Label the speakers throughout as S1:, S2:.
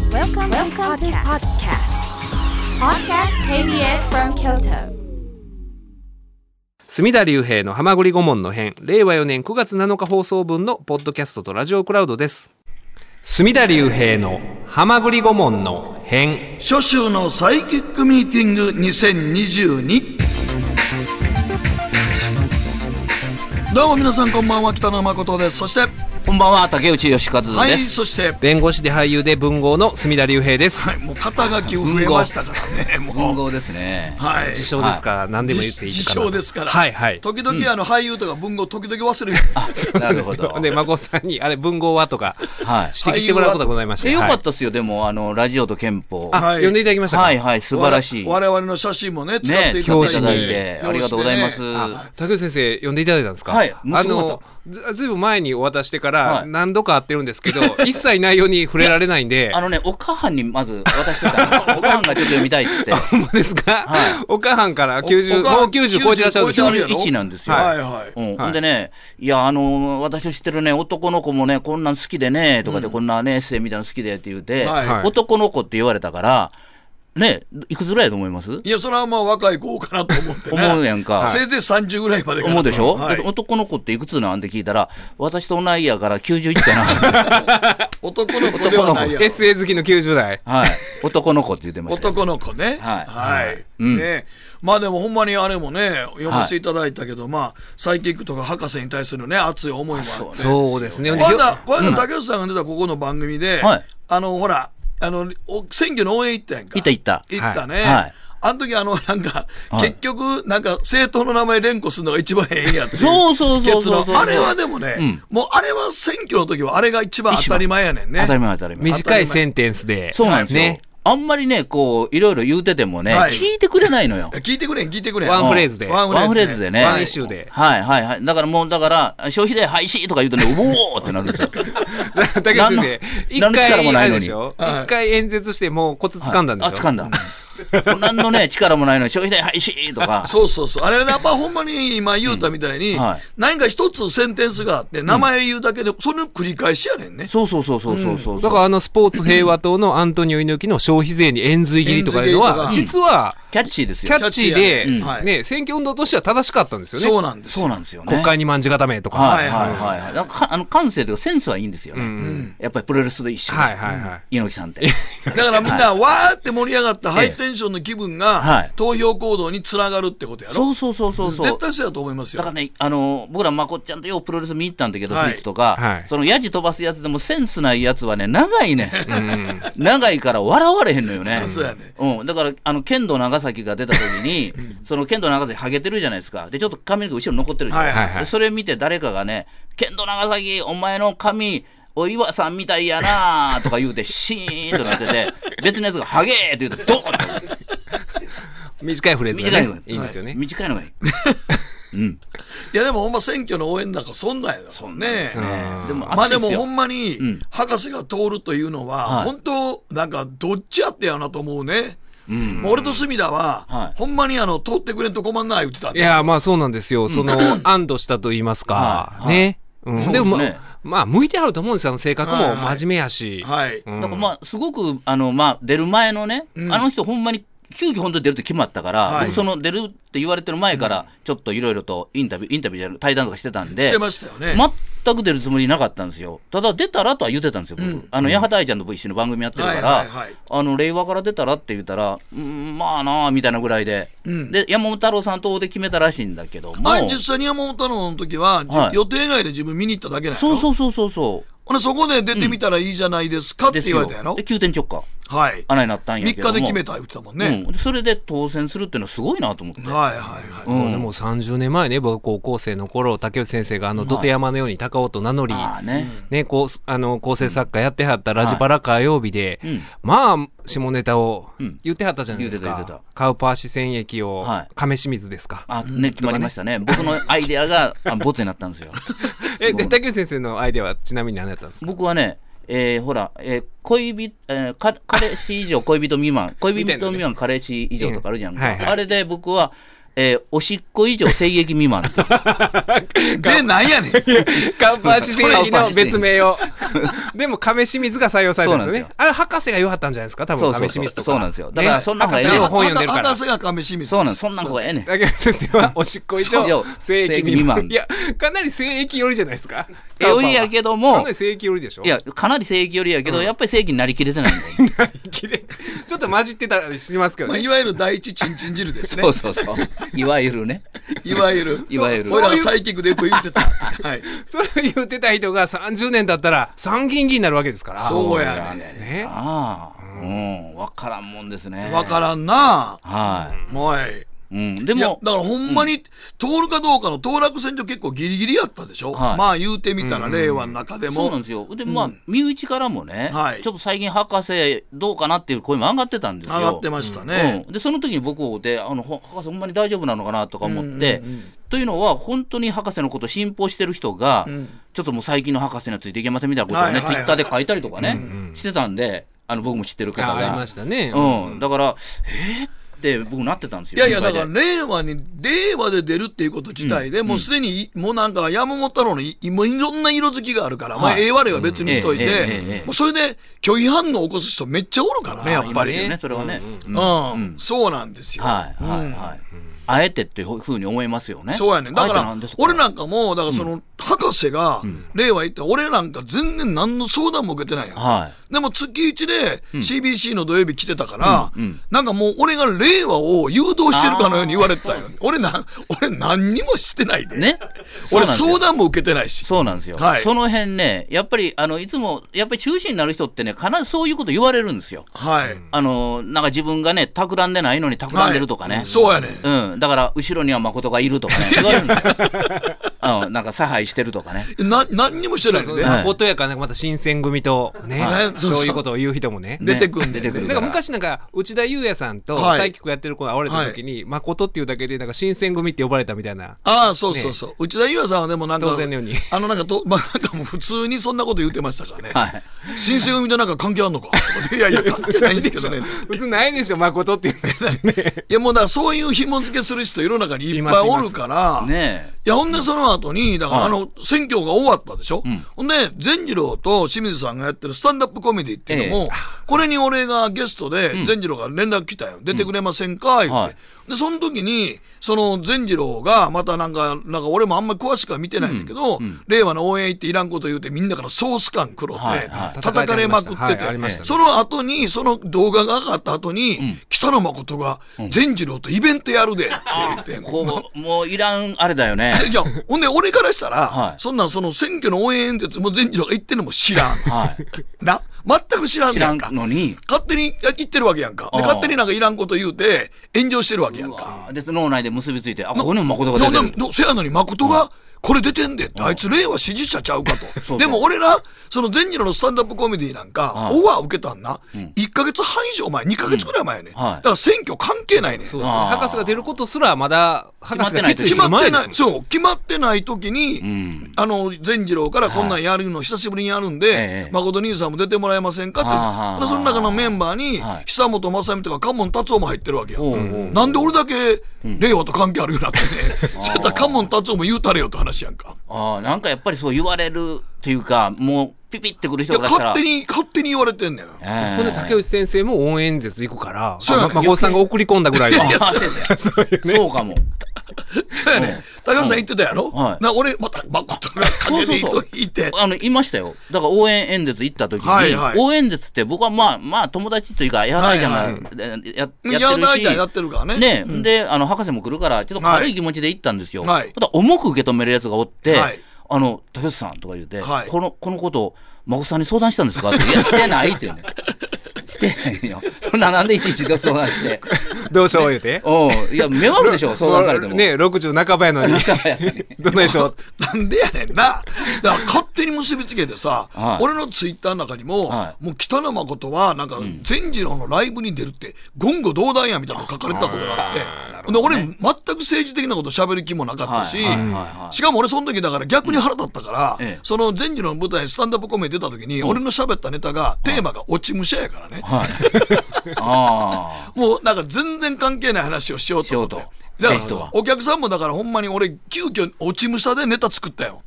S1: Welcome to
S2: Welcome, to podcast. Podcast KBS from Kyoto.
S3: 隅田隆平の浜栗顧問の編令和4年9月7日放送分のポッドキャストとラジオクラウドです隅田隆平の浜栗顧問の編
S4: 初秋のサイキックミーティング2022どうも皆さんこんばんは北野誠ですそして
S5: こんばんは、竹内義和です。
S4: はいそして
S3: 弁護士で俳優で文豪の隅田隆平です、
S4: はいもう肩書き増えましたからね
S5: 文
S4: もう
S5: 豪ですね。
S4: はい
S3: 自称ですから、何でも言っていいかな
S4: 自称ですから
S3: はいはい
S4: 時々あの俳優とか文豪時々忘れる
S5: なるほ ど。
S3: で孫さんにあれ文豪はとか
S5: はい。
S3: 指摘してもらうことがございました
S5: え、よかった
S3: は
S5: っすよ。でも、あの、ラジオと憲法。
S3: いあ、
S4: はい
S3: 呼んでいただきましたか
S5: はいはい、素晴らしい。
S4: 我々の写真もね使っ
S5: ね
S4: てい、ただい
S5: 表
S4: て
S5: 紙
S3: 表紙
S5: に
S3: に
S5: いて、ありがとうございます。
S3: あ竹内先生呼んでいただいたんですか
S5: はいもう
S3: あ
S5: すごかっ
S3: のずずいぶん前にお渡ししてから
S5: はい
S3: 何度か会ってるんです けど、一切内容に触れられないんで
S5: あのね、おかはんにまず渡してたの。おかはんがちょっと読みたい っつって。
S3: ほんまですか、
S5: はい
S3: お母さんから90、
S4: お母
S3: もう90超えてらっしゃるでしょ
S4: 90超えてるよ
S5: 91なんですよ。
S4: はいはい
S5: うん、ほんでね、いや、あの私の知ってるね、男の子もね、こんなん好きでね、とかで、こんなね、エッセイみたいなの好きでって言うて、
S4: はい
S3: はい
S5: 男の子って言われたから、ね、いくつぐらいだと思います
S4: いやそれはまあ若い子かなと思ってね
S5: 思うやんか
S4: せいぜい30ぐらいまでかな
S5: 思うでしょ、
S4: はい
S5: で男の子っていくつなんって聞いたら、私と同いやから91か
S4: 男の子ではないやろ
S3: SA 好きの90代。
S5: な。 はい。男の子って言ってましたよ。
S4: 男の子ね。
S5: はい
S4: はい。
S5: うん
S4: ねまあでもほんまにあれもね、読ませていただいたけど、まあ、サイキックとか博士に対するね、熱い思いもあって。
S3: そうですね。
S4: この間、この間竹内さんが出たここの番組で
S5: はい、
S4: あの、ほら、あの、お選挙の応援行ったやんか。
S5: 行った行った
S4: 行ったね
S5: はいはい。
S4: あの時あの、 なんか、
S5: はい
S4: 結局、なんか、政党の名前連呼するのが一番ええんやってい
S5: そうそうそうそう
S4: 結論
S5: そうそう
S4: あれはでもね、
S5: うん
S4: もうあれは選挙の時はあれが一番当たり前やねんね。
S5: 当たり前当たり前。
S3: 短いセンテンスで。
S5: そうなんですよ。
S3: ね。
S5: あんまりね、こう、いろいろ言うててもね、
S4: はい
S5: 聞いてくれないのよ。
S4: 聞いてくれん、聞いてくれん。
S3: ワンフレーズで
S4: ワ
S5: ワンフレーズでね。
S3: ワンイシューで
S5: はいはいはい。だからもう、だから、消費税廃止とか言うとね、おおーってなるんですよ。
S3: 竹内先生、一
S5: 何の力も
S3: 回、あ
S5: な
S3: れ
S5: いの
S3: で
S5: に
S3: しょ
S4: はい
S3: 一回演説して、もうコツ 掴んだんでしょ
S5: あ、 掴んだ。何のね、力もないのに、消費税廃止とか。
S4: そうそうそう。あれはやっぱほんまに今言うたみたいに、
S5: うんはい
S4: 何か一つセンテンスがあって、名前言うだけで、それの繰り返しやねんね。
S5: そうそうそうそうそうそう。
S3: だからあのスポーツ平和党のアントニオ猪木の消費税に円髄切りとかいうのは、
S4: 円髄切り
S3: 実は
S5: キャッチーです
S3: キ
S5: よ
S3: ャ。ッチー
S4: キャッチーや
S3: で、
S4: ねうん
S3: ね、選挙運動としては正しかったんですよね。
S4: そうなんです
S5: そう
S4: よ。
S5: なんですよね。
S3: 国会にまんじ固めとか。
S5: はいい
S4: は
S5: はいい
S4: はい
S5: はい。なんかかあの感性というかセンスはいいんですよね。やっぱりプロレスと一緒で。
S3: はいはいはい。
S5: 猪木さんって。
S4: だからみんな、わーって盛り上がったハイテンションの気分
S5: は
S4: が
S5: い、
S4: 投票行動につながるってことやろ。
S5: そうそうそうそうそう
S4: 絶。対そうやと思います
S5: だから
S4: よ。
S5: ね、あの、僕らまこっちゃんとようプロレス見に行ったんだけど、
S4: はい
S5: フリッツとか、
S3: はい
S5: そのヤジ飛ばすやつでもセンスないやつはね、長いね。長いから笑われへんのよね。
S4: そうやね
S5: うん。だから、あの、剣道長崎が出た時に、その剣道長崎ハゲてるじゃないですか。で、ちょっと髪の毛後ろ残ってるでしょ。
S4: はいはい
S3: はい
S5: でそれ見て誰かがね、剣道長崎、お前の髪、お岩さんみたい やなとか言うて、シーンとなってて、別のやつがハゲーって言うと、ドーンって
S3: 短いフレーズが
S5: 短いの
S3: ね
S5: が
S3: いいんですよね。
S5: 短いの がいい。うん。
S4: いやでもほんま選挙の応援だからそんなんやだもんね。
S5: でも、
S4: まあで
S5: 熱いっ
S4: も
S5: すよ
S4: ほんまに
S5: ん、
S4: 博士が通るというのは、
S5: はい
S4: 本当なんかどっちやってやなと思うね。もう俺と隅田は
S5: は、い
S4: ほんまにあの、通ってくれんと困んない言ってたん
S3: い
S4: ですよ
S3: や、まあそうなんですよ。そ の、安堵したと言いますか
S5: は。い
S3: ね。うん。でも
S5: そうですね、
S3: まあ、向いてあると思うんですよ。あの性格
S4: はい
S3: も
S4: はい
S3: 真面目やし。
S4: はい。
S3: うん
S5: だからまあ、すごく、あの、まあ、出る前のね、あの人ほんまに、急遽本当に出るって決まったから、
S4: はい
S5: 僕その出るって言われてる前から、ちょっといろいろとインタビュー、インタビューじゃない対談とかしてたんで、
S4: してましたよね。
S5: 全く出るつもりなかったんですよ。ただ出たらとは言ってたんですよ、僕。あの、八幡愛ちゃんと僕一緒に番組やってるか
S4: は
S5: ら、
S4: いはいはい
S5: あの、令和から出たらって言ったら、うん、まあなあ、みたいなぐらいで、で、山本太郎さんとで決めたらしいんだけども、
S4: あれ実際に山本太郎の時は、じ
S5: はい
S4: 予定外で自分見に行っただけなんやろ
S5: そうそうそうそうそ
S4: ほなそこで出てみたらいいじゃないですかっ
S5: う。で
S4: て
S5: す
S4: 言わ
S5: よ。
S4: れたやろ
S5: で、急転直下、
S4: はい。
S5: 穴になったんや
S4: 3
S5: けども。
S4: 日で決めた言ってたもんね。
S5: うん、でそれで当選するっていうのはすごいなと思って。
S4: はいはいはい。
S3: そうねもう30年前ね、僕高校生の頃、竹内先生があの、土手山のように高尾と名乗り、
S5: ああね、
S3: ね、こう、あの、構成作家やってはったラジパラ火曜日で、まあ、下ネタを言ってはったじゃないです
S5: 言ってた言
S3: か
S5: って。
S3: カウパー四川駅を
S5: はい、
S3: 亀清水ですか。
S5: あね決まりましたね、僕のアイデアがあボツになった んですよ。
S3: え、で竹内先生のアイデアはちなみに何だったんですか
S5: 僕はね、えーほら、えー恋人、えーか彼氏以上、恋人未満、恋人未満、彼氏以上とかあるじゃん
S3: はいはい
S5: あれで僕は、えーおしっこ以上性癖未満っていう
S4: で、なん やねん。
S3: カンパーシ製品の
S5: それ
S3: 別名を。でも、亀清水が採用されたんですよ
S5: そうな
S3: ね
S5: んで。
S3: あれ、博士が良かったんじゃないですか多
S5: そ
S3: 分、
S5: うそうそう
S3: 亀清水とか。
S5: そうなんですよだから
S3: ね
S5: そんな方がええ
S3: 博
S5: ね
S3: 士の本読んでるから
S4: 博。士が亀清水。
S5: そうなんそんなん子がええねん
S3: だけど、先生は、おしっこ以
S5: そう
S3: 上
S5: よ、
S3: 精液
S5: 精液
S3: 未
S5: 未
S3: 満。
S5: 満
S3: いや、かなり精液寄りじゃないですか。
S5: よりやけど
S3: か
S5: も
S3: なり精液寄りでしょ
S5: いや、かなり正義よりやけど、やっぱり正義になりきれてないん だよね
S3: きれいちょっと混じってたりしますけど
S4: まあ、
S3: ね
S4: い。わゆる第一チンチン汁ですね
S5: そ。うそうそういわゆるね
S4: いわゆる。
S5: いわゆる
S4: 俺らはサイキックでよく言ってた。はい。
S3: それを言ってた人が30年経ったら参議院議員になるわけですから。
S4: そうやね
S3: ね。
S5: ああうん分からんもんですね
S4: ん。わからんな。
S5: は
S4: はい。
S5: い、うん、で
S4: いや
S5: も、
S4: だからほんまに通るかどうかの当落線上結構ギリギリやったでしょ。
S5: はい
S4: まあ言うてみたら令和の中で
S5: そうなん
S4: も。
S5: ですよでまあ、身内からもね、
S4: はい
S5: ちょっと最近博士どうかなっていう声も上がってたんです
S4: 上
S5: よ
S4: がってましたね。
S5: うん、でその時に僕をであのほ博士ほんまに大丈夫なのかなとか思って、というのは本当に博士のことを信奉してる人が、ちょっともう最近の博士にはついていけませんみたいなことを
S4: はい
S5: ね、
S4: はいはい
S5: ツイッターで書いたりとかね、してたんであの僕も知ってる方
S3: ああり
S5: が
S3: ましたね。
S5: うん、だからえーって僕なってたんです
S4: い
S5: よ
S4: やいや、だか
S5: 心配
S4: ら
S5: で
S4: 令和に、令和で出るっていうこと自体で、もうすでに、もうなんか山本太郎のいもういろんな色づきがあるから、まあ、
S5: はい
S4: ええ悪いは別にしとい
S5: うんええええ
S4: て
S5: ええ、
S4: もうそれで拒否反応を起こす人めっちゃおるからね、やっぱ
S5: います
S4: り。
S5: よねそれはね、うん
S4: うん、そうなんですよ。
S5: はいはいはい、あえてっていうふうに思いますよね
S4: そうやねんだか
S5: あえてな
S4: ら
S5: んです、
S4: 俺なんかも、だからその、博士が、令和行って、俺なんか全然何の相談も受けてないよ。
S5: は
S4: でも月一で CBC の土曜日来てたから、
S5: うんうん
S4: なんかもう俺が令和を誘導してるかのように言われてたよ。俺な、俺何にもしてないで。
S5: いね
S4: 俺
S5: そうなんですよ
S4: 相談も受けてないし。
S5: そうなんですよ、
S4: はい
S5: その辺ね、やっぱりあのいつも、やっぱり中心になる人ってね、必ずそういうこと言われるんですよ、
S4: はい。
S5: あのなんか自分がね、企んでないのに企んでるとかね、
S4: はいそうやねん。
S5: うん、だから後ろには誠がいるとかね、言われるんですよ、うん、なんか差配してるとかね、
S4: な、何にもして
S3: そ
S4: な
S3: う
S4: い
S3: そ
S4: で
S3: う
S4: ね。
S5: はい
S3: まことやかな、また新選組とね
S4: はい、そうそう
S3: そういうことを言う人もね。
S4: 出てくんで
S5: ね出てくる
S3: なんか昔なんか内田裕也さんと
S4: はい
S3: サイキックやってる子が会われた時に、誠っていうだけでなんか新選組って呼ばれたみたいな。
S4: ああ、そうそうそう。内田優也さんはでもなんか、
S3: 当然のように
S4: あのなんかと、まあなんかもう普通にそんなこと言ってましたからね。
S5: はい、
S4: 新選組となんか関係あんのかいやいや、関係ないんですけどね。
S3: 普通ないでしょ、誠っていうだけでね。
S4: いやもうだからそういう紐付けする人世の中にいっぱいおるから、
S5: ね
S4: いや、ほんでその後に、だから
S5: はい
S4: あの、選挙が終わったでしょ、
S5: ん
S4: ほんで、善次郎と清水さんがやってるスタンダップコメディっていうのも、これに俺がゲストで、善次郎が連絡来たよ。出てくれませんか言って、
S5: はい
S4: で、その時に、その善次郎が、またなんか、なんか俺もあんまり詳しくは見てないんだけど、令和の応援行っていらんこと言うてみんなからソース感黒で、
S5: はいはい
S4: 叩かれまくってて、
S3: はいありましたね
S4: その後に、その動画が上がった後に、北野誠が、善次郎とイベントやるで、って言って、
S5: え、 こう、もういらんあれだよね、
S4: いや、ほんで、俺からしたら、
S5: はい
S4: そんなん、その選挙の応援演説も善次郎が言ってるのも知らん。
S5: はい、
S4: な、全く知らん
S5: 知
S4: ねや
S5: ら
S4: ん
S5: ん
S4: か。
S5: のに、
S4: 勝手に言ってるわけやんか。で
S5: ああ
S4: 勝手になんかいらんこと言うて、炎上してるわけや
S5: うん
S4: か。
S5: わで脳内で結びついて、あここにも誠
S4: い
S5: が
S4: や、
S5: 出
S4: で
S5: てる
S4: も、せやのに誠が、これ出てんでって、あいつ令和支持者ちゃうか
S5: そ
S4: と。
S5: う
S4: でも俺ら、その善次郎のスタンダップコメディなんか、
S5: うん
S4: オファー受けたんな、1ヶ月半以上前、2ヶ月ぐらい前やね。
S5: うんはい
S4: だから選挙関係ないね。
S3: そうですね。
S5: あー
S3: 博士が出ることすらまだ、博士が決意す
S5: 決
S4: 決ま
S3: る前
S4: って
S3: で
S4: な
S3: す
S4: い
S3: もん、ね。
S4: そう、決まってない時に、
S5: ん
S4: あの、善次郎からこんなんやるの久しぶりにやるんで、
S5: ええ
S4: 誠兄さんも出てもらえませんかって
S5: はあはあはあ
S4: でその中のメンバーに、
S5: はい
S4: 久本雅美とか関門達夫も入ってるわけよ。
S5: おうおう
S4: なんで俺だけ、令和と関係あるようになって ね。そうやったら関門達夫も言うたれよって話やんか。
S5: あーなんかやっぱりそう言われるっていうか、もうピピってくる
S4: い
S5: 人
S4: や、
S5: からしたら。
S4: 勝手に、勝手に言われて んねん。
S5: えー
S3: ほんで、竹内先生も応援演説行くから、
S4: そうやね
S3: 孫さんが送り込んだぐらいの。
S5: あーそうやそうかも。
S4: そうやねん。高橋さん言ってたやろ、
S5: はい
S4: な俺、また誠が陰で糸引いて。
S5: あの、いましたよ。だから応援演説行った時に、
S4: はいはい
S5: 応援演説って僕はまあ、まあ友達というか、やはりじゃ
S4: はい
S5: な
S4: はい
S5: い、や、
S4: やら
S5: やっ
S4: ない
S5: てる
S4: やっ
S5: し。
S4: てるからね。
S5: ね
S4: うん
S5: で、あの、博士も来るから、ちょっと軽い気持ちで行ったんですよ。
S4: はい
S5: ただ、重く受け止めるやつがおって、
S4: はい
S5: あの、豊洲さんとか言うて、
S4: はい
S5: この、このことを、孫さんに相談したんですかって、いや、してないって言うね。 してないよ。そんな、なんでいちいち相談して。
S3: どうしよう言うて。
S5: うん。いや、目悪いでしょ、相談されても。
S3: ね、60半ばやのに。どないでしょう。
S4: なんでやねんな。だから勝手に結びつけてさ、
S5: はい
S4: 俺のツイッターの中にも、
S5: は
S4: もう北野誠は、なんか、善次郎のライブに出るって、言語道断やみたいなの書かれてたことがあって、で俺、全く政治的なこと喋る気もなかったし、
S5: はいはいはいはい
S4: しかも俺、その時だから逆に腹立ったから、
S5: うんええ
S4: その善次郎の舞台、スタンダップコメディ出た時に、俺の喋ったネタが、テーマが落ち武者やからね。
S5: はい。ああ。
S4: もうなんか全然関係ない話をしようと思って
S5: しようと
S4: だか
S5: 生徒は
S4: らお客さんもだからほんまに俺急遽落ち武者でネタ作ったよ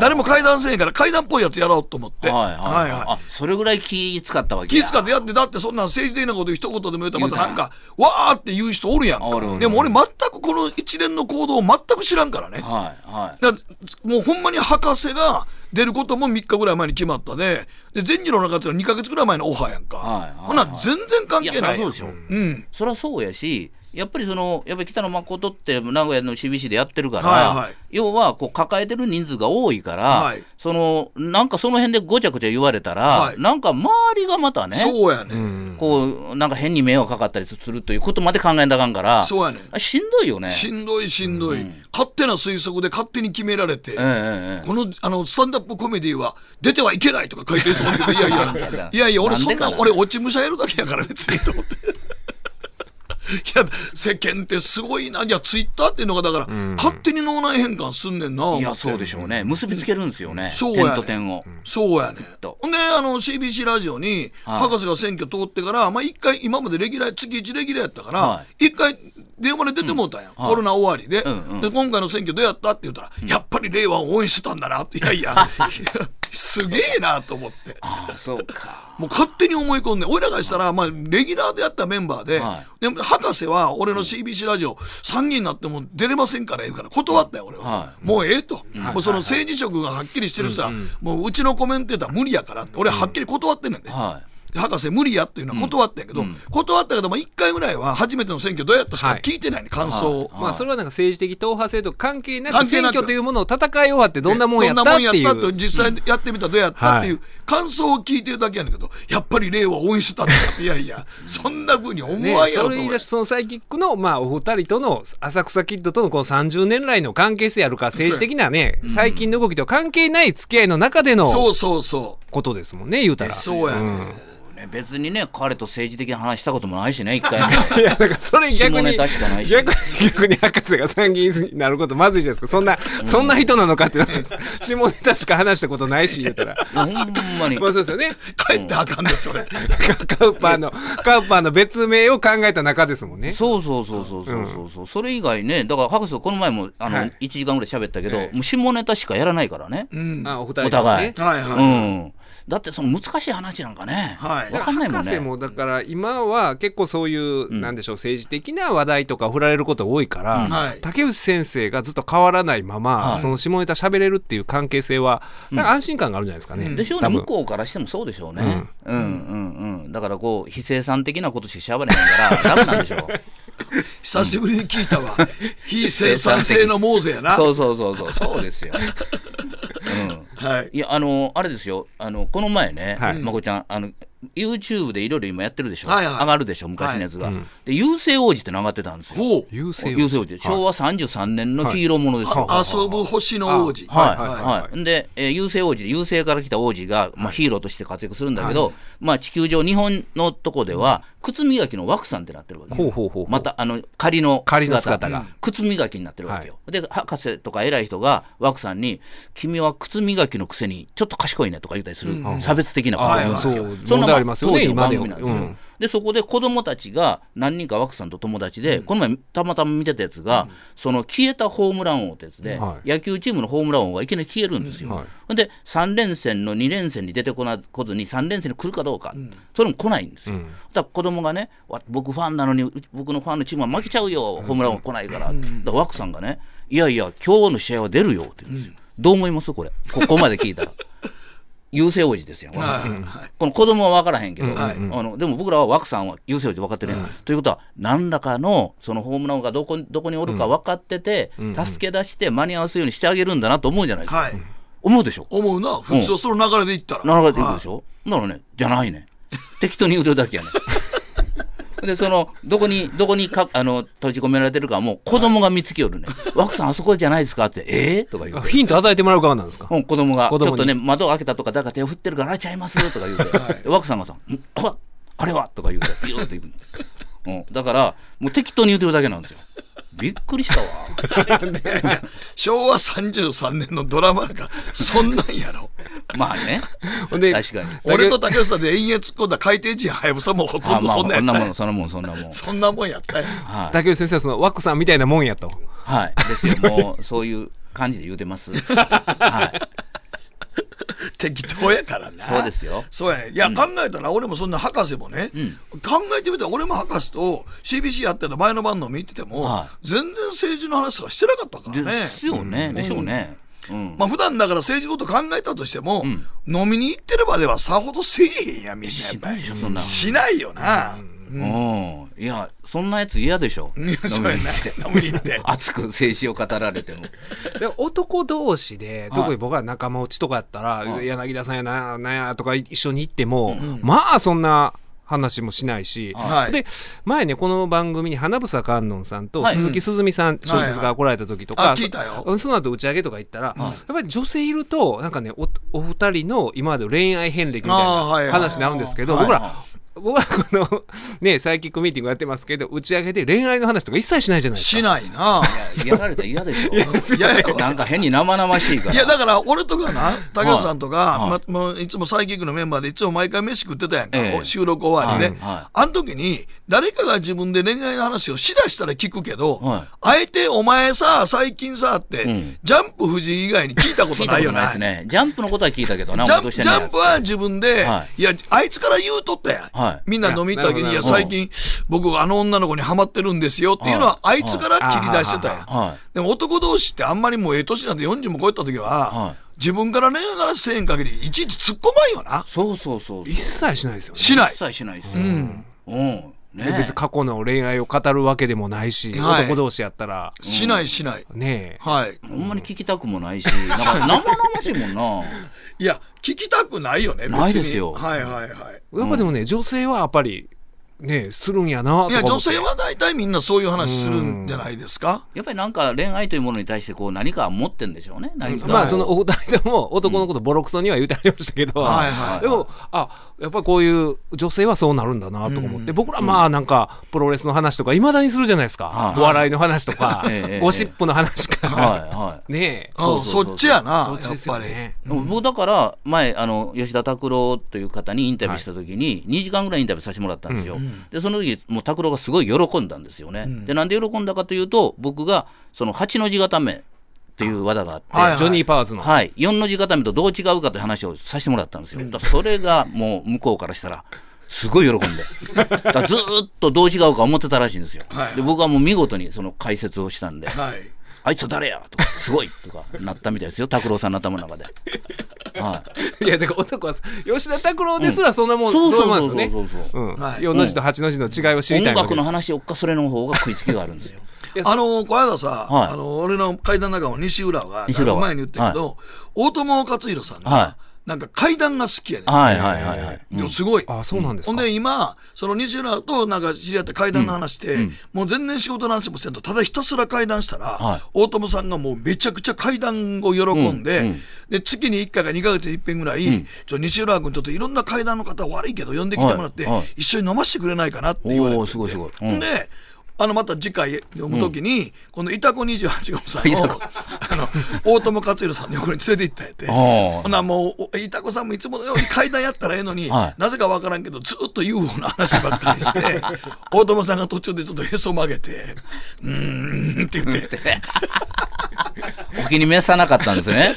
S4: 誰も階段せえへんから階段っぽいやつやろうと思って
S5: はいはい、
S4: はいはい
S5: あそれぐらい気使ったわけ
S4: 気
S5: や
S4: 使ってやってだってそんな政治的なこと一言でも言うとまたなんかわーって言う人おるやん
S5: おるおるお
S4: か
S5: る
S4: でも俺全くこの一連の行動を全く知らんからね
S5: はいはい
S4: だからもうほんまに博士が出ることも3日ぐらい前に決まったでで善次郎の中っていうのは2か月ぐらい前のオファーやんか、
S5: はいはいはい
S4: ほな全然関
S5: いや
S4: 係
S5: そり
S4: な
S5: ゃ
S4: い
S5: そ
S4: や
S5: うんでしょ、
S4: うん
S5: そりゃそうやしやっぱりそのやっぱり北野誠って名古屋の CBC でやってるから、
S4: はいはい
S5: 要はこう抱えてる人数が多いから、
S4: はい
S5: そのなんかその辺でごちゃごちゃ言われたら、
S4: はい
S5: なんか周りがまたね
S4: そうやね、
S5: こうなんか変に迷惑かかったりするということまで考えなあかんから
S4: そうやね
S5: あしんどいよね。
S4: しんどいしんどい、勝手な推測で勝手に決められて、
S5: ええええええ
S4: このあのスタンダップコメディは出てはいけないとか書いてそうだ けど、いやい
S5: なんでや
S4: や
S5: だ、
S4: いやいや、俺、
S5: なん
S4: そ
S5: で
S4: ん
S5: かな
S4: な、俺、落ち武者やるだけやから、別にと思って。 いや世間ってすごいな、いや、ツイッターっていうのが、だから、勝手に脳内変換すんねんな、思っ
S5: い
S4: て
S5: やそうでしょうね結びつけるんですよね、
S4: そうやね
S5: 点と点を。
S4: そうやね
S5: と
S4: ほんであの CBC ラジオに
S5: はい
S4: 博士が選挙通ってから、まあ、一回今までレギュラー月1レギュラーやったから、
S5: は
S4: 一回電話で出てもうたんや、コロナ終わりで,、
S5: んうん
S4: で今回の選挙どうやったって言ったら、やっぱり令和を応援してたんだなっていやいやい やすげえなと思って
S5: ああそう か。
S4: もう勝手に思い込んで、俺らがしたら、まあ、レギュラーでやったメンバーで、
S5: は
S4: でも博士は俺の CBC ラジオ、3人になっても出れませんから言うから、断ったよ、俺は。
S5: は
S4: もうええと。もうその政治色がはっきりしてる人は、もううちのコメンテーター無理やからって、俺はっきり断ってんねんで。
S5: は
S4: で博士無理やっていうのは断ったんやけど、断ったけど、まあ、1回ぐらいは初めての選挙どうやったしか聞いてないね、感想を。
S3: まあ、それはなんか政治的党派制と関係なく
S4: 関係
S3: 選
S4: なく
S3: 挙というものを戦い終わってどんなもんやった
S4: ど
S3: っ
S4: ん
S3: て
S4: なもん
S3: い
S4: やった
S3: う
S4: と実際やってみたらどうやったっていう感想を聞いてるだけやねんけど、やっぱり令和応援してたんだっていやいやそんなふうに思
S3: ね
S4: わん、や
S3: そ
S4: ろ
S3: れ
S4: と
S3: 言い
S4: 思う
S3: 出しそのサイキックの、まあ、お二人との浅草キッドとのこの30年来の関係性あるから政治的なね、最近の動きと関係ない付き合いの中での
S4: そうそうそう
S3: ことですもんね言うたら。
S4: そうやねん
S5: いね、別にね彼と政治的な話したこともないしね一回 も。
S3: いやだからそれ逆
S5: 下
S3: に
S5: ネタしかないし
S3: 逆に逆に博士が参議院になることまずいじゃないですかそんな、そんな人なのかってなって下ネタしか話したことないし言うた ら。
S5: ほんまに
S3: まあそうですよね。
S4: 帰ってあかんでそれ
S3: カウパーのカウパーの別名を考えた中ですもんね。
S5: そうそうそうそうそうそうそう、それ以外ねだから博士この前もあの、
S3: はい
S5: 1時間ぐらい喋ったけど、
S3: ええ
S5: もう下ネタしかやらないからね、
S4: うんは
S3: あお二
S5: お
S3: 人とも
S5: 互い、
S3: ね。
S4: いは
S5: うん、だってその難しい話なんかね、
S4: はい
S5: 分かんないもん
S3: 博士
S5: ね
S3: もだから今は結構そういう、なんでしょう政治的な話題とか振られることが多いから、
S4: はい
S3: 竹内先生がずっと変わらないまま、
S5: はい
S3: その下ネタ喋れるっていう関係性はなんか安心感があるんじゃないですかね。
S5: でしょうね
S3: 多分
S5: 向こうからしてもそうでしょうね、うん、うんうんだからこう非生産的なことしか喋れないからダメなんでしょ う
S4: い久しぶりに聞いたわ非生産性のモーゼやな
S5: そうそうそうそうそうですよ、うん
S4: はい
S5: いやあのあれですよあのこの前ね、
S3: はい
S5: まこちゃんあの YouTube でいろいろ今やってるでしょ、
S4: はいはい
S5: 上がるでしょ昔のやつが、で優勢王子っての上がってたんですよ
S4: ほう
S3: 優勢
S5: 優勢王子昭和33年のヒーローものですよ、はい
S4: 遊ぶ星の王子
S5: はい
S3: はい
S5: はい
S3: はい
S5: で、えー、優勢王子で優勢から来た王子が、まあ、ヒーローとして活躍するんだけど、まあ、地球上日本のとこでは靴磨きの枠さんってなってるわけ
S3: ほうほうほうほう
S5: またあの仮の
S3: 仮の姿が
S5: 靴磨きになってるわけよ、で博士とか偉い人が枠さんに「君は靴磨きのくせにちょっと賢いね」とか言ったりする、差別的なことを言
S4: はい
S5: ん
S4: は
S5: で
S4: い
S5: すよ
S3: そう
S5: そ
S3: 問
S5: んな
S3: 題ありますよ
S5: 当
S3: ね
S5: 時の
S3: 今
S5: 番
S3: では。
S5: 組なんですよ。
S3: うん
S5: でそこで子供たちが何人か枠さんと友達で、この前たまたま見てたやつが、その消えたホームラン王ってやつで、
S3: はい
S5: 野球チームのホームラン王がいきなり消えるんですよ。
S3: うんはい
S5: ほんで3連戦の2連戦に出てこなこずに3連戦に来るかどうか、それも来ないんですよ。だから子供がねわ僕ファンなのにう僕のファンのチームは負けちゃうよ、ホームラン王来ないから、だから枠さんがねいやいや今日の試合は出るよって言うんですよ。どう思いますこれここまで聞 いたら優勢王子ですよ、枠さん
S4: はい
S5: この子供は分からへんけど、
S4: はい
S5: あのでも僕らは枠さんは優勢王子分かってるやん、ということは何らかのそのホームラン王がどこどこにおるか分かってて、助け出して間に合わせるようにしてあげるんだなと思うじゃないですか、
S4: はい
S5: 思うでしょ
S4: 思うな普通はその流れでいったら
S5: なるほどでいくでしょ、ならねじゃないね適当に言うてるだけやね でそのどこにどこにかあの閉じ込められてるかはもう子供が見つけよるね「枠さんあそこじゃないですか?」って「えーとか言う
S3: あヒント与えてもらう側なんですか。
S5: うん、子供が
S3: 子
S5: ち
S3: 供に
S5: ょっとね窓を開けたとか誰か手を振ってるからあれちゃいますとか言うて、で枠さんがさん「ああれは?」とか言うてビューって行くの、うん、だからもう適当に言うてるだけなんですよびっくりしたわ
S4: 昭和33年のドラマなんかそんなんやろ
S5: まあね。
S3: ほんで
S5: 確かに
S4: 俺と竹内さんで延々突っ込んだ海底人はやぶさもほとんど
S5: あ
S4: そん
S5: ま
S4: なや
S5: あ、
S4: った
S5: こんなも
S4: よ
S5: ん、そんなもん、そんなもん。
S4: そんなもんやったよ
S5: はい。
S3: 竹内先生はそのワックさんみたいなもんやと。
S5: はい。です よ、もう、そういう感じで言うてます。はい。
S4: 適当やからな
S5: そうですよ
S4: そうやねいや、考えたら俺もそんな博士もね、考えてみたら俺も博士と CBC やってた前の番組見てても、
S5: は
S4: 全然政治の話とかしてなかったからね
S5: ですよね。でしょうね。うん。
S4: まあ普段だから政治のこと考えたとしても、
S5: ん
S4: 飲みに行ってればではさほどせえへんやみんなやっぱり
S5: しないでしょそんな
S4: しないよな、
S5: うん。いや、そんなやつ嫌でし ょ。
S4: いやそうやな飲みに行って
S5: 熱く静止を語られて も。
S3: で男同士で、特に僕は仲間内とかやったら、
S5: はい
S3: 柳田さんやな、なんやとか一緒に行っても、まあそんな話もしないし、
S4: はい
S3: で、前ね、この番組に花房観音さんと
S5: はい
S3: 鈴木すずみさん、小
S4: は
S3: 説
S4: いは
S3: が
S4: い
S3: 来られた時とか、
S4: あ聞いたよ
S3: そその後打ち上げとか行ったら、やっぱり女性いると、なんかね、おお二人の今までの恋愛遍歴みたい
S4: あーはいは
S3: ない話になるんですけど、
S4: はい
S3: 僕ら、
S5: はい
S3: 僕はこの、ね、サイキックミーティングやってますけど、打ち上げで恋愛の話とか一切しないじゃないですか。
S4: しないな
S5: やられたら嫌でし
S4: いやいや
S5: ょ。 なんか変に生々しいから。
S4: いやだから俺とかな竹内さんとか、
S5: はい
S4: まもういつもサイキックのメンバーでいつも毎回飯食ってたやんか、
S5: ええ
S4: 収録終わりね、
S5: はいはい
S4: あの時に誰かが自分で恋愛の話をしだしたら聞くけど、
S5: はい
S4: あえて「お前さ最近さ」って、
S5: うん
S4: ジャンプ藤井以外に聞いたこ
S5: 聞
S4: と
S5: いた
S4: な
S5: こ
S4: いよ
S5: とない
S4: な
S5: ですね。ジャンプのことは聞いたけどな、
S4: ジャ
S5: 俺
S4: ン
S5: と
S4: プ
S5: して
S4: ジ
S5: ない
S4: ャ
S5: や
S4: ン
S5: つ
S4: プは自分で、、
S5: はい
S4: や、あいつから言うとったやん。
S5: はい
S4: みんな飲み行った時に、い
S3: いやな
S4: や、
S3: るほど
S4: 最近、僕、あの女の子にハマってるんですよっていうのは、あ
S5: はい
S4: いつから切り出してたやん。
S5: は
S4: でも男同士ってあんまりもうええ年なんて40も超えた時は、
S5: はい。。
S4: 自分から恋愛の話せえん限りいちいち突っ込まんよない
S5: そうそうそうそう。
S3: 一切しないですよね。
S4: しない
S5: 一。切しないですよ。うん。うん。
S3: で
S5: ね
S3: 別に過去の恋愛を語るわけでもないし、
S4: はい
S3: 男同士やったら
S4: しないしない。
S3: ね
S4: はい。
S5: ほんまに聞きたくもないし、なんか生々しいもんな。
S4: いや、聞きたくないよね、別に。
S5: ないですよ
S4: はいはいはい。
S3: えやっぱでもね、女性はやっぱりねするんやなとか思っ
S4: い
S3: て
S4: や、女性は大体みんなそういう話するんじゃないですか。
S5: やっぱりなんか恋愛というものに対してこう何か持ってんでしょうね。何かを。
S3: まあそのお二人とも男のことボロクソには言うてありましたけど、
S4: はいはい
S3: でもあやっぱりこういう女性はそうなるんだなとか思って、僕らまあなんかプロレスの話とかいまだにするじゃないですか、
S5: はい
S3: お笑いの話とか、
S5: ええええ
S3: ゴシップの話から、
S5: はいはい。
S3: ねえ
S4: うん、
S5: そうそうそう
S4: そっちやな、
S3: そっちですよ
S4: やっぱり。
S3: ね
S5: 僕だから前あの吉田拓郎という方にインタビューした時に2時間ぐらいインタビューさせてもらったんですよ、でその時もう拓郎がすごい喜んだんですよね、でなんで喜んだかというと僕がその8の字固めっていう技があって、
S4: はいはい
S3: ジョニー・パワーズの、
S5: はい、4の字固めとどう違うかという話をさせてもらったんですよ。だからそれがもう向こうからしたら、すごい 喜んで、だからずーっとどう違うか思ってたらしいんですよ。
S4: はいはい
S5: で僕はもう見事にその解説をしたんで、
S4: はい。
S5: あいつ誰やとか、すごいとかなったみたいですよ、拓郎さんの頭の中で。はい、
S3: いやだから男は吉田拓郎ですらそんなもん、
S5: そう
S3: そ
S5: そうう
S3: なん
S5: そう
S3: です
S5: そ
S3: よ
S5: う
S3: ね
S5: そうそう
S3: うん
S4: はい
S3: 4の字と8の字の違いを知り
S5: 音
S3: たいわけ
S5: 楽
S3: で
S5: の
S3: す。
S5: 話おっかそれの方が食いつきがあるんですよ。
S4: あの、この間さ、
S5: はい
S4: あの、俺の階段仲間の西浦が、
S5: 西浦
S4: だい
S5: は
S4: ぶ前に言ったけど、大友克洋さんが、
S5: は
S4: なんか階段が好きやねん。
S5: はいはいはいはい。
S4: でもすごい。
S3: あそうなんです
S4: ほん
S3: か。
S4: で今、その西浦となんか知り合って階段の話して、もう全然仕事の話もせんと、ただひたすら階段したら、
S5: はい
S4: 大友さんがもうめちゃくちゃ階段を喜んで、
S5: うんうん
S4: で月に1回か2ヶ月に1遍ぐらい、ちょ西浦君ちょっといろんな階段の方悪いけど呼んできてもらって、
S5: はいはい
S4: 一緒に飲ませてくれないかなって
S5: お
S4: 言われて
S5: おー、すごいすごい。うん
S4: ほんで、あのまた次回読むときに、このいたこ28号さんを、 あの、大友克洋さんの横に連れて行ったんやって。
S5: あ
S4: ほ
S5: ー
S4: なもう、おいたこさんもいつものように階段やったらええのに、
S5: はい
S4: なぜかわからんけど、ずっと UFO の話ばっかりして、 大友さんが途中でちょっとへそ曲げて、うーんって言って、
S5: お気に召さなかったんですね。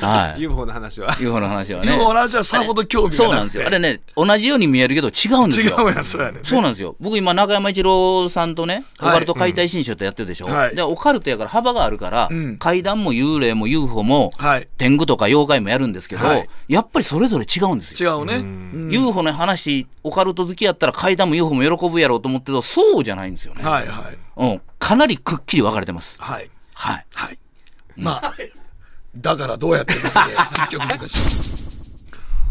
S5: はい。
S3: UFO の話は。
S5: UFO の話はね。
S4: UFO の話はさほど興味
S5: そう
S4: が
S5: な
S4: なんく
S5: で
S4: て。
S5: すよ。あれね、同じように見えるけど違うんです
S4: 違
S5: よ。
S4: うやん、そうやねん。
S5: そうなんですよ。僕今、中山一郎さんとね、オ
S4: はい
S5: カルト解体新書ってやってるでしょ。
S4: はい
S5: で、オカルトやから幅があるから、
S4: ん
S5: 怪談も幽霊も UFO も、
S4: はい
S5: 天狗とか妖怪もやるんですけど、
S4: はい
S5: やっぱりそれぞれ違うんです
S4: 違
S5: よ。
S4: うね。うん
S5: UFO の話、オカルト好きやったら怪談も UFO も喜ぶやろうと思ってたけど、そうじゃないんですよね。
S4: はいはい。
S5: うん。かなりくっきり分かれてます。
S4: はい。
S5: はい。
S4: はい。まあ、だからどうやってる かで、結局難しい。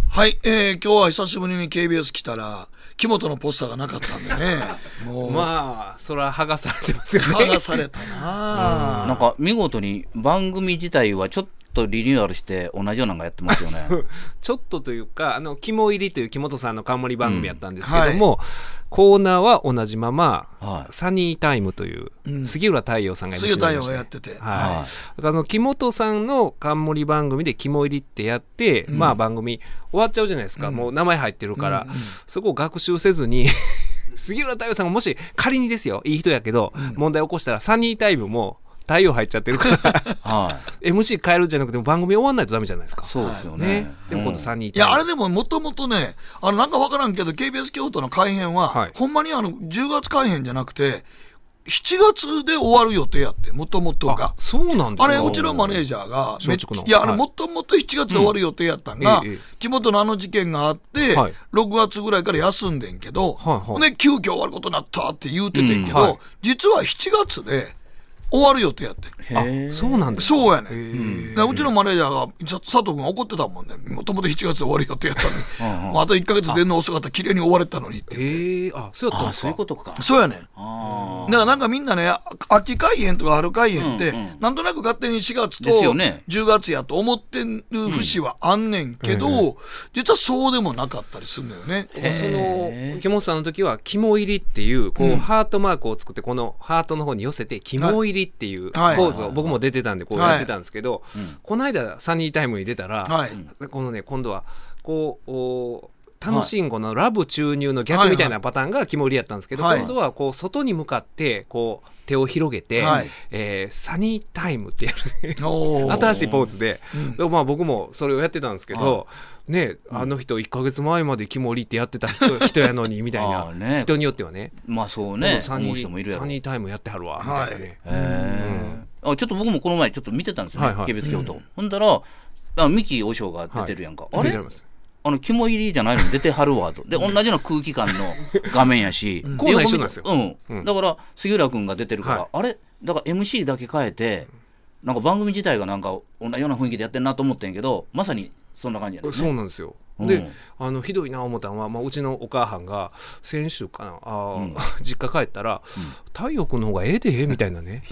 S4: はい、えー、今日は久しぶりに KBS 来たら、木本のポスターがなかったんで ね、もう、
S3: まあそれは剥が されてますよね。
S4: 剥がされたなあ
S5: なんか見事に番組自体はちょっとリニューアルして同じようなのがやってますよ ね
S3: ちょっとというか、あの、肝入りという木本さんの冠番組やったんですけども、コーナーは同じまま、
S5: はい
S3: サニータイムという、
S4: うん
S3: 杉浦太陽さんが MC
S4: 杉
S3: にな
S4: 太
S3: り
S4: 陽
S3: まし
S4: が
S3: て
S4: やってて。
S3: はい
S5: はい
S3: だからあの木本さんの冠番組で「肝入り」ってやって、まあ番組終わっちゃうじゃないですか、もう名前入ってるから、そこを学習せずに 杉浦太陽さんがもし仮にですよいい人やけど、問題起こしたらサニータイムも太陽入っちゃってるから
S5: は
S3: MC 変えるんじゃなくても番組終わんないとダメじゃないですか
S5: いそうですよね
S3: ねでも今度
S5: うん
S3: サニー
S4: いや、
S3: タ
S4: あ
S3: イ
S4: れ
S3: ム
S4: でももともとね、あの、なんかわからんけど、KBS 京都の改編は、
S3: はい
S4: ほんまにあの、10月改編じゃなくて、7月で終わる予定やって、もともとが
S3: あ。そうなんです
S4: あ
S3: か
S4: れ、うちのマネー
S3: ジ
S4: ジャーが、
S3: 松竹の
S4: いや、あれ、
S3: はい
S4: もともと7月で終わる予定やったんが、
S3: うんええええ
S4: 木本のあの事件があって、
S3: はい
S4: 6月ぐらいから休んでんけど、
S3: はいはい
S4: で、急遽終わることになったって言うててんけど、
S3: うんはい
S4: 実は7月で終わる予定やってん。
S5: へえ
S3: あそうなんですか
S4: そうやね
S3: へ
S4: ん。
S3: ー
S4: だからうちのマネージャーが、さ佐藤君が怒ってたもんね。もともと7月で終わる予定やったのに
S5: うんう。ん
S4: もうあと1ヶ月出んの遅かったら綺麗に終われたのにって。
S3: ええあそうやったん
S5: あ
S3: です
S5: そういう
S3: か
S5: ことか
S4: そうやねん。
S5: あ
S4: だからなんかみんなね、あ秋開園とか春開園って、
S5: うんうん
S4: なんとなく勝手に4月と
S5: ですよね
S4: 10月やと思ってる節はあんねんけど、実はそうでもなかったりするんだよね。
S3: その木本さんの時は「肝入り」っていうこう、ハートマークを作ってこのハートの方に寄せて「肝入り」っていうポ
S4: はい
S3: ーズを僕も出てたんでこうやってたんですけど、この間サニータイムに出たら、
S4: はい。
S3: このね今度はこうお楽しんごのラブ注入の逆みたいなパターンが肝入りやったんですけど、
S4: はい
S3: 今度はこう外に向かってこう手を広げて、
S4: はい
S3: えーサニータイムってやるね
S4: おー
S3: 新しいポーズで、でまあ僕もそれをやってたんですけど、ねあの人1か月前まで肝折りってやってた 人人やのにみたい
S5: あ
S3: な、
S5: ーね
S3: 人によってはね
S5: まあそうね
S3: サ
S5: 思
S3: ニ
S5: う人もいる
S3: ー
S5: やろ
S3: サニータイムやってはるわみたいなね、
S5: へーあちょっと僕もこの前ちょっと見てたんですよね、
S3: はいはい
S5: KBS 京都、ほんだらあ三木和尚が出てるやんか、
S3: はい
S5: あ
S3: 出て
S5: れ
S3: ます
S5: あの肝入りじゃないの出てはるわとで同じような空気感の画面やし
S3: コーナー一緒なんですよ
S5: 横見たうん
S3: うん
S5: だから杉浦君が出てるから、
S3: はい
S5: あれだから MC だけ変えてなんか番組自体がなんか同じような雰囲気でやってんなと思ってんけどまさにそんな感じやね
S3: そうなんですよ、
S5: うん
S3: であのひどいな思ったのは、まあ、うちのお母さんが先週かなあー、
S5: うん
S3: 実家帰ったら「太陽君の方がええで」みたいな ね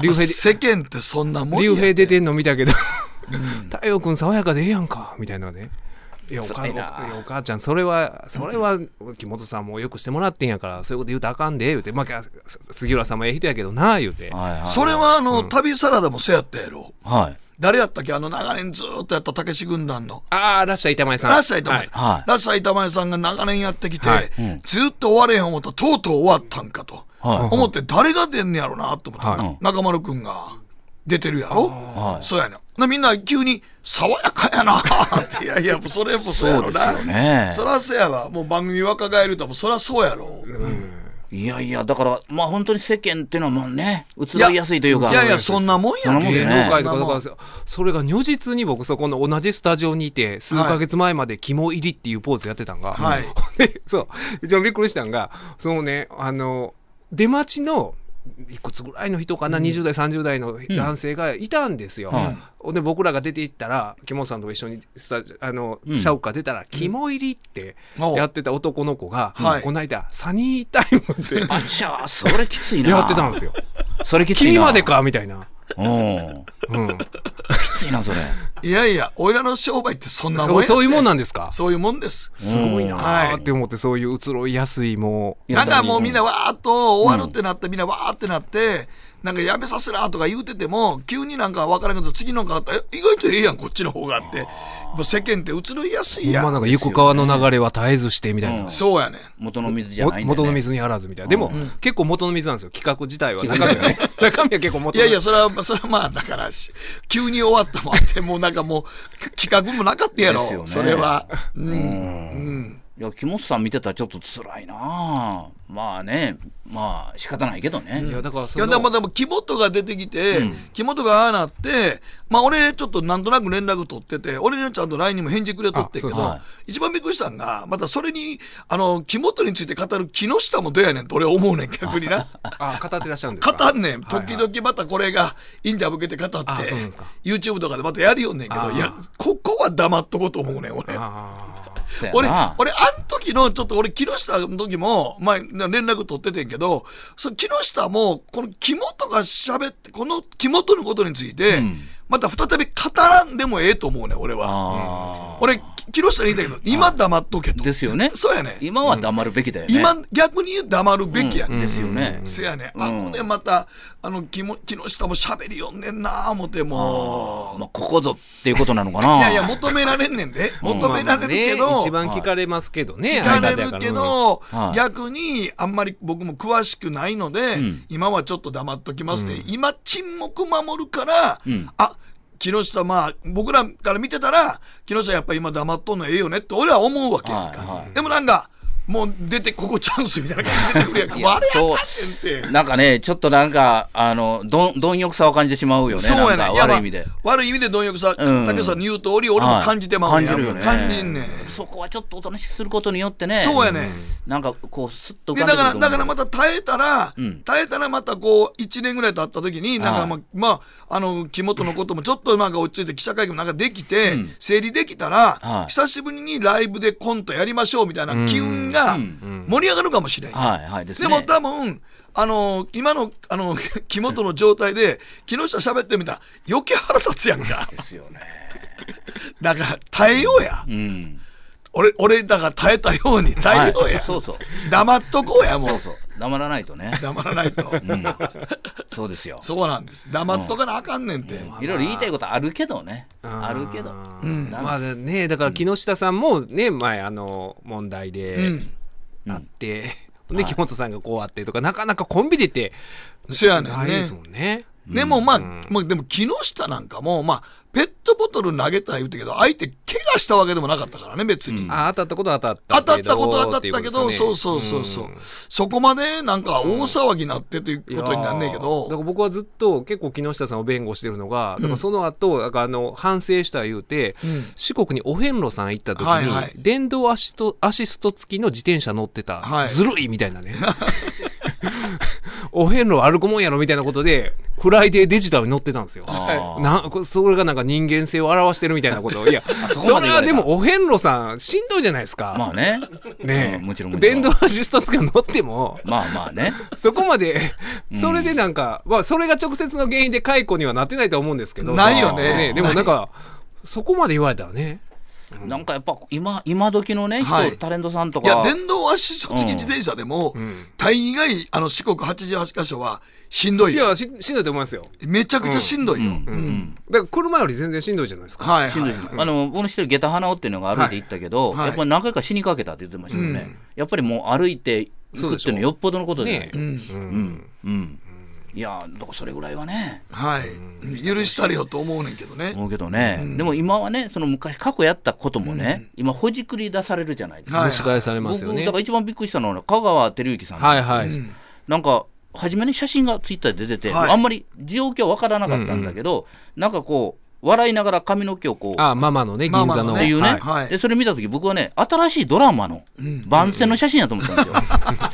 S3: 竜兵で
S4: 世間ってそんなもんや
S3: 竜兵出てんの見たけど、太陽君爽やかでええやんか、みたいなね。いやお母
S5: 辛いな
S3: おいやお母ちゃんそれはそれは木本さんもよくしてもらってんやからそういうこと言うとあかんで言うて、まあ、す杉浦さんもええ人やけどな言うて
S5: はいはい、
S4: それはあの、旅サラダもせやったやろ。
S5: はい
S4: 誰やったっけあの長年ずーっとやったたけし軍団の。
S3: ああラッシャー板前さん
S4: ラッシャー板前、
S3: はい
S5: はい
S4: ラッシャー板前さんが長年やってきて、
S3: はい
S5: ん
S4: ずっと終われへん思ったらとうとう終わったんかと、
S5: はい
S4: 思って誰が出んねやろなと思って、
S3: はい
S4: 中丸くんが出てるやろ、
S5: い
S4: そうやねんでみんな急に「爽やかやな」っていやいやもうそれもそうやろな
S5: そうですよね
S4: そらそうやわもう番組若返るともうそらそうやろ、
S5: いやいやだからまあ本当に世間っていうのはまあね移りやすいというか
S4: いやいやそんなもんや
S5: そんなもん
S4: 芸
S5: や
S4: 能
S5: ね
S3: 芸能界
S4: 界
S3: と
S4: と
S3: か
S4: か
S3: だ
S4: だ
S3: か
S4: からら
S3: そそれが如実に僕そこの同じスタジオにいて数ヶ月前まで肝入りっていうポーズやってたんが、
S4: はい
S3: で そう一番びっくりしたんがそのねあの出待ちのいくつぐらいの人かな、20代30代の男性がいたんですよ、
S5: はい
S3: ほんで僕らが出て行ったら木本さんと一緒にスタジあの、
S5: うん
S3: シャウカ出たら「肝入り」ってやってた男の子が、
S4: はい
S3: この間「サニータイム」って
S5: あちゃーそれきついな
S3: やってたんですよ
S5: それき
S3: 「
S5: ついな
S3: 君までか」みたいな。
S5: うん
S3: うん、
S5: きついなそれ
S4: いやいやおいらの商売ってそんなもん
S3: そ
S4: や
S3: う
S4: で
S3: そういうもんなんですか
S4: そういうもんです
S3: すごいな
S4: は
S3: ー
S4: い
S3: って思って、そういう移ろいやすいもう。
S5: い
S4: な
S5: や
S4: んかもうみんな
S5: だ
S4: わーっと終わるってなって、みんなわーってなって、なんかやめさせなとか言うてても、急になんかわからんけど、次のがあったら、え意外とええやん、こっちの方がって。もう世間って移ろいやすい
S3: ほん
S4: や
S3: まなん
S4: ん。
S3: か行く川の流れは絶えずしてみたいな。
S5: うん
S4: そうやねん。
S5: 元の水じゃ
S3: も
S5: ないんだ、ね、
S3: 元の水にあらずみたいな。でも、結構元の水なんですよ。企画自体は。中身はね。 中身は結構元
S4: い
S3: の
S4: やいや、それは、それはまあ、だからし、急に終わったもんって、もうなんかもう、き企画もなかったやろ、
S5: ですよね
S4: それは。う。
S5: うんん
S4: うん。
S5: いや木本さん見てたらちょっと辛いなあまあねまあ仕方ないけどね、
S3: いや、だから
S4: い
S3: そ
S4: や
S3: の
S4: でも、でも、木本が出てきて、木本がああなって、まあ、俺、ちょっとなんとなく連絡取ってて、俺にはちゃんと LINE にも返事くれとってんけ
S3: あ
S4: ど
S3: そう
S5: そうはい、
S4: 一番びっくりしたんが、またそれに、あの、木本について語る木下もどうやねんと俺は思うねん、 逆にな。
S3: あ、語ってらっしゃるんですか
S4: 語んねん。時々またこれがインタビュー受けて語って
S3: あそうなんですか、
S4: YouTube とかでまたやるよんねんけ
S3: あ
S4: ど、
S3: ー
S4: いや、こ こは黙っとこうと思うねん、俺。
S3: あー
S5: そうや
S4: 俺、
S5: な
S4: 俺、あの時の、ちょっと俺、木下の時も、まあ、連絡取っててんけど、その木下も、この木本が喋って、この木本のことについて、
S5: うん
S4: また再び語らんでもええと思うね、俺は。
S5: あー
S4: 俺、木下に言いたいけど、今黙っとけと。
S5: ですよね
S4: そうやね。
S5: 今は黙るべきだよね。
S4: 今、逆に黙るべきやね。
S5: うんですよね。
S4: せやね。
S5: うん
S4: あ、ここでまた、あの、木も木下も喋りよんねんな、思っても
S5: まあ、ここぞっていうことなのか
S4: う。
S5: な。
S4: いやいや、求められんねんで。
S5: ん
S4: 求められるけど。
S3: まあまあね一番聞かれますけどね、
S4: 聞かれ
S3: 間だ
S4: る
S3: ら
S4: け、ど
S5: は、い
S4: 逆にあんまり僕も詳しくないので
S5: ん、
S4: 今はちょっと黙っときますね。今、沈黙守るから
S5: ん、
S4: あ木下、まあ、僕らから見てたら、木下やっぱ今黙っとんのええよねって俺は思うわけやん
S5: はいは
S4: か
S5: い。
S4: でもなんか、もう出て、ここチャンスみたいな感じで出てくるやんか。
S5: い
S4: 我
S5: や
S4: 々
S5: そう
S4: ってんて。
S5: なんかね、ちょっとなんか、あの、どん、貪欲さを感じてしまうよね。
S4: そうやね
S5: なん
S4: ん。
S5: か
S4: いや
S5: 悪い意味で。
S4: まあ悪い意味で貪欲さ、
S5: うん
S4: 竹内さんの言う通り、俺も感じてまう
S5: はい
S4: ねん
S5: 感じるよね。
S4: 感じんねん。
S5: そこはちょっとおとなしくすることによってね。
S4: そうやねん。
S5: なんか、こう、すっと浮
S4: で
S5: か
S4: だ
S5: んでく
S4: から
S5: ると思う
S4: だからまた耐えたら、
S5: うん
S4: 耐えたらまたこう1年ぐらい経った時になんか
S5: はい
S4: まあ、まあ、あの木本のこともちょっとなんか落ち着いて記者会見もなんかできて、
S5: うん
S4: 整理できたら、
S5: はい
S4: 久しぶりにライブでコントやりましょうみたいな機運が
S5: うん
S4: 盛り上がるかもしれん、
S5: はい、はいです
S4: で
S5: ね。
S4: も多分あの今のあの 木本の状態で木下喋ってみたら余計腹立つやんか
S5: ですよね。
S4: だから耐えようや、
S5: うん。
S4: 俺俺だから耐えたように耐えようや、
S5: はいそうそう。
S4: 黙っとこうやも
S5: そううそう。黙らないとね。
S4: 黙らないと。
S5: うん。そうですよ。
S4: そうなんです。黙っとかなあかんねんて。
S5: いろいろ言いたいことあるけどね。
S3: うん
S5: あるけど。
S3: うんまあねだから木下さんもね前あの問題
S4: う
S3: で
S4: ん。
S3: あって、で木本さんがこうあってとかなかなかコンビでって
S4: そやねんね
S3: ないですもんね。
S4: でもまあ、
S3: ん
S4: まあでも木下なんかも、まあ、ペットボトル投げた言うてけど、相手怪我したわけでもなかったからね、別に。
S3: あ当たったことは当た
S4: 当
S3: った
S4: たっ
S3: けど
S4: たこと当たったけど、
S3: ってい
S4: そう
S3: ことですよ
S4: そう
S3: ね
S4: そうそう。
S3: ん
S4: そこまでなんか大騒ぎになってという
S3: い
S4: こ
S3: やー
S4: とになんねんけど、
S3: だから僕はずっと結構木下さんを弁護してるのが、だからその後だからあの反省した言うて、
S4: ん
S3: 四国にお遍路さん行った時に、
S4: はいはい
S3: 電動アシトアシスト付きの自転車乗ってた、
S4: はい
S3: ずるいみたいなね お遍路は歩くもんやろみたいなことでフライデーデジタルに乗ってたんですよ。
S5: あー
S3: なこそれがなんか人間性を表してるみたいなことをい やそ
S5: そこまで言
S3: れ
S5: われた
S3: はでもお遍路さんしんどいじゃないですか、
S5: まあね。
S3: ねえ
S5: うんもちろんもちろ
S3: 電
S5: ん
S3: 動アシスト付きの乗っても
S5: まあまあね。
S3: そこまで、それでなんか、まあ、それが直接の原因で解雇にはなってないと思うんですけど。
S4: ないよ
S3: まあ
S4: ね。
S3: でもなんか、そこまで言われたらね。
S5: なんかやっぱ今、今時のね、人、
S4: はい
S5: タレントさんと
S4: いや、
S5: か。
S4: 電動アシスト付き自転車でも、大概、あの、四国88カ所はしんどい
S3: い
S4: よ。
S3: や、ししんどいと思いますよ。
S4: めちゃくちゃしんどいよ。
S5: う
S4: うん
S5: ん。
S3: だから車より全然しんどいじゃないですか。
S4: はい、はい。
S5: しんどいですあの僕の知ってる下駄花尾っていうのが歩いて行ったけど、
S4: はいはい
S5: やっぱり何回か死にかけたって言ってましたよね、やっぱりもう歩いて行くっていうのはよっぽどのことじゃない
S3: ね
S5: う
S3: え
S5: ん
S4: うん
S5: うんうんいやだからそれぐらいはね
S4: はい、許したりよと思うねんけどね。
S5: 思うけどね、でも今はねその昔過去やったこともね、今ほじくり出されるじゃないですか、
S4: はい
S3: 蒸し返されますよ
S5: 僕だ
S3: ね
S5: から。一番びっくりしたのは香川照之さん、
S3: はいはい。
S5: なんか初めに写真がツイッターで出てて、
S4: はい
S5: あんまり状況わからなかったんだけど、なんかこう笑いながら髪の毛をこう
S3: あ、ママのね、銀
S4: ママ
S3: 座
S4: の
S3: の。
S5: っていう
S4: は
S5: ね、
S4: いはい
S5: でそれ見たとき、僕はね、新しいドラマの番宣の写真やと思ってたんで すよ。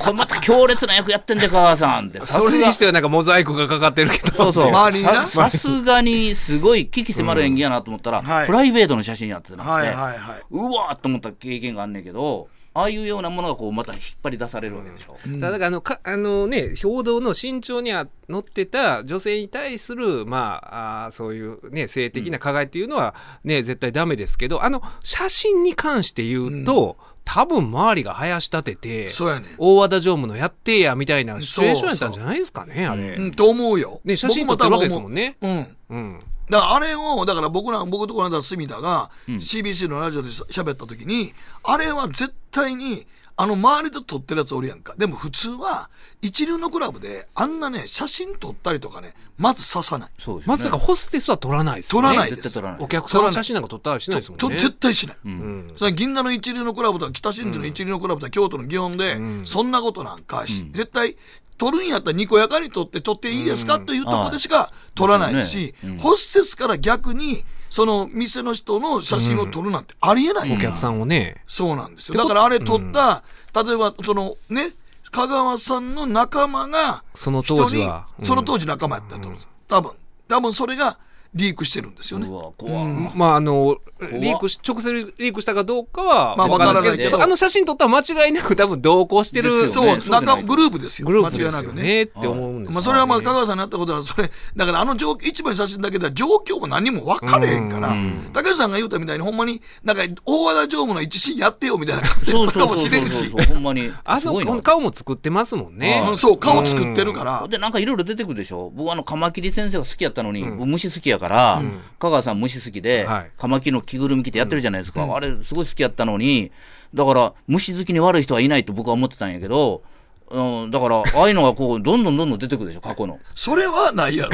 S5: これまた強烈な役やってんで、香川さんって。さす
S3: そ
S5: が
S3: れにしてはなんかモザイクがかかってるけど。
S5: そうそう
S4: 周りにな
S5: ささすがにすごい危機迫る演技やなと思ったら、
S4: んはい
S5: プライベートの写真やってなって、
S4: はいはいは
S5: うわーっと思った経験があんねんけどああいうようなものがこうまた引っ張り出されるわけでしょ、
S3: ただからあのかあのね兵道の身長にあ乗ってた女性に対するまああーそういうね性的な加害っていうのはね、絶対ダメですけどあの写真に関して言うと、多分周りが林立てて
S4: い。そうやねん。
S3: 大和田常務のやってやみたいなシチュエーションやったんじゃないですかねあれ、
S4: うん、と思うよ。
S3: ね写真撮ってるわけですもんね
S4: 僕多分思う。うん。
S3: うん
S4: だからあれを、だから僕ら、僕とこの間、隅田が
S5: ん
S4: CBC のラジオでし喋った時に、あれは絶対に、あの周りで撮ってるやつおるやんか。でも普通は、一流のクラブで、あんなね、写真撮ったりとかね、まず刺さない。
S5: そうですよ
S3: ま
S5: ね
S3: さかホステスは撮らないですよね
S4: 撮らない
S5: 絶対取らない
S3: お客さんの写真なんか撮ったりしないですもん
S4: と
S3: ね
S4: 絶対しない。
S3: うん
S4: それは銀座の一流のクラブとか北新地の一流のクラブとか京都の祇園で、そんなことなんかし、絶対取るんやったらにこやかに取って取っていいですか、というところでしか取らないし、ホステスから逆にその店の人の写真を撮るなんてありえない、
S3: お客さんをね
S4: そうなんですよだからあれ撮った、例えばそのね香川さんの仲間が
S3: その当時は
S4: 人に
S3: うん
S4: その当時仲間やったと思うんです、多分多分それがリークしてるんですよね
S5: う。わ怖、
S3: まああのリークし直接リークしたかどうかは
S4: まあ
S3: 分からない
S4: わから
S3: です
S4: ないけ
S3: け
S4: ど
S3: どあの写真撮ったら間違いなく多分同行して
S5: で
S3: る
S5: す
S4: そ
S5: よ
S4: う、
S5: ね
S4: 中グループですよ。
S3: グループ
S4: 間違
S3: で
S4: いな
S3: すよ
S4: く
S3: ね
S4: ね。
S3: って思うんですよね
S4: まあ、それはまあ、香川さんにあったことは、それ、だからあの状一枚写真だけでは状況も何も分かれへんから、竹内さんが言うたみたいに、ほんまに、なんか、大和田常務の一シーンやってよみたいな感じで
S5: そう
S4: か
S5: そう
S4: もし
S5: そう
S4: れ
S5: そ
S4: ん
S5: う
S4: し
S5: そう、ほんまに
S3: あ
S5: すごいな
S3: の顔も作ってますもんね
S5: は
S4: うんそう、顔作ってるから、
S5: でなんかいろいろ出てくるでしょ僕あのカマキリ先生が好きやったのに、虫好きやから、香川さん虫好きで、
S3: はい
S5: カマキリの着ぐるみ着てやってるじゃないですか、あれすごい好きやったのにだから虫好きに悪い人はいないと僕は思ってたんやけど、うん、だからああいうのがこうどんどんどんどん出てくるでしょ過去の
S4: それはないやろ。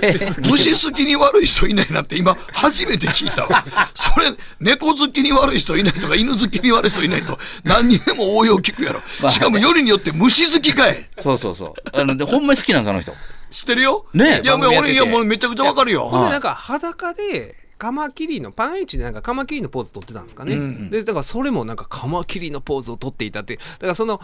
S4: 虫好きに悪い人いないなって今、初めて聞いたわ。それ、猫好きに悪い人いないとか、犬好きに悪い人いないと、何にでも応用聞くやろ。しかも、よりによって虫好きかい。
S5: そうそうそうあのでほんまに好きなんですあの人
S4: 知ってるよ
S5: ねえ
S4: いや、もう
S3: 番組やって
S4: 俺、
S3: て
S4: いや、もうめちゃくちゃわかるよ。
S3: ほんでなんか裸でカマキリのパンイチでなんかカマキリのポーズ撮ってたんですかね、でだからそれもなんかカマキリのポーズを撮っていたってだからその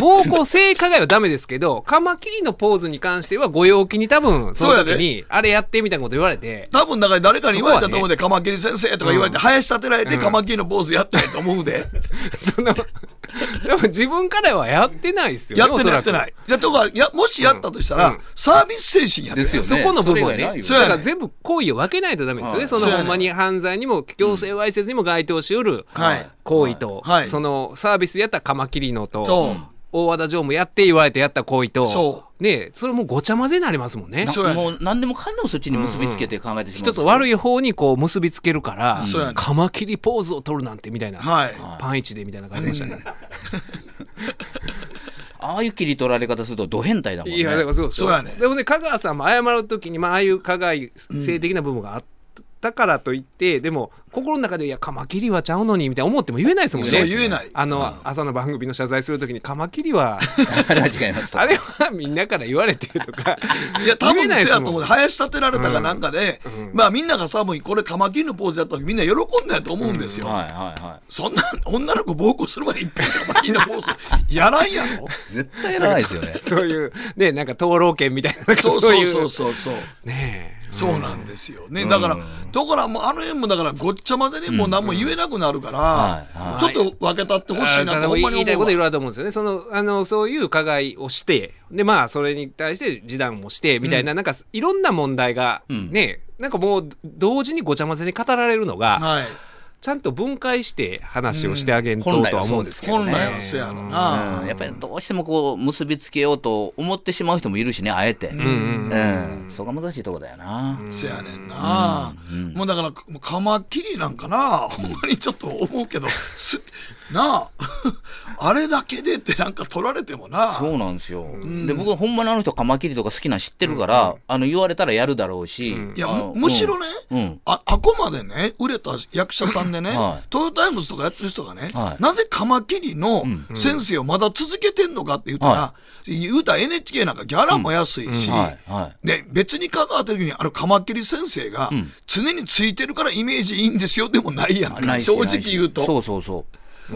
S3: 暴行性加害はダメですけどカマキリのポーズに関してはご陽気に多分その時
S4: そう
S3: にあれやってみたいなこと言われて
S4: 多分だから誰かに言われたと思うで、
S3: そ
S4: カマキリ先生とか言われて、
S3: うん
S4: 林立てられて、カマキリのポーズやってないと思うで。
S3: その多分自分からはやってない ですよね
S4: やってない、やって
S3: おそら
S4: な
S3: く
S4: い。や、とか、や、もしやったとしたら、サービス精神やって
S5: ですよね
S3: そこの部分
S5: それ以外ないよ
S3: ね。
S5: ね
S3: だから全部行為を分けないとダメですよ
S5: は
S3: ね。
S5: い
S3: そ
S4: そう
S3: の
S4: やね
S3: ほんまに犯罪にも強制わいせつにも該当しうる
S4: はい
S3: 行為と
S4: はい、
S3: そのサービスやったらカマキリの
S4: そう
S3: と、大和田常務やって言われてやった行為
S4: そ
S3: と、ねそれもうごちゃ混ぜになりますもんね
S5: な。
S4: そうやね
S5: もう何でもかんでもそっちに結びつけて考えてしまう、
S3: 一つ悪
S5: い
S3: い方にこう結びつけるから
S4: そうやね、
S3: カマキリポーズを取るなんてみたいな。
S4: はい。
S3: パンイチでみたいな感じでしたね。
S5: ああいう切り取られ方するとド変態だもんね
S3: いや、 だからそう
S4: そうやね
S3: でもね、香川さんも謝るときに、まあ、ああいう加害性的な部分があったからといって、でも、心の中で、いや、カマキリはちゃうのに、みたいな思っても言えないですもんね。
S4: そう言えない。
S3: あの、朝の番組の謝罪するときに、カマキリは、
S5: あれは違います
S3: あれはみんなから言われてとか、
S4: いや、多
S3: 言え
S4: 分
S3: ない
S4: せ
S3: です
S4: やと思
S3: も
S4: うんで、。林立てられたかなんかで、まあみんなが多分これカマキリのポーズやった時みんな喜んだと思うんですよ。
S5: はいはいはい
S4: そんな女の子暴行する前に一回カマキリのポーズやらんやろ
S5: 絶対やらないです よね
S3: そういう、ね、なんか、灯籠券みたいな、なんか
S4: そ う
S3: そう
S4: そう
S3: いう。
S4: そうそうそう。
S3: ねえ
S4: そうなんですよね。だから、だからもうあの辺もだからごっちゃ混ぜにもう何も言えなくなるか
S5: うんうん
S4: ら、ちょっと分けたってほしいな
S3: あ
S4: っ
S3: ーだ
S4: て
S3: か
S4: ほ
S3: ら
S4: んまに
S3: 言いたいこといろ
S4: 思うわ。
S3: いろあると思うんですよね。その、あの、そういう加害をして、で、まあ、それに対して示談もして、みたいな、なんか、いろんな問題が、
S5: ん
S3: ね、なんかもう、同時にごちゃ混ぜに語られるのが、
S4: はい。
S3: ちゃんと分解して話をしてあげんと、
S5: うん
S3: とは思うんですけど
S4: 本
S5: ね
S4: 来はそうやろ
S5: う
S4: な。
S5: んやっぱりどうしてもこう結びつけようと思ってしまう人もいるしね、あえて。うんそこが難しいとこだよな。
S4: そうやねんな、
S5: うん
S4: もうだからもうカマキリなんかな、ほんまにちょっと思うけど、すなあ あれだけでってなんか取られてもな
S5: そうなんですよ。で、僕、ほんまにあの人、カマキリとか好きなん知ってるから、あの言われたらやるだろうし。
S4: いや
S5: あの
S4: むむしろね、
S5: うんうん
S4: ああこまでね売れた役者さんでね、
S5: はい
S4: トヨタイムズとかやってる人がね、
S5: はい
S4: なぜカマキリの先生をまだ続けてんのかって言ったら、
S5: は
S4: 言うたら NHK なんかギャラも安いし、
S5: はい、はい。
S4: で、別に関わってる時に、あの、カマキリ先生が、常についてるからイメージいいんですよ、でもないやん
S5: な
S4: か。
S5: いし
S4: 正直言うと。
S5: そうそうそ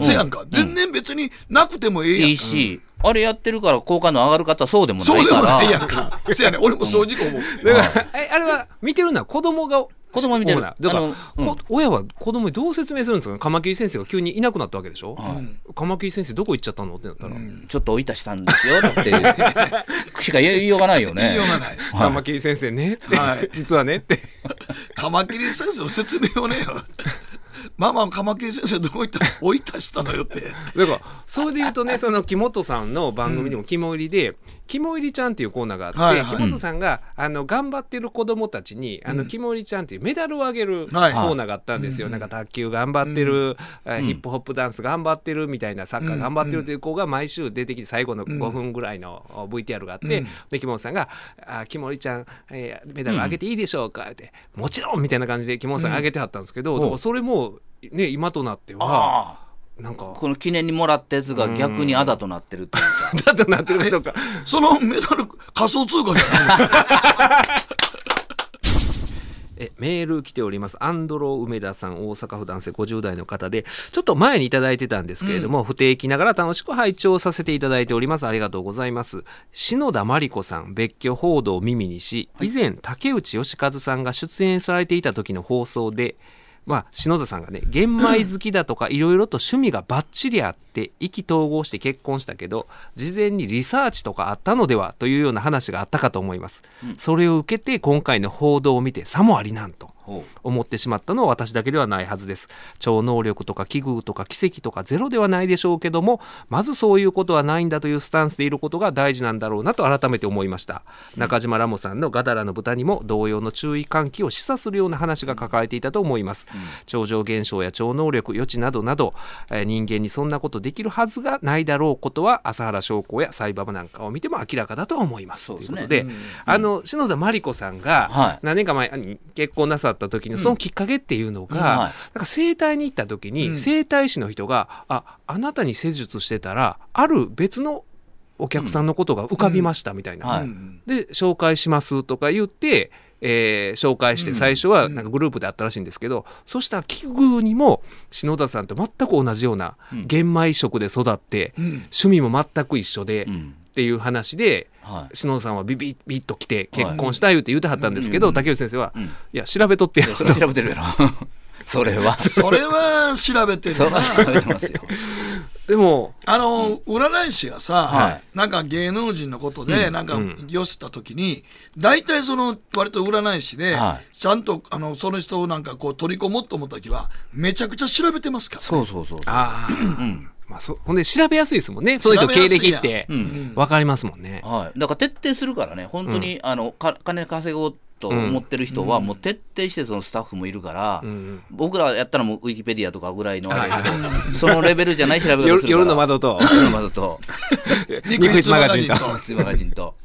S4: せやんか。全然別になくてもえ
S5: う。
S4: えや
S5: い
S4: ん
S5: い
S4: か。
S5: し、あれやってるから好感度上がる方、そうでもな
S4: そ
S5: いう
S4: で
S5: か
S4: も
S5: ら。
S4: ないやんか。せやね、俺も正直思う。
S3: だから、えあれは見てるのは子供が、
S5: 子供は見てる
S3: 主なだから、
S5: あのうん
S3: こ親は子供にどう説明するんですかねカマキリ先生が急にいなくなったわけでしょ、カマキリ先生どこ行っちゃったのってなったら、
S5: ちょっとおいたしたんですよって いう、しか言いようがないよ
S4: 言い
S5: ね
S4: よ。うがない。
S3: カマキリ先生ねって、
S4: はい
S3: 実はねって。
S4: カマキリ先生の説明をね、ママ、カマキリ先生どこ行った追い出したのよって。
S3: だからそれで言うとねその木本さんの番組でも「肝入りで」肝入りちゃん」っていうコーナーがあって、
S4: はいはい
S3: 木本さんがあの頑張ってる子供たちに「あの肝入りちゃん」っていうメダルをあげるコ
S4: はい
S3: ーナーがあったんですよ、なんか卓球頑張ってる、えーヒップホップダンス頑張ってるみたいなサッカー頑張ってるという子が毎週出てきて最後の5分ぐらいのお VTR があって、で木本さんが「あ木森ちゃん、えーメダルあげていいでしょうか?」って「もちろん!」みたいな感じで木本さんあげてはったんですけど、だからそれも、ね、今となっては
S5: ああ
S3: なんか。
S5: この記念にもらったやつが逆にあだとなってるっていうか。
S3: だとなってるのか。
S4: そのメダル、仮想通貨じゃない
S3: えメール来ておりますアンドロー梅田さん大阪府男性50代の方でちょっと前にいただいてたんですけれども、不定期ながら楽しく拝聴させていただいておりますありがとうございます篠田真理子さん別居報道を耳にし以前竹内義和さんが出演されていた時の放送でまあ、篠田さんがね玄米好きだとかいろいろと趣味がバッチリあって意気投合して結婚したけど事前にリサーチとかあったのではというような話があったかと思います、それを受けて今回の報道を見てさもありなんと
S5: ほ
S3: 思ってしまったのは私だけではないはずです超能力とか奇遇とか奇跡とかゼロではないでしょうけどもまずそういうことはないんだというスタンスでいることが大事なんだろうなと改めて思いました中島ラモさんの「ガダラの豚」にも同様の注意喚起を示唆するような話が書かれていたと思います、超常現象や超能力予知などなど、えー人間にそんなことできるはずがないだろうことは朝原将校やサイババなんかを見ても明らかだとは思います
S5: そ
S3: と
S5: うで
S3: い
S5: す
S3: うこ
S5: ね
S3: とで、あの篠田真理子さんが、
S5: はい
S3: 何年か前に結婚なさった時のそのきっかけっていうのが、
S5: うんはい
S3: なんか整体に行った時に、
S4: うん
S3: 整体師の人が「ああなたに施術してたらある別のお客さんのことが浮かびました」みたいな。
S5: うんはい
S4: うん
S3: で紹介しますとか言って、えー紹介して最初はなんかグループであったらしいんですけど、そしたら奇遇にも篠田さんと全く同じような
S5: うん
S3: 玄米食で育って、
S4: うん
S3: 趣味も全く一緒で、
S5: うう
S3: っ
S5: ん
S3: ていう話で
S5: はい
S3: 篠田さんはビビビッと来て結婚したいって言うてはったんですけど、
S5: はい
S3: 竹内先生は、
S5: うん
S3: いや調べとってや
S5: い
S3: ると
S5: やそ れ調べてるやろそれ はそ
S4: それは調べてる
S5: れ
S4: な
S5: は調べてますよ
S3: でも
S4: あの、占い師がさ、
S5: は
S4: なんか芸能人のことで、なんか
S3: うん
S4: 寄せた時に、大体その、割と占い師で、
S5: はい
S4: ちゃんと、あの、その人をなんかこう取り込もうと思った時は、めちゃくちゃ調べてますから。
S5: そうそうそう
S3: あー
S5: うん
S3: まあそほんで調べやすいですもんねその人
S4: 調べ
S3: 経
S4: やすい
S3: 歴
S4: やん
S3: って
S5: うん
S3: 分かりますもんね。
S5: はい、だから徹底するからね、本当に、あのか金稼ごうと思ってる人は、もう徹底してそのスタッフもいるから、
S3: ん
S5: 僕らやったらもうウィキペディアとかぐらいの、
S3: はい
S5: そのレベルじゃない調べ方するか
S3: 夜
S5: ら
S3: 夜の窓と
S5: 夜の 窓と、
S3: 肉一マガジンと
S4: 肉一マガジンと
S5: 松井マガジン と、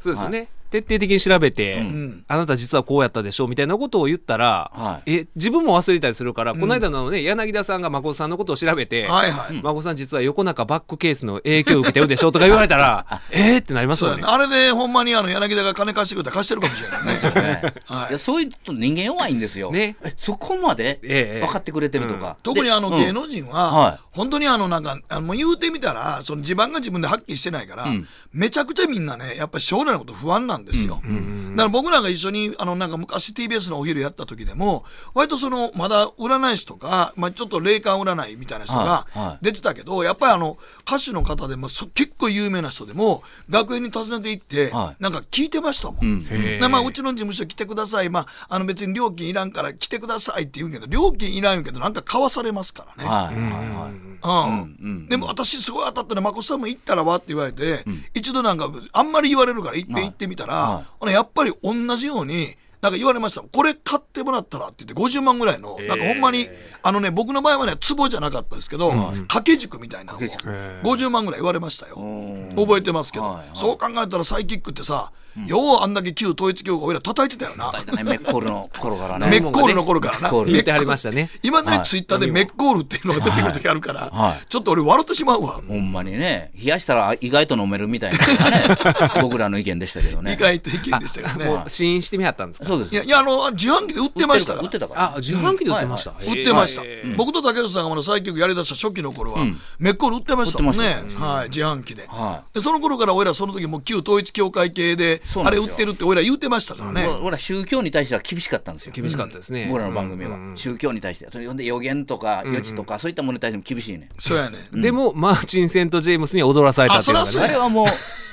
S3: そうですよね、徹底的に調べて、
S4: ん
S3: あなた実はこうやったでしょみたいなことを言ったら、
S5: はい
S3: え自分も忘れたりするから、この間のね柳田さんが孫さんのことを調べて、
S4: はいはい。
S3: 孫さん実は横中バックケースの影響を受けてるでしょとか言われたらえーってなります
S4: そう
S3: よ
S4: や
S3: ね
S4: な。あれで、ほんまにあの、柳田が金貸してくれたら貸してるかもしれないね。
S5: ね
S4: はい
S5: いやそういうと人間弱いんですよ、
S3: ね
S5: えそこまで
S3: ええ
S5: 分かってくれてるとか、
S4: 特にあの
S5: でうん
S4: 芸能人
S5: は、
S4: はい本当にあのなんか、あのもう言うてみたら、その地盤が自分で発揮してないから
S5: ん、
S4: めちゃくちゃみんなね、やっぱり将来のこと不安なんですよ。だから僕らが一緒に、あのなんか昔 TBS のお昼やった時でも、割とそのまだ占い師とか、まあちょっと霊感占いみたいな人が
S5: はいはい
S4: 出てたけど、やっぱりあの歌手の方でもそ結構有名な人でも、学園に訪ねて行って
S5: は、い
S4: なんか聞いてましたも
S5: う
S4: ん。
S5: ん
S3: へー
S4: でまあ、うちの事務所来てください、まあ、あの別に料金いらんから来てくださいって言うけど、料金いらんけど、なんか買わされますからね。
S5: はいはいはい
S4: うん
S5: うんうん
S4: でも私、すごい当たったね、まこさんも行ったらわって言われて、一度なんか、あんまり言われるから、行って行ってみたら、
S5: は
S4: ほなやっぱり同じように、なんか言われました、これ買ってもらったらって言って、50万ぐらいの、なんかほんまに、あのね、僕の場合はね、壺じゃなかったですけど、掛け軸みたいなのを、
S5: 掛け軸
S4: 50万ぐらい言われましたよ。
S5: うん
S4: 覚えてますけど、
S5: はいはい
S4: そう考えたらサイキックってさ、ようあんだけ旧統一教会俺ら叩いてたよな。
S5: だね、メッコールの頃からね。
S4: メッコールの頃からな。
S5: メッコール
S3: 言ってはりましたね
S4: 今だ
S5: は
S4: に
S5: い
S4: ツイッターでメッコールっていうのが出てくる時あるから、
S5: はい
S4: ちょっと俺笑ってしまうわ。
S5: ほんまにね、冷やしたら意外と飲めるみたいなのがね、 僕らの意見でしたけどね
S4: 意。外と意見でしたけど
S3: も
S4: ね
S3: う。試飲してみはったんですか
S5: そうです。
S4: いや、いや、あの、自販機で売ってましたか
S5: 売っ
S4: ら
S5: て。たから。
S3: あ自販機で売ってました、
S5: うん
S3: へー
S4: 売ってました
S3: はいえ。
S4: 僕と竹内さんがまだサイキックやりだした初期の頃は、メッコール売ってましたもん
S5: 売って
S4: ね
S5: ま。
S4: はい、自販機で。
S5: は
S4: でその頃から俺らその時もう旧統一教会系で
S5: そう
S4: あ
S5: なん
S4: れ
S5: です
S4: 売
S5: よ
S4: ってるって俺ら言うてましたからね
S5: い。ほら、宗教に対しては厳しかったんですよ。
S3: 厳しかったですね、
S5: 僕らの番組は。宗教に対して。それほんで予言とか予知とか、そういったものに対しても厳しいね。
S4: そうやね。
S3: でもマーチン・セント・ジェームスに踊らされたっていうの
S4: あ
S3: が
S4: そ
S5: あ
S4: ら
S3: ね
S5: れはもう、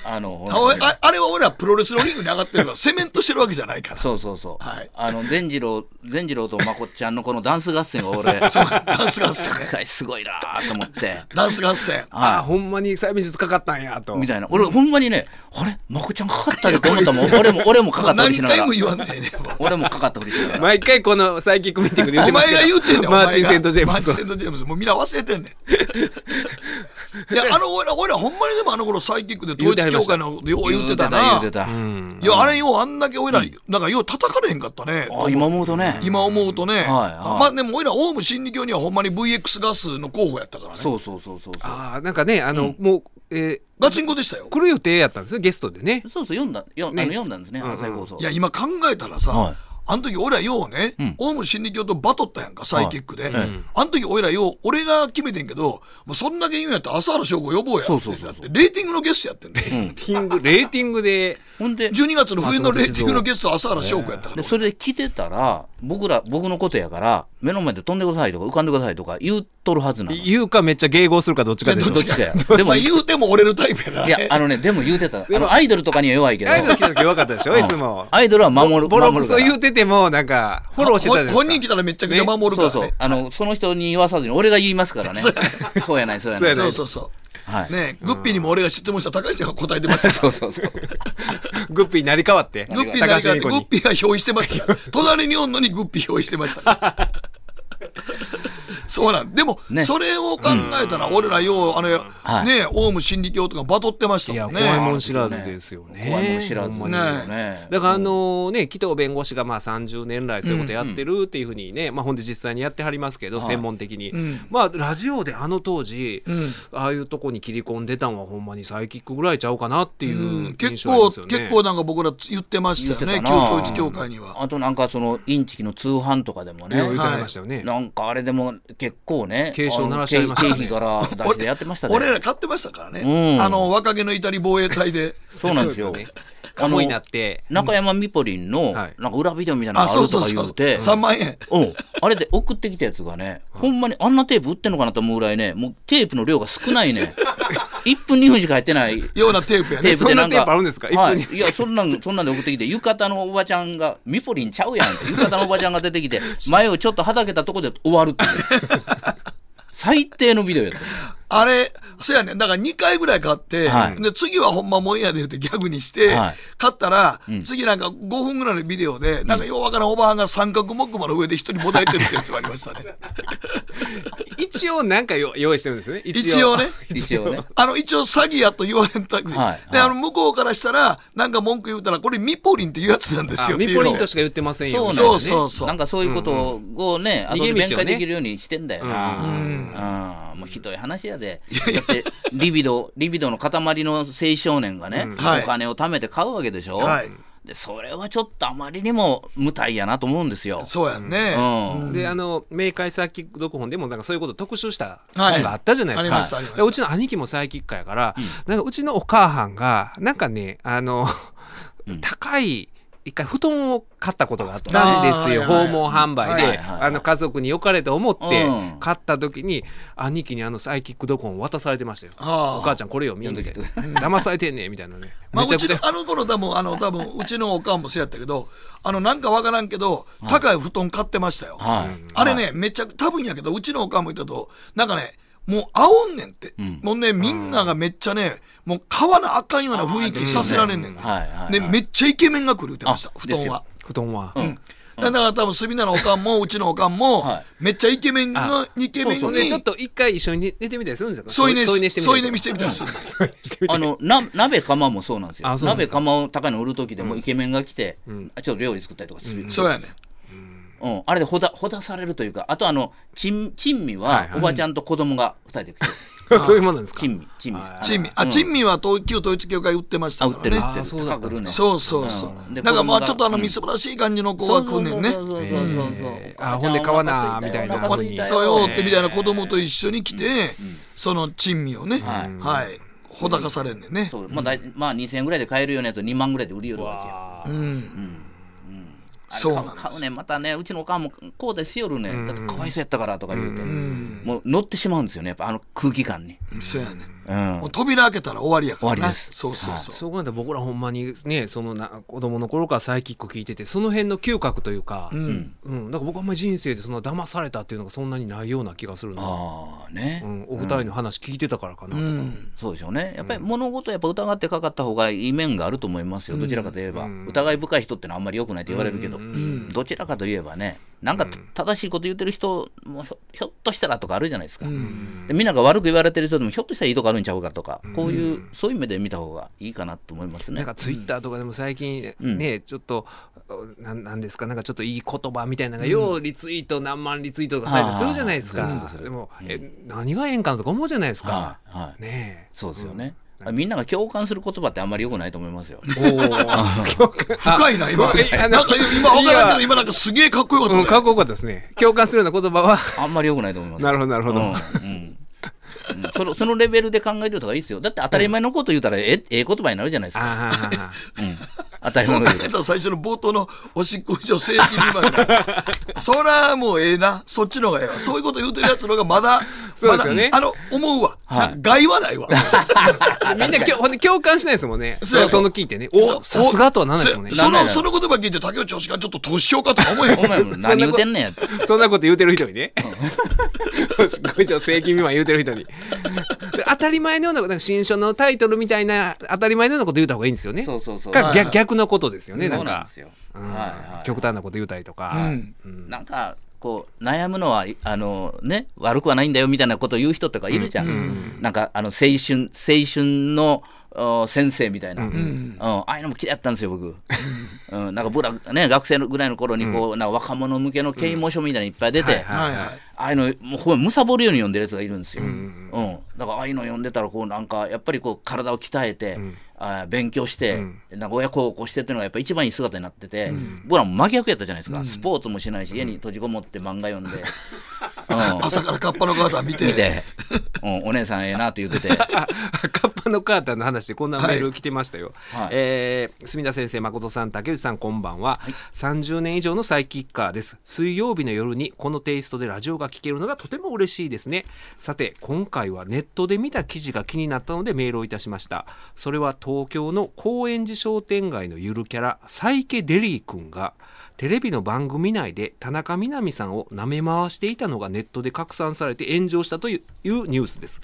S5: あの、
S4: あ おいああれは俺らプロレスのリングに上がってるから、セメントしてるわけじゃないから。
S5: そうそうそう
S4: はい。
S5: あの、善次郎、善次郎とまこっちゃんのこのダンス合戦を俺、
S4: そうダンス合戦ね。
S5: すごいなーと思って。
S4: ダンス合戦。
S5: はい
S3: あーほんまに催眠術かかったんやと
S5: みたいな。俺、ほんまにね、あれまこちゃんかかったよって思った もん。俺も、俺もかかったふり
S4: 何
S5: し
S4: 回
S5: ながら
S4: も。言わんねえねんもう
S5: 俺もかかったふりしながら。
S3: 毎回このサイキックミーティングで言っ
S4: お
S3: てます
S4: 前
S3: けど
S4: が言うてんねん、お
S3: マ
S4: 前が
S3: ーチン・セント・ジェーム
S4: マーチン・
S3: ス
S4: セント・ジェームズ。もうみんな忘れてんねん。いや、あの、俺ら、俺らほんまにでもあの頃サイキックで統一教会のことよう 言ってた
S5: 言
S4: な。
S5: うてた。
S3: う
S5: 言
S3: ん
S5: うて
S4: いや、あれようあんだけ俺ら、なんかよう叩かれへんかったね。
S5: たあ、今思うとね。
S4: 今思うとね。
S5: いはい
S4: まあでも俺ら、オウム真理教にはほんまに VX ガスの候補やったからね。
S5: そうそうそうそうそう。
S3: ああなんかねあの、もう、え
S4: ガチンコでしたよ
S3: ー、。来る予定やったんですよゲストでね
S5: そうそう、読んだ、よあの
S3: ね
S5: 読んだんですね、朝日放送
S4: い。や、今考えたらさ、
S5: はい
S4: あの時俺らようね、
S5: うん
S4: オウム真理教とバトったやんか、サイキックで。
S5: はい
S4: あの時俺らよう、俺が決めてんけど、もうそんだけ言うんやったら朝原翔吾呼ぼうやって。
S5: そうそうそうそう
S4: だってレーティングのゲストやってんね。
S5: うん
S3: ティングレーティングで
S5: ほんで
S4: 12月の冬のレーティングのゲスト、朝原翔子やったか
S5: で
S4: ら。
S5: それで来てたら僕ら僕のことやから目の前で飛んでくださいとか浮かんでくださいとか言うとるはずなのど
S3: 言うかめっちゃ迎合するかどっちかでしょ
S5: っちかや
S4: で
S5: で
S4: も
S5: も
S4: 言うても折れるタイプやから
S5: いや
S4: ね。
S5: あのねでも言うてたあ
S3: も
S5: のアイドルとかには弱いけど
S3: アイドル来た時弱かったでしょいつも
S5: アイドルは守る
S3: ボロクソ
S5: 守るから
S3: 言うててもなんかフォローしてたじゃないですか
S4: 本人来たらめっちゃくちゃ守るからね。
S5: そうそうあのその人に言わさずに俺が言いますからねそうやないそうやな
S3: そう
S5: い
S3: や
S4: そ
S3: な
S4: う
S3: い
S4: そうそう
S5: はい
S4: ねえグッピーにも俺が質問したら高橋が答えてました
S5: そうそうそう
S3: グッピーになり変わって
S4: グッピー何かっ
S3: 高橋
S4: て
S3: 由美子
S4: グ
S3: に
S4: ッピーが憑依してました から隣におんのにグッピー憑依してましたからそうなんでも、
S5: ね
S4: それを考えたら俺らようあれ、
S5: はい
S4: ねえオウム真理教とかバトってまし
S3: い
S4: た
S3: や
S4: もんね
S3: 怖いもん知らずですよね
S5: 怖いもん知らずですよ
S3: ほ
S5: ね
S3: んまにだからあのね紀藤弁護士がまあ30年来そういうことやってるっていうふうにね、まあ、ほんで実際にやってはりますけど、
S5: はい
S3: 専門的に、
S4: ん
S3: まあラジオであの当時、
S4: ん
S3: ああいうとこに切り込んでたんはほんまにサイキックぐらいちゃうかなっていううん印
S4: 結
S3: 象あり
S4: 構、
S3: ますよね、
S4: 結構なんか僕ら言ってましたよね、旧統一教会には。
S5: あとなんかそのインチキの通販とかでもね
S3: ね言ってはりましたよね、
S5: なんかあれでも結構ね
S3: 警鐘鳴らしてありましたね
S5: あの経経費 から出してやってましたね
S4: 俺ら買ってましたからね、
S5: うん
S4: あの若気の至り防衛隊で、
S5: そうなんですよ
S3: そうですよねカモになって
S5: 中山みぽりんの
S3: はい
S5: なんか裏ビデオみたいな
S4: あ、
S5: のがあ
S4: そう
S5: ると
S4: そう
S5: か
S4: そ
S5: 言
S4: う、
S5: うて
S4: 3万円、
S5: うん、あれで送ってきたやつがね、ほんまにあんなテープ売ってんのかなと思うぐらいね、もうテープの量が少な いね、1分、2分しか入ってない
S4: ようなテープや
S5: テ
S4: ね
S5: ー、プでなん
S3: そんな
S5: か、
S3: テープあるんですか1分
S5: はい、
S3: 2分
S5: いや、そんなん、そんなんで送ってきて、浴衣のおばちゃんが、ミポリンちゃうやんって、浴衣のおばちゃんが出て きて、前をちょっとはだけたとこで終わるっていう。最低のビデオやった。
S4: あれ、そうやね、だから2回ぐらい買って、
S5: はい
S4: で次はほんまもんやで言ってギャグにして、
S5: はい
S4: 買ったら、
S5: ん
S4: 次なんか5分ぐらいのビデオで、なんかようわからんおばはんが三角木馬の上で一人もだえてるってやつがありましたね。
S3: 一応なんかよ用意してるんですね一応
S4: 一応ね
S5: 一応ね。
S4: あの一応詐欺やと言われんたくて、
S5: はい
S4: で
S5: は
S4: あ
S5: い
S4: の向こうからしたらなんか文句言うたらこれミポリンっていうやつなんです
S3: あ
S4: よって
S3: ミ
S4: いう
S3: ポ
S4: のを
S3: リンとしか言ってません
S5: そう
S3: よ
S5: なん
S3: み
S5: だ
S3: たいなね
S4: そ
S5: よね
S4: うそう
S5: なんかそういうことをね、後で
S3: 逃げ
S5: 弁
S3: 道をね
S5: 解できるようにしてんだよな。うんもうひどい話やで。だって、リビド、リビドの塊の青少年がね、お
S4: はい
S5: 金を貯めて買うわけでしょ
S4: はい。
S5: で、それはちょっとあまりにも無体やなと思うんですよ。
S4: そうやんね、
S5: うん
S3: であの明快サイキック読本でもなんかそういうこと特集した
S4: はい
S3: 本があったじゃないですか、
S4: ありましたありました
S3: でうちの兄貴もサイキックやから、なんかうちのお母さんがなんかねあの、高い一回布団を買ったことがあったんですよ
S4: あーはいはい
S3: 訪問販売で、
S4: はい
S5: はいはい
S3: あの家族に良かれと思って
S5: うん
S3: 買った時に、兄貴にあのサイキック読本を渡されてましたよ。
S4: あー
S3: お母ちゃんこれよ見んで
S5: 読んどき
S3: 騙されてんねんみたいなね
S4: まあ、
S3: め
S4: う
S3: ちゃく
S4: ち
S3: ち
S4: の
S3: ゃ
S4: あの頃多分あの多分うちのおかんもそうやったけどあのなんかわからんけど高い布団買ってましたよ、
S5: はい。
S4: あれね、めっちゃ、多分やけど、うちのおかんも言ったと、なんかね、もうあおんねんって、
S5: ん
S4: もうね、みんながめっちゃね、もう買わなあかんような雰囲気させられんねんな。
S5: はいはいはい
S4: で、めっちゃイケメンが来る言ってました、
S5: あ
S4: 布団
S5: です
S4: は
S5: よ。
S3: 布団は、
S4: だから多分、隅田のおかんも、うちのおかんも
S5: はい、
S4: めっちゃイケメンの、イケメン
S5: そ
S3: で
S4: に
S3: ちょ、っと一回一緒に寝てみたりするんですか
S4: 添い寝
S3: 添い寝
S4: し
S3: して
S4: 添
S3: み
S4: い寝
S3: たり
S4: 見してみたいする。
S5: あのな鍋釜もそうなんですよ
S3: あそうなんで
S5: 鍋
S3: すか
S5: 釜を高いの売る時でもイケメンが来て、あちょっと料理作ったりとかする、うん
S4: そうやねん。
S5: あれでほだほだされるというかあとあの珍珍味
S3: はい
S5: は
S3: はい
S5: おばちゃんと子供が2人で来て
S3: そういうものなんですか
S5: 珍味珍味
S4: 珍味。
S5: あ
S4: あ、
S5: の
S4: 珍味は東旧統一教会売ってました
S5: あ売
S4: か
S5: ってる
S4: らね。
S5: 売って
S3: あ
S5: る
S3: そうだったんですか
S5: 高
S4: そ
S5: く売るね
S4: うそうそうう。
S5: ん
S4: だからまあ、
S5: で
S4: ちょっとあの、
S5: うん
S4: みすぼらしい感じの子が来んねんね。
S5: そうそうそうそうそうそう
S3: えーあほんで買わなみたいな
S5: お腹空いたよ
S4: そうよってみたいな子供と一緒に来て、その珍味をね、
S5: はい
S4: はい、ほだかされんねんね。
S5: そうまあだいまあ2000円ぐらいで買えるようなやつを2万ぐらいで売りよるわけよ
S4: うん、
S5: あれ
S4: そうなんです
S5: 買う買うねまたねうちのおかんもこうですよるねだってかわいそうやったからとか言うて
S4: ん
S5: もう乗ってしまうんですよねやっぱあの空気感に
S4: そうやね。
S5: うん
S4: もう扉開けたら終わりやからな。
S5: 終わりです
S4: そうそうそう。
S3: そう考えたら僕らほんまにねそのな子供の頃からサイキック聞いててその辺の嗅覚というか、う
S4: うんん、
S3: なんか僕あんまり人生でそんな騙されたっていうのがそんなにないような気がするな、
S5: ああね、
S3: うん、お二人の話聞いてたからかな、
S4: うん、
S5: そうでしょうねやっぱり物事はやっぱ疑ってかかった方がいい面があると思いますよどちらかといえば、疑い深い人ってのはあんまり良くないと言われるけど、どちらかといえばねなんか正しいこと言ってる人もひょひょっとしたらとかあるじゃないですか、でみんなが悪く言われてる人でもひょっとしたらいいとこあるんちゃうかとかこういう、そういう目で見た方がいいかなと思います
S3: な
S5: ね
S3: ん。かツイッターとかでも最近ね、
S5: ん
S3: ちょっとなんなんですかなんかちょっといい言葉みたいなのがようリツイート何万リツイートとかされたりするじゃないです
S5: はいはい
S3: か
S5: はい
S3: でもえ何がええんかなとか思うじゃないですか
S5: はいはい
S3: ねえ
S5: そうですよね、みんなが共感する言葉ってあんまり良くないと思いますよ。
S3: お ー 共感あ
S4: 深いな、今。
S3: えあ
S4: な
S3: の
S4: んか今分からんけど、
S3: いや
S4: 今なんかすげえかっこよかった
S3: う
S4: ね、
S3: ん、かっこよかったですね。共感するような言葉は、
S5: あんまり良くないと思います。
S3: なるほど、なるほど。
S5: うんうんうんそのそのレベルで考えておいた方がいいですよ。だって当たり前のこと言うたらえ、えええ言葉になるじゃないですか。
S3: あーはーはーは
S5: うん当たり
S4: そ
S5: 前
S4: う
S5: の
S4: 考
S5: こ
S4: えた
S5: と言うたら。
S4: ら最初の冒頭のおしっこ以上正規にまでそらもうええなそっちの方がええわそういうこと言うてるやつの方がまだ
S3: そうですよね
S4: まだあの思うわ、
S5: はい
S4: なんか害はないわ
S3: ーみんなきょほんで共感しないですもんね。
S4: そう
S3: そ
S4: そう
S3: の聞いてね。おさすがとはならないですもんね
S4: そ。そ
S5: なんない
S4: の
S5: な
S4: その言葉聞いて竹内氏がちょっと年をかとか思えへん
S5: お前も何言うてんねん。
S3: そんなこと言うてる人にね。おしっこ以上正規未満言うてる人に。で当たり前のような、なんか新書のタイトルみたいな、当たり前のようなこと言うた方がいいんですよね。
S5: そうそうそう。
S3: か
S4: はいはい
S3: 逆逆のことですよね、な
S5: そうんなん
S3: か
S5: です。よ。
S3: うん
S5: はいはい
S3: 極端なこと言うたりとか。
S4: うん
S3: うん
S5: なんかこう悩むのはあの、ね、悪くはないんだよみたいなことを言う人とかいるじゃん、なんかあの青春青春のお先生みたいな、うんああいうのも嫌いだったんですよ、僕。うん、なんか僕ら、ね、学生のぐらいの頃にこう、なんか若者向けの啓蒙書みたいなのいっぱい出て、
S3: はいはい
S4: はいはい
S5: ああいうの、もうほんま、むさぼるように読んでるやつがいるんですよ。うんだから、ああいうの読んでたら、こう、なんか、やっぱりこう、体を鍛えて、あー勉強して、なんか親孝行してっていうのが、やっぱ一番いい姿になってて、僕らも真逆やったじゃないですか。スポーツもしないし、家に閉じこもって漫画読んで、 うん
S4: 朝からカッパの方見て
S5: 見て、うん、お姉さんええなって言 ってて、
S3: あ カッパのカーターの話でこんなメール来てましたよ、
S5: はい
S3: えー墨田先生誠さん竹内さんこんばんは、30年以上のサイキッカーです水曜日の夜にこのテイストでラジオが聞けるのがとても嬉しいですねさて今回はネットで見た記事が気になったのでメールをいたしましたそれは東京の高円寺商店街のゆるキャラサイケデリー君がテレビの番組内で田中みな実さんを舐め回していたのがネットで拡散されて炎上したといういうニュースです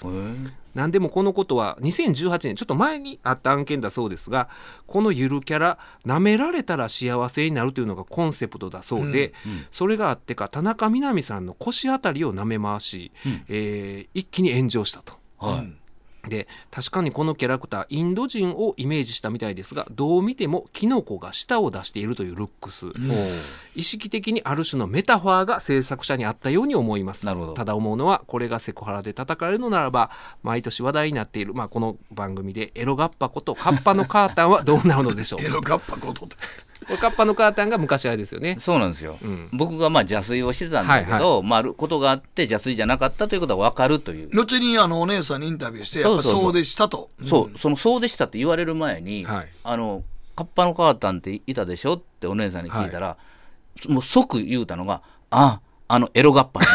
S3: なんでもこのことは2018年ちょっと前にあった案件だそうですがこのゆるキャラ「舐められたら幸せになる」というのがコンセプトだそうで、それがあってか田中みな実さんの腰あたりを舐め回し、えー一気に炎上したと。
S5: はい
S3: で確かにこのキャラクターインド人をイメージしたみたいですがどう見てもキノコが舌を出しているというルックス、意識的にある種のメタファーが制作者にあったように思います
S5: なるほど
S3: ただ思うのはこれがセクハラで叩かれるのならば毎年話題になっている、まあ、この番組でエロガッパことカッパのカータンはどうなるのでし ょう
S4: エロカッパことって
S3: これカッパのカータンが昔あれですよね
S5: そうなんですよ、
S3: ん
S5: 僕がまあ邪推をしてたんだけど、
S3: はい
S5: まあ、あることがあって邪推じゃなかったということは分かるという、
S4: 後にあのお姉さんにインタビューしてやっぱ
S5: そうそうそう
S4: そうでしたとうん
S5: そう、そのそうでしたって言われる前に、
S3: はい
S5: あの、カッパの母さんっていたでしょってお姉さんに聞いたら、もう即言うたのが、あ、あのエロガッパね。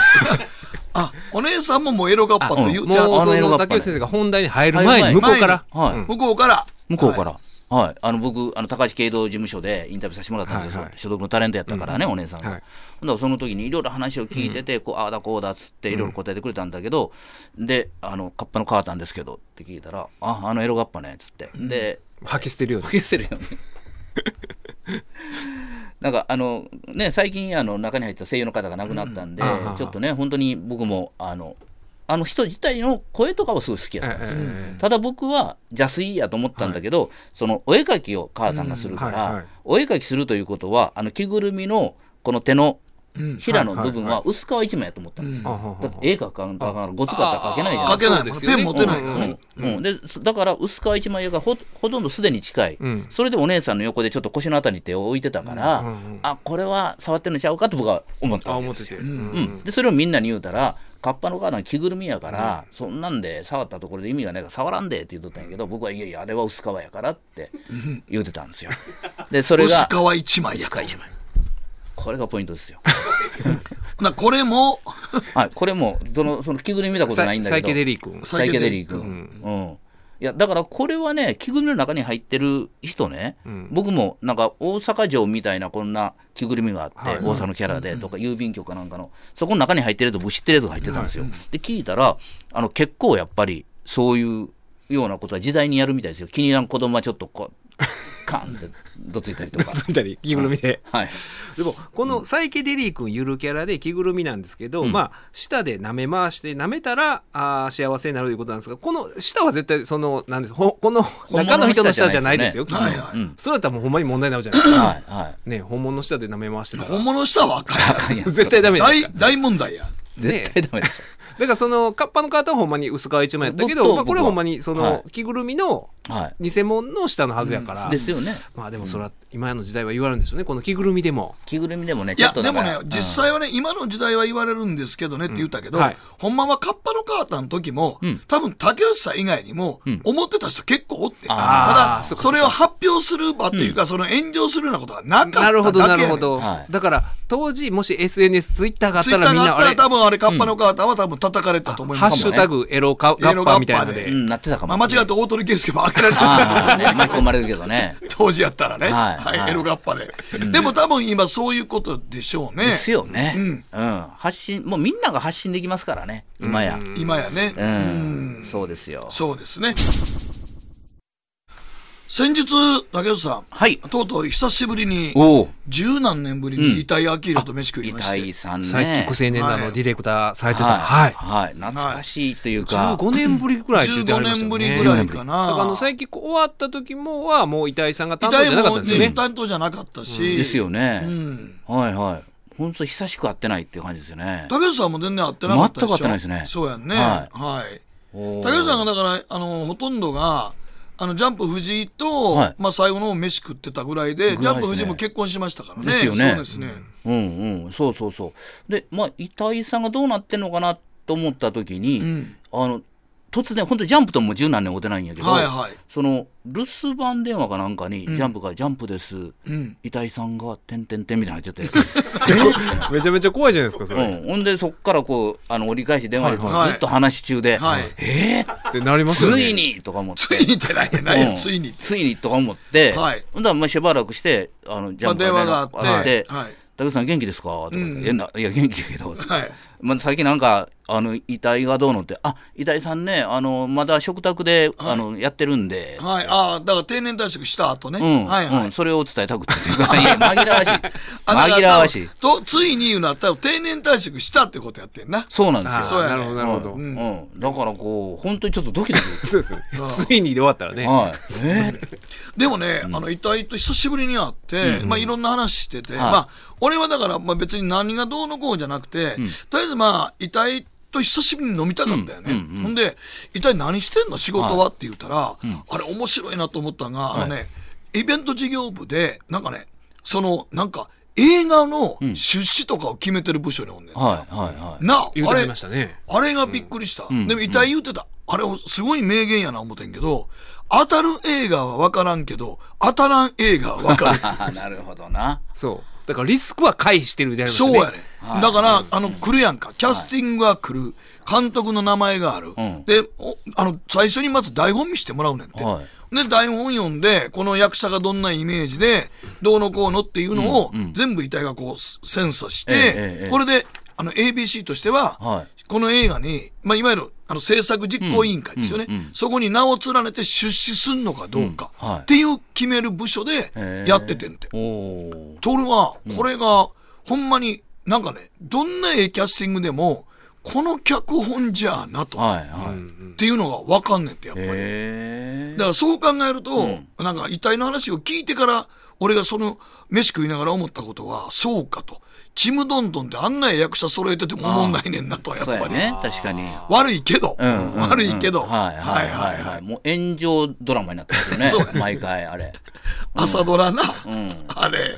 S4: あお姉さんももうエロカッパと言う
S3: も
S4: てあ
S3: う
S5: あ
S3: そ
S5: のエロ
S3: の
S5: ガッパ
S3: 竹
S5: ね
S3: 内先生が本題に入る前に向こうから
S5: 前にはい
S4: 向こうから
S5: 向こうから。はい、あの僕あの高橋慶道事務所でインタビューさせてもらったんですよ、
S3: はいはい
S5: 所属のタレントやったからね、お姉さんが。
S3: はい
S5: ほんだらその時にいろいろ話を聞いてて、こうああだこうだっつっていろいろ答えてくれたんだけど、であの「カッパの母さんですけど」って聞いたら「ああのエロガッパね」っつってで
S3: 吐き捨てるような
S5: 吹き捨てるよね。なんかあのね最近あの中に入った声優の方が亡くなったんで、
S3: うんあーはー
S5: ちょっとね本当に僕もあのあの人自体の声とかはすごい好きやったんですよ、
S3: え
S5: ただ僕は邪推やと思ったんだけど、そのお絵描きを母さんがするか
S3: う
S5: ら、
S3: んはいはい
S5: お絵描きするということはあの着ぐるみのこの手のひらの部分は薄皮一枚やと思ったんですよ、
S3: えあはは
S5: だって絵描かんだからごつかったら描けないじゃないですか
S4: かけない
S3: そうですよね
S4: ペン持てないから
S5: うんうんうん、ですだから薄皮一枚がほほとんどすでに近い、
S3: ん
S5: それでお姉さんの横でちょっと腰のあたりに手を置いてたから、あこれは触ってるのちゃうかと僕は思った
S3: あ
S5: わけ
S3: 思
S5: で
S3: っ
S5: す
S3: てて、
S5: うん、でそれをみんなに言うたらカッパの体着ぐるみやから、そんなんで触ったところで意味がないから触らんでって言っとったんやけど僕はいやいやあれは薄皮やからって言うてたんですよでそれ
S4: 薄
S5: が
S4: 皮一枚や
S5: 薄皮一枚これがポイントですよ、
S4: なこれも
S5: はい、これもそのその着ぐるみ見たことないんだけど
S3: サイケデリー君
S5: サイケデリー君。うんいやだからこれはね、着ぐるみの中に入ってる人ね、僕もなんか大阪城みたいなこんな着ぐるみがあって、大阪のキャラでとか、郵便局かなんかの、そこの中に入ってるやつ、僕知ってるやつが入ってたんですよ。で、聞いたら、あの結構やっぱりそういうようなことは時代にやるみたいですよ、気に入らん子供はちょっとこう、カンってどついたりとか。
S3: ついたり着ぐるみで、
S5: はい、
S3: でもこのサイケデリー君ゆるキャラで着ぐるみなんですけど、
S5: うん
S3: まあ舌で舐め回して舐めたらあー幸せになるということなんですがこの舌は絶対そのなんですほこの
S5: 物の
S3: 中の人の舌じゃないですよ、
S4: 舌じゃない
S3: きっと、
S4: は
S5: うん
S3: そうだったらもうほんまに問題になるじゃないですか
S5: はい、はい。
S3: ね本物の舌で舐め回してたら
S4: 本物したらわか
S5: あかんやん
S3: 絶対ダメです
S4: 大
S3: か
S4: 大問題や
S3: らね
S5: 絶対ダメです。
S3: からそのカッパの方はほんまに薄皮一枚やったけ
S5: 僕
S3: ど、
S5: と
S3: まあ、これはほんまにそ
S5: 僕はは
S3: の
S5: い
S3: 着ぐるみの
S5: はい
S3: 偽物の下のはずやから、
S5: ですよね
S3: まあでもそれは今の時代は言われるんでしょうねこの着ぐるみでも
S5: 着ぐるみでもね
S4: い
S5: ちょ
S4: や
S5: っと
S4: で
S5: だか
S4: も
S5: ら
S4: ね、実際はね、今の時代は言われるんですけどねって言ったけど、
S3: うんはい
S4: ほんまはカッパのカータンの時も、
S5: ん
S4: 多分竹内さん以外にも
S5: ん、
S4: 思ってた人結構おって、
S3: あー
S4: ただ、
S3: そっか
S4: それを発表する場っていうか、その炎上するようなことはなかっただけ
S3: なるほどなるほ
S4: ど。
S3: ど、
S5: はい
S3: だから当時もし SNS ツイッターがあっ
S4: ツイ
S3: た
S4: ッタ
S3: ら
S4: ー
S3: みん
S4: があ
S3: なあ
S4: った
S3: れ
S4: ら、多分あれ、カッパのカータンは多分叩かれたと思い
S3: ハ
S4: ま
S3: ッ
S4: す
S3: シュ
S4: よ。
S3: タグエロカガッパみたいなの
S4: エロガ
S3: で、
S4: ッパで
S5: うんなってたか
S4: ま
S5: も
S4: あ間違って大鳥圭介もあかられて
S5: ああ
S4: た。
S5: 巻き込まれるけどね
S4: 当時やったらね。
S5: はい
S4: はい。
S5: はい
S4: エロガッパで。でも多分今そういうことでしょうね。
S5: ですよね、
S4: う
S5: うんん発信もうみんなが発信できますからね今やうん、
S4: 今やね。
S5: そうですよ
S4: そうですね。先日、竹内さん、
S5: はい
S4: とうとう久しぶりに、
S5: おお
S4: 十何年ぶり
S5: うん
S4: に遺体アキーラと飯食いまし
S5: 痛
S4: て、
S5: いさんね
S3: 最近青年団
S4: はい
S3: のディレクターされてた、
S5: は、
S3: はいい
S5: はい懐かしいというか、
S3: 15年ぶりぐらいって言って
S4: 15
S3: はりましたよ
S4: 年ぶ
S3: ね
S4: りぐらいか
S3: だからあ
S4: な
S3: の。最近終わった時もはもう遺体さんが
S4: 遺
S3: 担当じゃな
S4: 体
S3: かったん
S4: も
S3: ですよね
S4: ね担当じゃなかったし、
S5: ですよね
S4: う、ん。
S5: はいはい本当久しく会ってないっていう感じですよね
S4: 竹内さんも全然会ってなかったでしょ
S5: 全く会ってないですね
S4: そうやんね。
S5: は
S4: はい
S5: おー
S4: 竹内さんがだからあのほとんどがあのジャンプ藤井と、
S5: はい
S4: まあ、最後の方飯食ってたぐらいで
S5: ぐらいですね
S4: ジャンプ藤井も結婚しましたからね。
S5: ですよね
S4: そうですね。
S5: うんうんそうそうそうでまあ遺体さんがどうなってんのかなと思った時に、
S4: うん
S5: あの突然本当ジャンプとも十何年会ってないんやけど、
S4: はいはい。
S5: その留守番電話かなんかに、ジャンプが「ジャンプです」
S4: うん
S5: 遺体さんが「てんてんてん」みたいに入っち ゃって、
S3: めちゃめちゃ怖いじゃないですかそれ、っ
S5: うん、ほんでそっからこうあの折り返し電話で
S3: はい
S4: はい
S5: ずっと話し中で「
S4: はい
S5: えー、
S3: てなりますよ
S5: つ
S3: ね
S5: いに!」とか思って
S4: ついにってないやないや、
S5: うん
S4: ついにって。
S5: ついにとか思って、
S4: はい
S5: ほんだらまあしばらくしてあのジ
S4: まあ、
S5: ャンプ
S4: 電話があっ
S5: 連
S4: て、
S5: 絡
S4: はい。
S5: あっ
S4: は
S5: て
S4: い
S5: 「竹内さん元気ですか?」とか言って
S4: うん
S5: いやないや元気やけど」
S4: はい
S5: まあ、最近なんかあの遺体がどうのって「あ遺体さんねあのまだ食卓で、あのやってるんで」
S4: はい、ああ、だから定年退職した後ね。
S5: うん、
S4: はいはい。
S5: うん、それを伝えたくてっていうか、いや、紛らわしい。
S4: あだから
S5: 紛らわしい。
S4: と、ついに言うのは、多分定年退職したってことやってんな。
S5: そうなんです
S3: あ
S5: よ。
S3: ー
S4: そうやね
S3: なるほどなるほど、
S5: うんうん、だからこう、本当にちょっとドキ ドキ。
S3: そうですねついにで終わったらね、
S5: はい。えー
S4: でもね、あの、遺体と久しぶりに会って、まあ、いろんな話してて、
S5: はい
S4: まあ、俺はだから、まあ、別に何がどうのこうじゃなくて、とりあえずまあ、遺体と久しぶりに飲みたかったよね。
S5: うんうんうん
S4: ほんで、遺体何してんの仕事はって言ったら、あれ面白いなと思ったのが、あのね、イベント事業部で、なんかね、その、なんか、映画の出資とかを決めてる部署におんねん。
S5: はい、はい、はい。
S4: なあ、
S3: 言う
S4: あ
S3: ては
S4: れ
S3: りましたね
S4: あれがびっくりした。
S5: ん
S4: でも遺体言うてた。あれ、すごい名言やな思ってんけど、当たる映画は分からんけど、当たらん映画は分かるって言って
S5: あ
S4: ま
S5: ー
S4: した。
S5: なるほどな。
S3: そうだからリスクは回避してるでありました
S4: そ
S3: ね
S4: うやね。
S5: はい
S4: だから、あの、来るやんか。キャスティングが来る。監督の名前がある。
S5: ん
S4: で、おあの、最初にまず台本見してもらうねんって。
S5: は
S4: で、台本読んで、この役者がどんなイメージで、どうのこうのっていうのを、全部遺体がこう、センサして、
S5: ええええ
S4: これで、あの、ABC としては、
S5: は
S4: この映画に、まあ、いわゆるあの制作実行委員会ですよね、
S5: うんうんうん
S4: そこに名を連ねて出資すんのかどうか、
S5: うんはい
S4: っていう決める部署で
S5: へー
S4: やっててんて。
S5: おお。
S4: と俺は、これが、ほんまになんかね、どんなええキャスティングでも、この脚本じゃあなと、
S5: はい、はい。
S4: っていうのがわかんねんって、やっぱり。
S5: ええ
S4: だからそう考えると、なんか遺体の話を聞いてから、俺がその飯食いながら思ったことは、そうかと。ちむどんどんってあんなええ役者揃えてても思んないねんなと、やっ
S5: そう
S4: ぱ
S5: や
S4: り。
S5: ね、確かに。
S4: 悪いけど、
S5: うんうんうん
S4: 悪いけど、
S5: はい、はい、はい、はい。もう炎上ドラマになってますよ ね。
S4: そう
S5: 毎回、あれ。
S4: 朝ドラな、
S5: うん。
S4: あれ、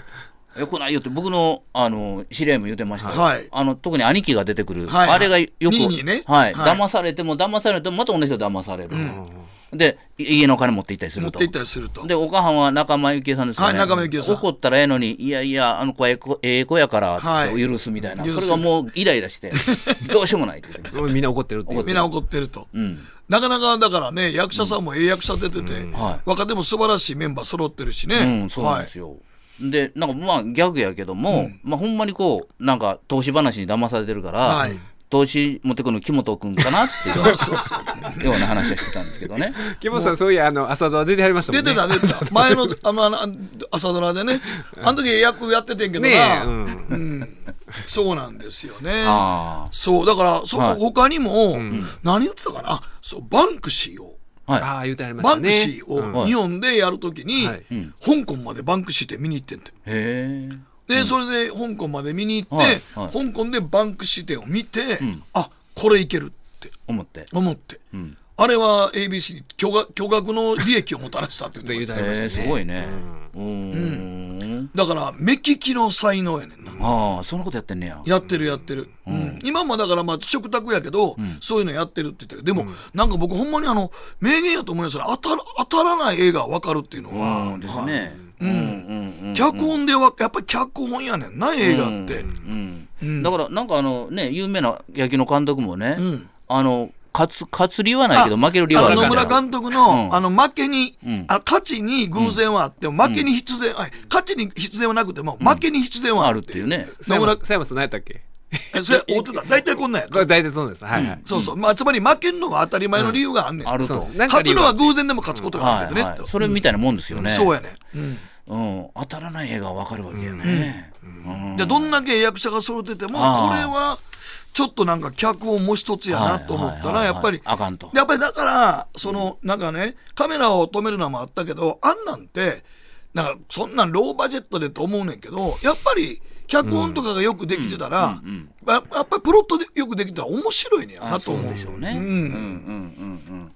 S5: よくないよって僕のあの知り合いも言ってましたよ、
S4: はい
S5: あの特に兄貴が出てくる、
S4: はい
S5: あれがよく、
S4: ニーニーね
S5: はい
S4: はい
S5: 騙されても騙されてもまた同じ人騙される、でい家のお金持って行ったりす
S4: 持っ
S5: ると
S4: て行ったりすると。
S5: でお母さんは仲間由紀恵さんですよね、
S4: はい仲間由紀恵さん
S5: 怒ったらええのにいやいやあの子はええ子ええ子やから
S4: はい
S5: つって許すみたいな、
S4: 許す
S5: それがもうイライ ラしてどうしようもないって言ってました
S3: みんな怒ってるっていう
S4: みんな怒ってると。
S5: うん
S4: なかなかだからね、役者さんもええ役者出てて、
S5: は
S4: 若手も素晴らしいメンバー揃ってるしね。
S5: うん、そうなんですよ。でなんかまあギャグやけども、まあ、ほんまにこうなんか投資話に騙されてるから、
S4: はい
S5: 投資持ってくるの木本君かなっていう
S4: はい、そうそうそう。
S5: ような話はしてたんですけどね。
S3: 木本さんそういやあの朝ドラ出てはりましたも
S4: 出
S3: んね
S4: てた、出てた。前の、あの、あのあの朝ドラでね、あの時ええ役やっててんけど
S3: ね
S4: な、
S3: え、うん、
S4: うんそうなんですよね。
S5: あ
S4: そう、だから、そこ、
S5: はい
S4: 他にも、何言ってたかな、そう、バンクシーを。
S5: あ、はい。
S3: ああ言うてはりまし
S4: バ
S3: た
S4: ン
S3: ね
S4: クシー
S3: うん
S4: を日本でやるときに、
S3: はい
S5: ん
S4: 香港までバンクシーって見に行ってんて。
S5: へえ。
S4: で、それで香港まで見に行って、
S5: はいはい
S4: 香港でバンクシー展を見て、あこれいけるって
S5: 思って。
S4: 思って、
S5: ん
S4: あれは ABC に巨額巨額の利益をもたらしたって言ってました
S5: え
S3: ありました
S5: ー、
S3: ね
S5: すごいね。うーん。
S4: だから目利きの才能やねんな
S5: ああ、そんなことやってんねや。
S4: やってるやってる、うん今もだからまあ食卓やけど、そういうのやってるって言ったけどでも、なんか僕ほんまにあの名言やと思いますが当たら当たらない映画は分かるっていうのは、
S5: うんですね。うんうんうん。
S4: 脚本ではやっぱり脚本やねんな映画って、
S5: うんだからなんかあのね有名な野球の監督もね、
S4: ん
S5: あの勝つ勝つ理由はないけど負ける理由はあ
S4: あ
S5: る
S4: の
S5: み
S4: 野
S5: たいな
S4: 村監督の、
S5: うん
S4: あの負けに、
S5: ん
S4: あ勝ちに偶然はあっても、負けに必然、あ勝ちに必然はなくても、負けに必然は
S5: あ
S4: あ
S5: る
S4: る
S5: っ
S4: ってて
S5: い
S4: いうう。
S5: ね。
S3: 佐山さん何やったっけ
S4: えそれ、大手だ。大体こんなんや
S3: こ。れ大体そうですはい、はい
S4: そうそう。まあ、つまり負けんのは当たり前の理由があんねん。
S5: ある
S3: そう
S5: と。
S3: なんか
S4: 勝
S3: 理
S4: つ
S3: 由
S4: の
S3: は
S4: は偶然でも勝つことがあ
S5: は
S4: るん
S5: い
S4: だよ
S5: は
S4: ね。
S5: い。
S4: と
S5: それみたいなもんですよね。
S4: そうやねん。
S5: うん、当たらない映画は分かるわけやね。うん
S4: で、どんだけ役者が揃ってても、これ
S5: あー
S4: は、ちょっとなんか脚本もう一つやなと思ったら、
S5: はいはいはいはい
S4: やっぱり、
S5: あかんと
S4: やっぱりだから、その、なんかね、カメラを止めるのもあったけど、あんなんて、なんか、そんなんローバジェットでと思うねんけど、やっぱり、脚本とかがよくできてたら、ややっぱりプロットでよくできたら面白いねや
S5: あ
S4: なと
S5: そう
S4: 思う
S5: で。しょうね。うん
S4: ん
S5: うんうんうん。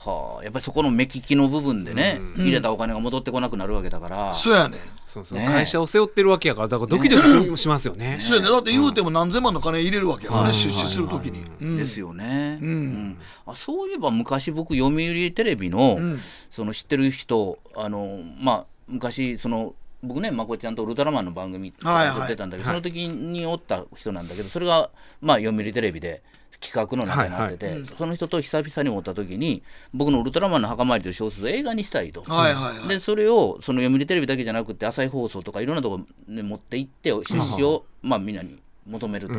S5: はあ、やっぱりそこの目利きの部分でね、入れたお金が戻ってこなくなるわけだから。
S4: そうやねん。
S3: そうそう
S5: ね
S3: 会社を背負ってるわけやからだからドキドキししますよね
S4: そうやねんだって言うても何千万の金入れるわけやからね、出資するときに。うん
S5: ですよね、うんあそういえば昔僕読売テレビの,、その知ってる人あの、まあ、昔その僕ねまこちゃんとウルトラマンの番組
S4: はいはい
S5: やってたんだけど、その時におった人なんだけどそれが、まあ、読売テレビで企画の中になってて、その人と久々におった時に僕の「ウルトラマンの墓参り」という小説を映画にしたいと。
S4: はいはいはい。
S5: でそれをその読売テレビだけじゃなくて朝日放送とかいろんなところに持って行って出資をまあみんなに求めると、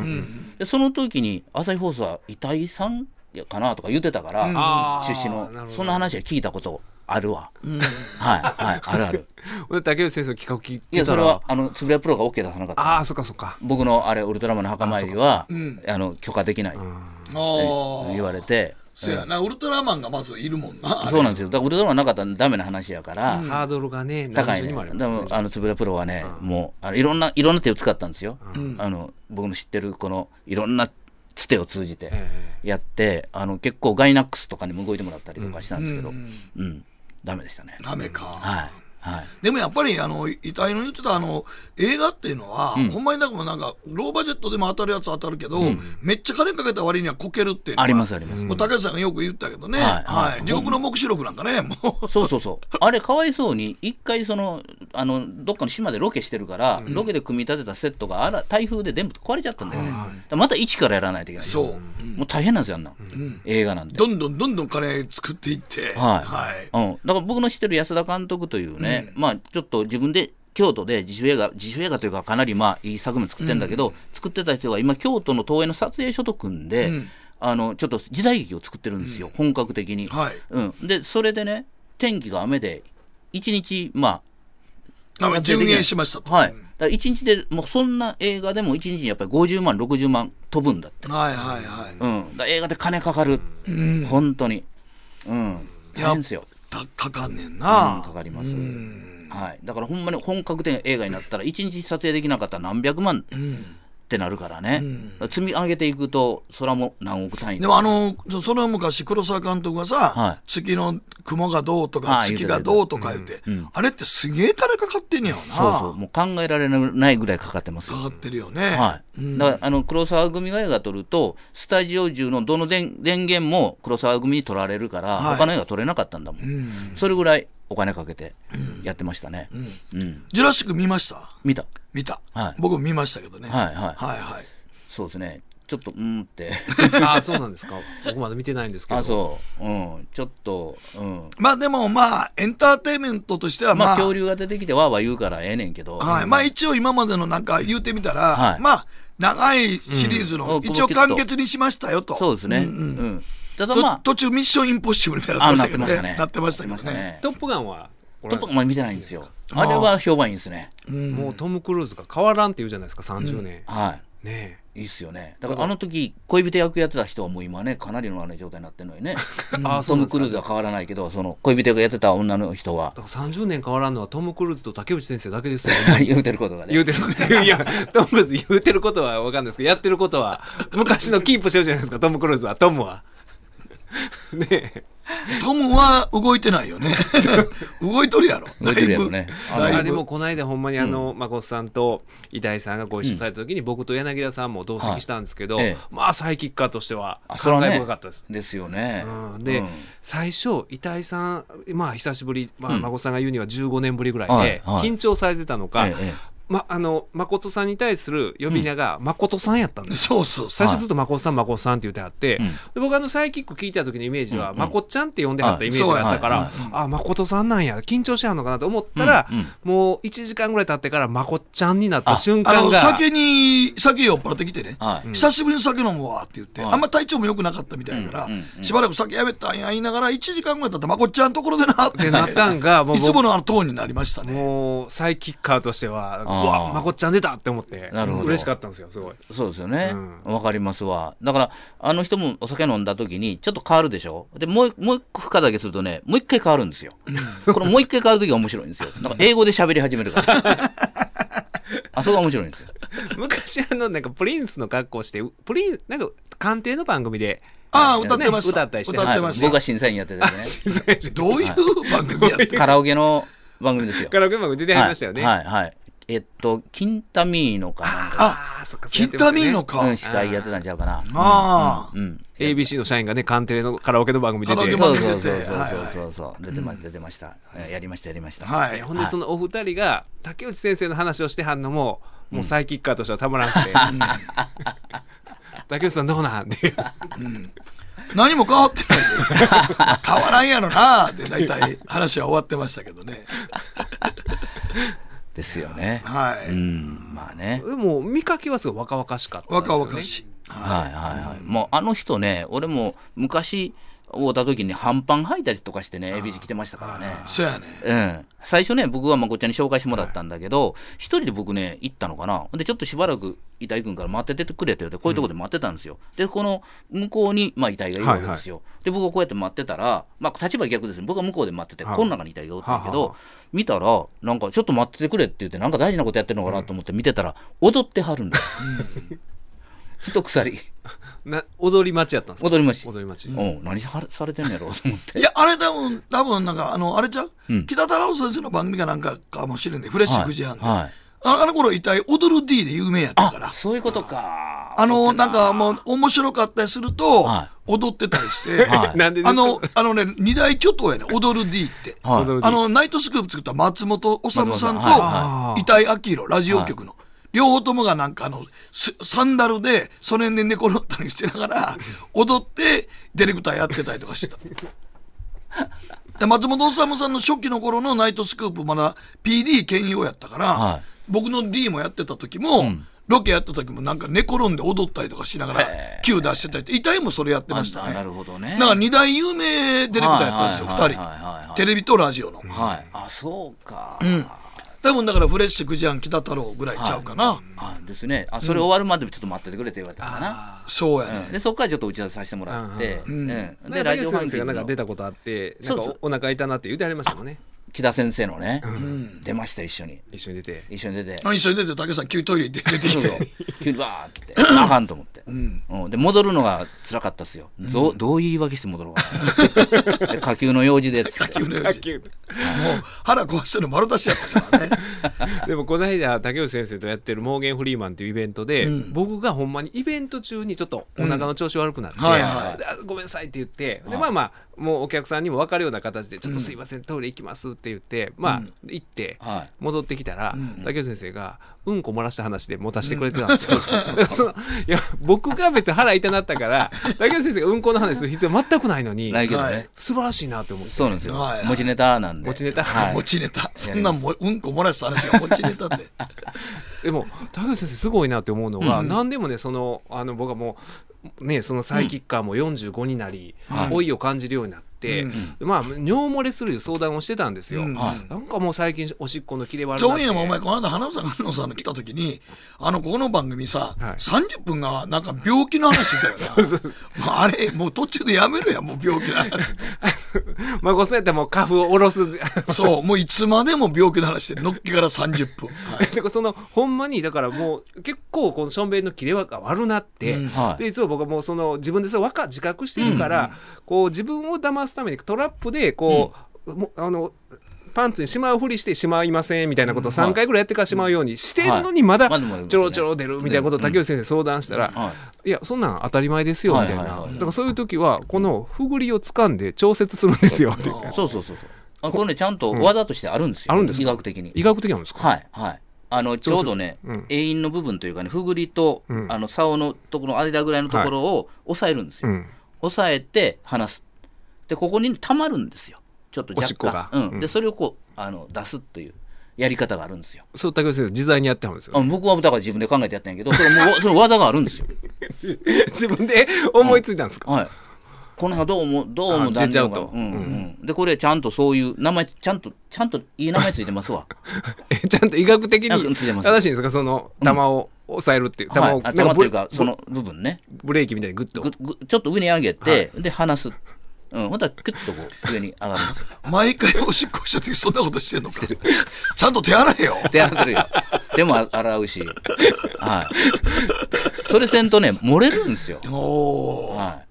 S5: でその時に朝日放送は遺体さんやかなとか言ってたから、
S3: あー
S5: 出資の
S3: なるほど
S5: そんな話は聞いたことあるわ、 はいはいあるある
S3: で竹内先生の企画聞い
S5: い
S3: て
S5: や
S3: た
S5: それ
S3: ら
S5: はあのつぶやプロが OK 出さなかった
S3: ああそっかそっか
S5: 僕のあれウルトラマンの墓参りはあの許可できないって
S4: あー
S5: 言われて
S4: そうやな、ウルトラマンがまずいるもんな。
S5: そうなんですよだからウルトラマンなかったらダメな話やから、
S3: ハードルがね
S5: 高
S3: 何
S5: い
S3: 重
S5: ね。
S3: にもありま
S5: で
S3: す
S5: も
S3: ね
S5: あのつぶらプロはね、もうあのいろんないろんな手を使ったんですよ。あの僕の知ってるこのいろんなつてを通じて
S3: え
S5: やって、あの結構ガイナックスとかにも動いてもらったりとかしたんですけど、うん、ダメでしたね。
S4: ダメか。
S5: はいはい。
S4: でもやっぱり、あの、遺体の言ってた、あの、映画っていうのは、ほんまになんかもうなんか、ローバジェットでも当たるやつ当たるけど、めっちゃ金かけた割にはこけるっていうのは
S5: ありますあります
S4: もう竹内さんがよく言ったけどね、
S5: はい
S4: はい。
S5: はい
S4: 地獄の黙示録なんかね、もう。
S5: そうそうそう。あれ、かわいそうに、一回、その、あの、どっかの島でロケしてるから、ロケで組み立てたセットが、あら、台風で全部壊れちゃったんだよね。だからまた一からやらないといけない。
S4: そう。
S5: もう大変なんですよ、あんなん。映画なんて。
S4: どんどんどんどん金作っていって、
S5: はい
S4: はい。
S5: うん、だから僕の知ってる安田監督というね、まあちょっと自分で京都で自主映画自主映画というかかなりまあいい作品作ってるんだけど、作ってた人が今京都の東映の撮影所と組んで、あのちょっと時代劇を作ってるんですよ、本格的に、
S4: はい
S5: うん、でそれでね天気が雨で1日まあ
S4: あの順延しましたと。
S5: はい、だから1日でもうそんな映画でも1日にやっぱり50万60万飛ぶんだって、
S4: はいはいはい。
S5: うん、だから映画で金かかる、本当に、うん、大変ですよ
S4: たかかんねん
S5: うん
S4: な
S5: か。かります、はい、だからほんまに本格的な映画になったら1日撮影できなかったら何百万ってなるからね、積み上げていくとそれはもう何億単位
S4: でもあの、そその昔、黒沢監督がさ、
S5: はい
S4: 月の雲がどうと
S5: あ
S4: か、
S5: あ
S4: 月がどうとか言って、あれってすげえ金かかってんねやろな。
S5: そうそうもう考えられないぐらいかかってますよ
S4: かかってるよね。
S5: はい、だからあの黒沢組が映画撮るとスタジオ中のどの電電源も黒沢組に撮られるから、
S4: はい
S5: 他の映画撮れなかったんだもん、それぐらいお金かけてやってましたね、うん
S4: ジュラシック見ました
S5: 見た
S4: 見た、
S5: はい
S4: 僕も見ましたけどね。
S5: はいはい
S4: はいはい
S5: そうですねちょっとうーん って
S3: ああそうなんですか僕まだ見てないんですけど
S5: あそう、うん、ちょっと、うん、
S4: まあでもまあ、エンターテインメントとしてはまあ、
S5: まあ恐竜が出てきてわーわー言うからええねんけど、
S4: はい、まあ一応今までのなんか言うてみたら、
S5: はい
S4: まあ、長いシリーズの、
S5: うん
S4: 一応完結にしましたよと。
S5: そうですね、うんただ
S4: と
S5: ま
S4: 途中ミッションインポッシブルみたいに
S5: あ、あ
S4: な
S5: な
S4: っ
S5: ってて
S4: ま
S5: ま
S4: し
S5: した
S4: け
S5: た
S4: どね
S5: ね。。
S4: なってましたけど
S5: なってま
S4: ね。
S5: し
S3: トップガンは
S5: トップガンまだ見てないんですよ
S4: あ
S5: あれは評判いいですね
S3: もうトム・クルーズが変わらんって言うじゃないですか30年、
S5: はい
S3: ねえ
S5: いいっすよねだからあの時恋人役やってた人はもう今ねかなりのあれ状態になってるのにね
S3: あーそ
S5: ト
S3: うなんで
S5: ム・
S3: すか
S5: クルーズは変わらないけどその恋人役やってた女の人は
S3: だから30年変わらんのはトム・クルーズと竹内先生だけです よ。
S5: 言うてることがね
S3: 言うてる こと、いや、トム・クルーズ言うてることはわかんないですけど、やってることは、昔のキープしてるじゃないですか、トム・クルーズは、トムは。 ねえ。
S4: トムは動いてないよね動いとるやろ
S5: 動いてるやろね
S4: だいぶ
S5: あの
S4: だ
S3: あ
S4: い
S3: で
S4: ぶ
S3: もこの間ほんまにあの、誠さんと偉大さんがご一緒された時に、僕と柳田さんも同席したんですけど、
S5: はいええ
S3: まあサイキッカーとしては
S5: あそれ
S3: 感
S5: はね
S3: 慨深かったです。
S5: ですよね
S3: うん、で、
S5: うん
S3: 最初遺体さんまあ久しぶり、まあ、
S5: うん
S3: 孫さんが言うには15年ぶりぐらいで、
S5: はいはい
S3: 緊張されてたのか、
S5: ええ
S3: ま、あの誠さんに対する呼び名が誠さんやったんです、
S4: そうそうそ
S3: 最
S4: う
S3: 初ずっと誠さん誠さんって言ってはって、
S5: うん
S3: で僕あのサイキック聞いた時のイメージは、
S5: うんうん
S3: まこっちゃんって呼んではったイメージがあったから、
S5: はいそう
S3: あ誠さんなんや緊張してはんのかなと思ったら、
S5: うんうん
S3: もう1時間ぐらい経ってから誠ちゃんになった
S5: あ
S3: 瞬
S4: あ
S3: 間
S4: の
S3: が
S4: 酒に酒酔っ払ってきてね、
S5: はい
S4: 久しぶりに酒飲むわって言って、
S5: はい
S4: あんま体調も良くなかったみたいやから、
S5: うんうんうん
S4: しばらく酒やめたんや言いながら1時間ぐらい経ったらまこっちゃんところでなっ
S3: っててなったんがもう
S4: い
S3: 僕
S4: つものあのトーンになりましたね
S3: もうサイキッカーとしてはう
S5: あー
S3: わまこっちゃん出たって思って
S5: なるほど
S3: 嬉しかったんですよすごい。
S5: そうですよね
S3: う。
S5: わ、かりますわ。だから、あの人もお酒飲んだ時に、ちょっと変わるでしょで、もう、もう一個深だけするとね、もう一回変わるんですよ。このもう一回変わる時が面白いんですよ。なんか英語で喋り始めるから。 あそこが面白いんですよ。
S3: 昔あのなんかプリンスの格好してプリンなんか鑑定の番組で
S4: ああ歌ってました、
S3: ね歌ったりして
S4: 歌ってま
S5: はい
S4: した、
S5: 僕が審査員やっててね。
S3: 審査 員
S4: どういう番組やって
S5: カラオケの番組ですよ。
S3: からうまく出てはりましたよね。
S5: はい、はい、はい。えっと、キンタミーノかなんか、
S3: ああそっか
S4: キンタミーノ
S3: の
S4: か、
S5: うん、司会やってたんちゃうか
S4: あ
S5: な。
S4: あ、
S5: うん。
S3: ABC の社員がね鑑定のカラオケの番組出
S4: カラオケ
S3: て
S4: 番
S5: そう
S4: 組
S5: そう
S4: 出て
S5: そう
S4: てはい
S5: そう
S4: はい
S5: そうそう。出てま、出てました。やりました、やりました。
S4: はい
S3: ほんでそのお二人が竹内先生の話をしてはんのももうサイキッカーとしてはたまらんくて竹内さんどうなんって
S4: 何も変わってない変わらんやろなって大体話は終わってましたけどね
S5: ですよね。
S4: はい、
S5: うん、まあね。
S3: でも見かけはすごい若々しかったんです
S4: 若
S3: よね
S4: 々しい、はい
S5: はいはいはい。もうあの人ね、俺も昔会うた時に半パン履いたりとかしてね、エビジ来てましたからね。
S4: そうやね
S5: うん、最初ね、僕はまこっちゃんに紹介してもらったんだけど、一人で僕ね、行ったのかな、でちょっとしばらく、遺体君から待ってててくれって言って、こういうとこで待ってたんですよ、でこの向こうに、まあ、遺体がいるわけですよ、で僕がこうやって待ってたら、まあ、立場逆ですね、僕は向こうで待ってて、
S3: はい
S5: この中に遺体がおったんやけ
S3: はあは
S5: ど、見たら、なんかちょっと待っててくれって言って、なんか大事なことやってるのかなと思って見てたら、踊ってはるんだよ、一鎖、
S3: な踊り待ちやったんですか
S5: 踊りまし
S3: 踊り待ち
S5: うん、何はされてんのやろうと思って。
S4: いやあれ多分多分なんかあのあれちゃう、
S5: うん
S4: 北太郎先生の番組かなんかかもしれんねフレッシュ9時半で、
S5: はいはい
S4: ああの頃一体踊る D で有名やったから
S5: あそういうことか。
S4: あの、なんかもう面白かったりすると
S5: は、
S4: 踊ってたりして、
S5: はい
S3: なんでですか
S4: あの、あのね、二大巨頭やね、踊る D って。
S5: はい
S3: 踊る D
S4: あの、ナイトスクープ作った松本治さん
S5: 松本さん
S3: は
S4: と、
S3: い
S4: 遺体明宏、ラジオ局の。両方ともがなんかあの、すサンダルで、その辺で寝転がったりしてながら、踊って、ディレクターやってたりとかしてた。で松本治さんの初期の頃のナイトスクープまだ PD 兼用やったから、
S5: はい
S4: 僕の D もやってた時も、ロケやった時もなんか寝転んで踊ったりとかしながら Q 出してたりって遺体もそれやってました
S5: あ
S4: ね
S5: なるほどね
S4: だから二大有名ディレクターやったんですよ
S5: はいはい
S4: 二
S5: はいはいは
S4: 人
S5: い
S4: テレビとラジオの、
S5: はい。あ、そうか。
S4: 多分だからフレッシュくじゃん北太郎ぐらいちゃうかな、
S5: あ、ですね。あ、それ終わるまでちょっと待っててくれって言われたかな。
S4: そうやね、
S5: うんで、そこからちょっと打ち合わせさせてもらって、うんで
S3: なんか、
S5: ラ
S3: 竹内
S5: ジオ番
S3: 先生が
S5: 組
S3: なんか
S5: の
S3: 出たことあってな
S5: そ
S3: ん
S5: う
S3: か
S5: そう
S3: おお腹痛なって言ってはりましたもんね
S5: 木田先生のね、出ました、一緒に。
S3: 一緒に出て
S5: 一緒に出て。
S4: 一緒に出て竹さん急にトイレ出てき
S5: そうそ
S4: て
S5: う急にわーって、あかんと思って。うんで、戻るのが辛かったっすよ。どうどういう言い訳して戻ろうかなで火球の用事でっつって。
S4: 急に
S3: 卓球
S4: もう腹壊してるの丸出しやったからね
S3: でもこの間竹内先生とやってる「モーゲンフリーマン」っていうイベントで、僕がほんまにイベント中にちょっとお腹の調子悪くなって、
S4: はいはい
S3: であごめんなさいって言ってでまあまあもうお客さんにも分かるような形で「ちょっとすいません、トイレ行きます」って言ってまあ、行って。
S5: はい。
S3: 戻ってきたら、竹内先生がうんこ漏らした話で持たせてくれてたんですよ。 そのいや僕が別に腹痛なったから竹内先生がうんこの話する必要全くないのに
S5: ないけど
S4: は
S5: ね
S4: い。
S3: 素晴らしいなって思って
S5: そうなんですよ
S4: はいは。い
S5: 持ちネタなんで。
S3: 持ちネタ
S5: はい
S4: 持ちネタそんなんもううんこ漏らした話が持ちネタって
S3: でも竹内先生すごいなって思うのが、何でもねそのあの僕はもうねそのサイキッカーも45になり、
S5: はい
S3: 老いを感じるようになって。って、まあ尿漏れするいう相談をしてたんですよ、
S4: うん
S3: なんかもう最近おしっこの切れ悪
S4: 去
S3: て
S4: 年もお前、この間、花房香音さんの来た時に、あの、ここの番組さ、
S3: はい
S4: 30分がなんか病気の話だよな。もうあれ、もう途中でやめるやん、もう病気の話。
S3: 孫さんやったらもう花粉を下ろす
S4: そう、もういつまでも病気の話で、のっけから30分。はい
S3: だからそのほんまにだからもう結構このしょんべんの切れは悪なって、
S4: うん
S5: はい
S3: でいつも僕はもうその自分でそれわか自覚してるから、こう自分を騙すためにトラップでこう、もうあのパンツにしまうふりしてしまいませんみたいなことを3回ぐらいやってからしまうようにしてるのにまだ
S5: はいまだまだ
S3: ちょろちょろ出るみたいなことを竹内先生に相談したら
S5: は
S3: 「いやそんなん当たり前ですよ」みたいな
S5: はいはいはい
S3: だからそういう時はこのふぐりを掴んで調節するんですよって言って
S5: そうそうそうそうあこれねちゃんと技としてあるんですよ、
S3: あるんですか
S5: 医学的に
S3: 医学的なんですか
S5: はいはいあのちょうどね、
S3: うん
S5: 栄因の部分というかねふぐりと、
S3: うん
S5: あの竿のところの間ぐらいのところを押さえるんですよ、
S3: うん
S5: 押さえて離すでここに溜まるんですよちょっと若干
S3: おしっこが
S5: うん
S3: うん
S5: でそれをこうあの出すというやり方があるんですよ
S3: そう竹内先生自在にやってはるんですよ
S5: あ僕はだから自分で考えてやったんやけどそれも うその技があるんですよ
S3: 自分で思いついたんですか、
S5: はいこの辺どうもどうも
S3: あ出ちゃう
S5: が
S3: と
S5: うんうん、でこれちゃんとそういう名前ちゃんとちゃんといい名前つい てますわ
S3: えちゃんと医学的に
S5: あうんついてます
S3: 正しいんですかその玉を抑えるっていう
S5: は
S3: 玉
S5: い
S3: を、
S5: あ
S3: な
S5: 溜
S3: ん
S5: ま
S3: か
S5: って
S3: ブ
S5: るかその部分ね
S3: ブレーキみたいにグッと
S5: ぐぐちょっと上に上げて、で離す、うん、ほんとはキュッとこう上に上がる んですよ
S4: 毎回おしっこした時そんなことしてんのか。ちゃんと手洗えよ。
S5: 手洗ってるよ手も洗うしはいそれせんとね漏れるんですよ
S4: おー。
S5: はい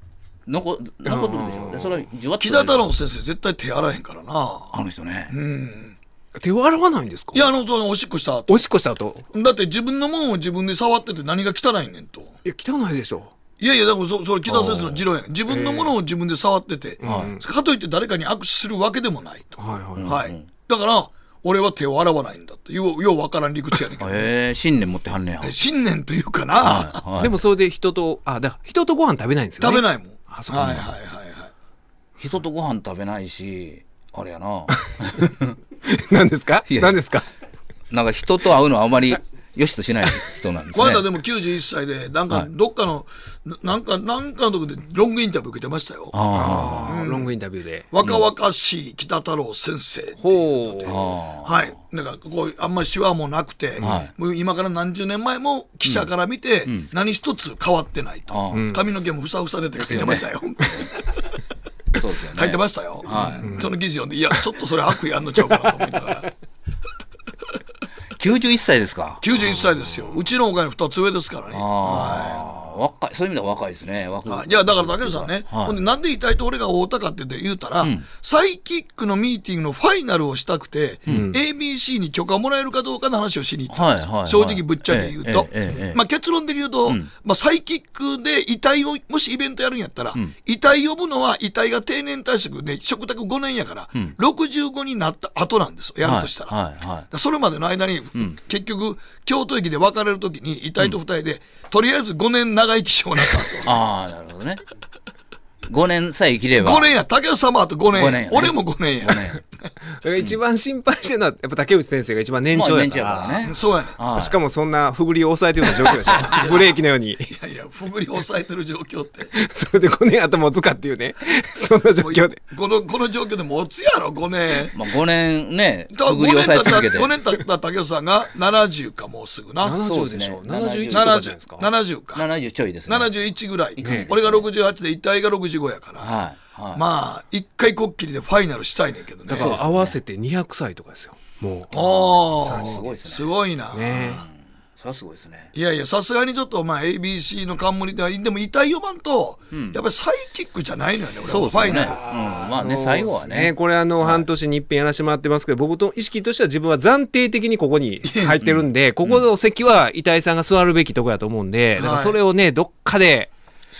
S5: 残残るでしょでそれはじわっと
S4: 木田太郎先生、絶対手洗えへんからな。
S5: あの人ね、
S4: うん。
S3: 手を洗わないんですか
S4: いや、あの、そのおしっこした後。
S3: おしっこした後
S4: だって自分のもんを自分で触ってて何が汚いねんと。
S3: いや汚いでしょ
S4: いやいや、だからそそれ、木田先生の持論やねん。自分のものを自分で触ってて、かといって誰かに握手するわけでもないと。
S3: はいはい、
S4: はい。だから、俺は手を洗わないんだって。よう、ようわからん理屈やねんけど。
S5: へえ信念持ってはんねや、はい
S4: 信念というかな、
S5: はい、
S3: でもそれで人とあだから人とご飯食べないんですよ、ね、
S4: 食べないもん。
S3: あそうか
S4: は
S3: そ
S4: いう
S3: か
S4: はいはいはい。
S5: 人とご飯食べないしあれやな
S3: 何ですか
S5: いや
S3: 何ですか
S5: なんか人と会うのはあまりよしとしない人なんです
S4: この
S5: ね
S4: 間でも91歳で、なんか、どっかの、ななんか、なんかのとこでロングインタビュー受けてましたよ。
S5: あ
S3: あーロングインタビューで
S4: 若々しい北太郎先生っていうので
S3: ほう
S5: ああ
S4: はい、なんかこうあんまりシワもなくて、
S5: は
S4: もう今から何十年前も記者から見て、何一つ変わってないと、
S5: あー
S4: 髪の毛もふさふさでって書いてましたよ、
S5: そうですよ ね
S4: 書いてま
S5: し
S4: したよ、
S5: は
S4: その記事読んで、いや、ちょっとそれ悪意あんのちゃうかなと思いながら、
S5: 91歳ですか
S4: 91歳ですよ、うちのお金2つ上ですからね。
S5: ああ、若い、そういう意味では若いですね。若
S4: あいやだから竹内さんね、
S5: はい
S4: ほんでなんで痛いと俺が会うたかって言うたら、サイキックのミーティングのファイナルをしたくて、ABC に許可もらえるかどうかの話をしに行ったんです、
S5: はいはいはい
S4: 正直ぶっちゃけ言うと、
S5: ええええええ
S4: まあ、結論的に言うと、まあ、サイキックで遺体をもしイベントやるんやったら、遺体呼ぶのは遺体が定年退職で嘱託5年やから、65になった後なんですよやるとしたら。
S5: はい、はい、は
S4: だからそれまでの間に、結局、京都駅で別れるときに、遺体と二人で、とりあえず5年長生きしようなと。
S5: い。ああ、なるほどね。5年さえ生きれば。
S4: 5年や、竹内様あと5年
S5: 五年やね
S4: 俺も5年や。
S5: 五年。
S3: だから一番心配してるのはやっぱ竹内先生が一番年
S5: まあ
S3: 長や
S5: 年
S3: か
S5: 長
S3: ら,、
S5: やからね。
S4: そうやね
S5: はい
S3: しかもそんなふぐりを抑えてるような状況でし ょブレーキのように
S4: ん。いやいや、ふぐり抑えてる状況って。
S3: それで5年頭持つかっていうねそんな状
S4: もう
S3: 況で
S4: この、この状況で持つやろ、5年。
S5: まあ5年ね、
S4: だから5
S5: ふぐり
S4: 年
S5: 抑
S4: 経った、
S5: え続けて。
S4: 5年経った竹内さんが70か、もうすぐな。
S3: 70でしょ
S5: そうですね
S3: 71とかじゃないです
S4: 70
S3: か
S4: 70か。
S5: 70ちょいですね。
S4: 71ぐらい
S5: ね。
S4: 俺が68で、遺体が65やから。
S5: はい。はい。
S4: まあ、一回こっきりでファイナルしたいねんけどね。
S3: だから合わせて200歳とかですよもう
S4: あ
S5: すご
S4: あ、
S5: いです
S4: す
S5: ね。
S4: ごいな。
S3: ね
S5: それはすごいですね。
S4: いやいや、さすがにちょっと、まあ、ABC の冠では、でも遺体呼ばんと、やっぱりサイキックじゃないのよね、俺は
S5: そうです
S4: ファ
S5: ね。う
S4: イ
S5: ん。
S4: ナル。
S5: まあ
S3: そ
S5: ね、
S3: う
S5: 最後は
S3: です
S5: ね。
S3: これあの、半年に一遍やらしてもらってますけど、僕と意識としては自分は暫定的にここに入ってるんで、ここの席は遺体さんが座るべきとこやと思うんで、だからそれをね、どっかで、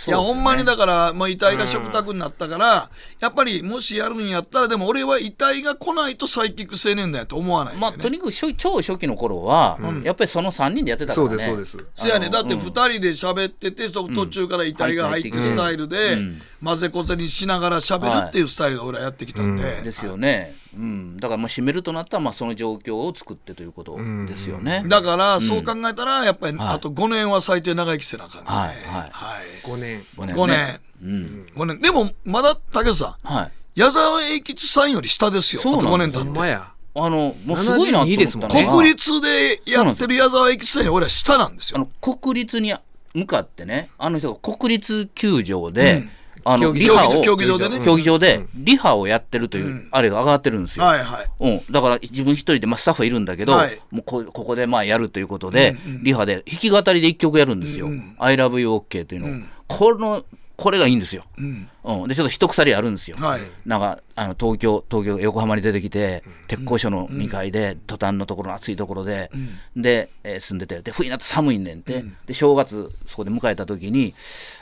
S4: いや、ほんまにだから、まあ、遺体が食卓になったから、やっぱりもしやるんやったら、でも俺は遺体が来ないとサイキック青年だよと思わないんだ
S5: まあ、
S4: よね。
S5: とにかく初超初期の頃は、やっぱりその3人でやってたか
S3: そ
S5: ら
S3: う
S5: ね。
S3: です、そうです。
S4: せやね、だって
S5: うん
S4: 2人で喋ってて、そ途中から遺体が入っ
S5: う
S4: て
S5: ん
S4: スタイルで
S5: うん、
S4: 混ぜこぜにしながら喋るっていうスタイルで俺はやってきたん
S5: で
S4: で。
S5: すよね、うん、だからまあ締めるとなったらまあその状況を作ってということですよね。
S4: だから、そう考えたら、やっぱり、
S5: はい
S4: あと5年は最低長生きせなあかんね。
S5: はいはい
S4: はい。
S3: 5年。
S5: 5
S4: 5年
S5: ね。うん
S4: 5年。でも、まだ、竹内さん、
S5: はい、
S4: 矢沢永吉さんより下ですよ。
S5: そうなんです
S4: 5年経
S3: ほん
S4: って。
S3: まや。
S5: あの、もうすごいなと思ったのが
S3: 72ですもんね
S4: 国立でやってる矢沢永吉さんより俺は下なんです
S5: あ
S4: よ。
S5: の国立に向かってね、あの人が国立球場で、あ
S3: 競
S5: の
S3: 技
S5: リハを
S4: 競技場でね
S5: 競技場でリハをやってるという、あれが上がってるんですよ。
S4: はいはい。
S5: うん、だから自分一人で、まあ、スタッフはいるんだけど、
S4: はい
S5: もうこここでまあやるということで、リハで弾き語りで一曲やるんですよ「ILOVEYOUOK」っていうのを、このこれがいいんですよ、
S4: うん。
S5: うん、でちょっと一鎖あるんですよ、
S4: はい
S5: なんかあの東京東京横浜に出てきて鉄工所の2階で、トタンのところの暑いところで、で、えー住んでてで冬になって寒いねんて、で正月そこで迎えた時に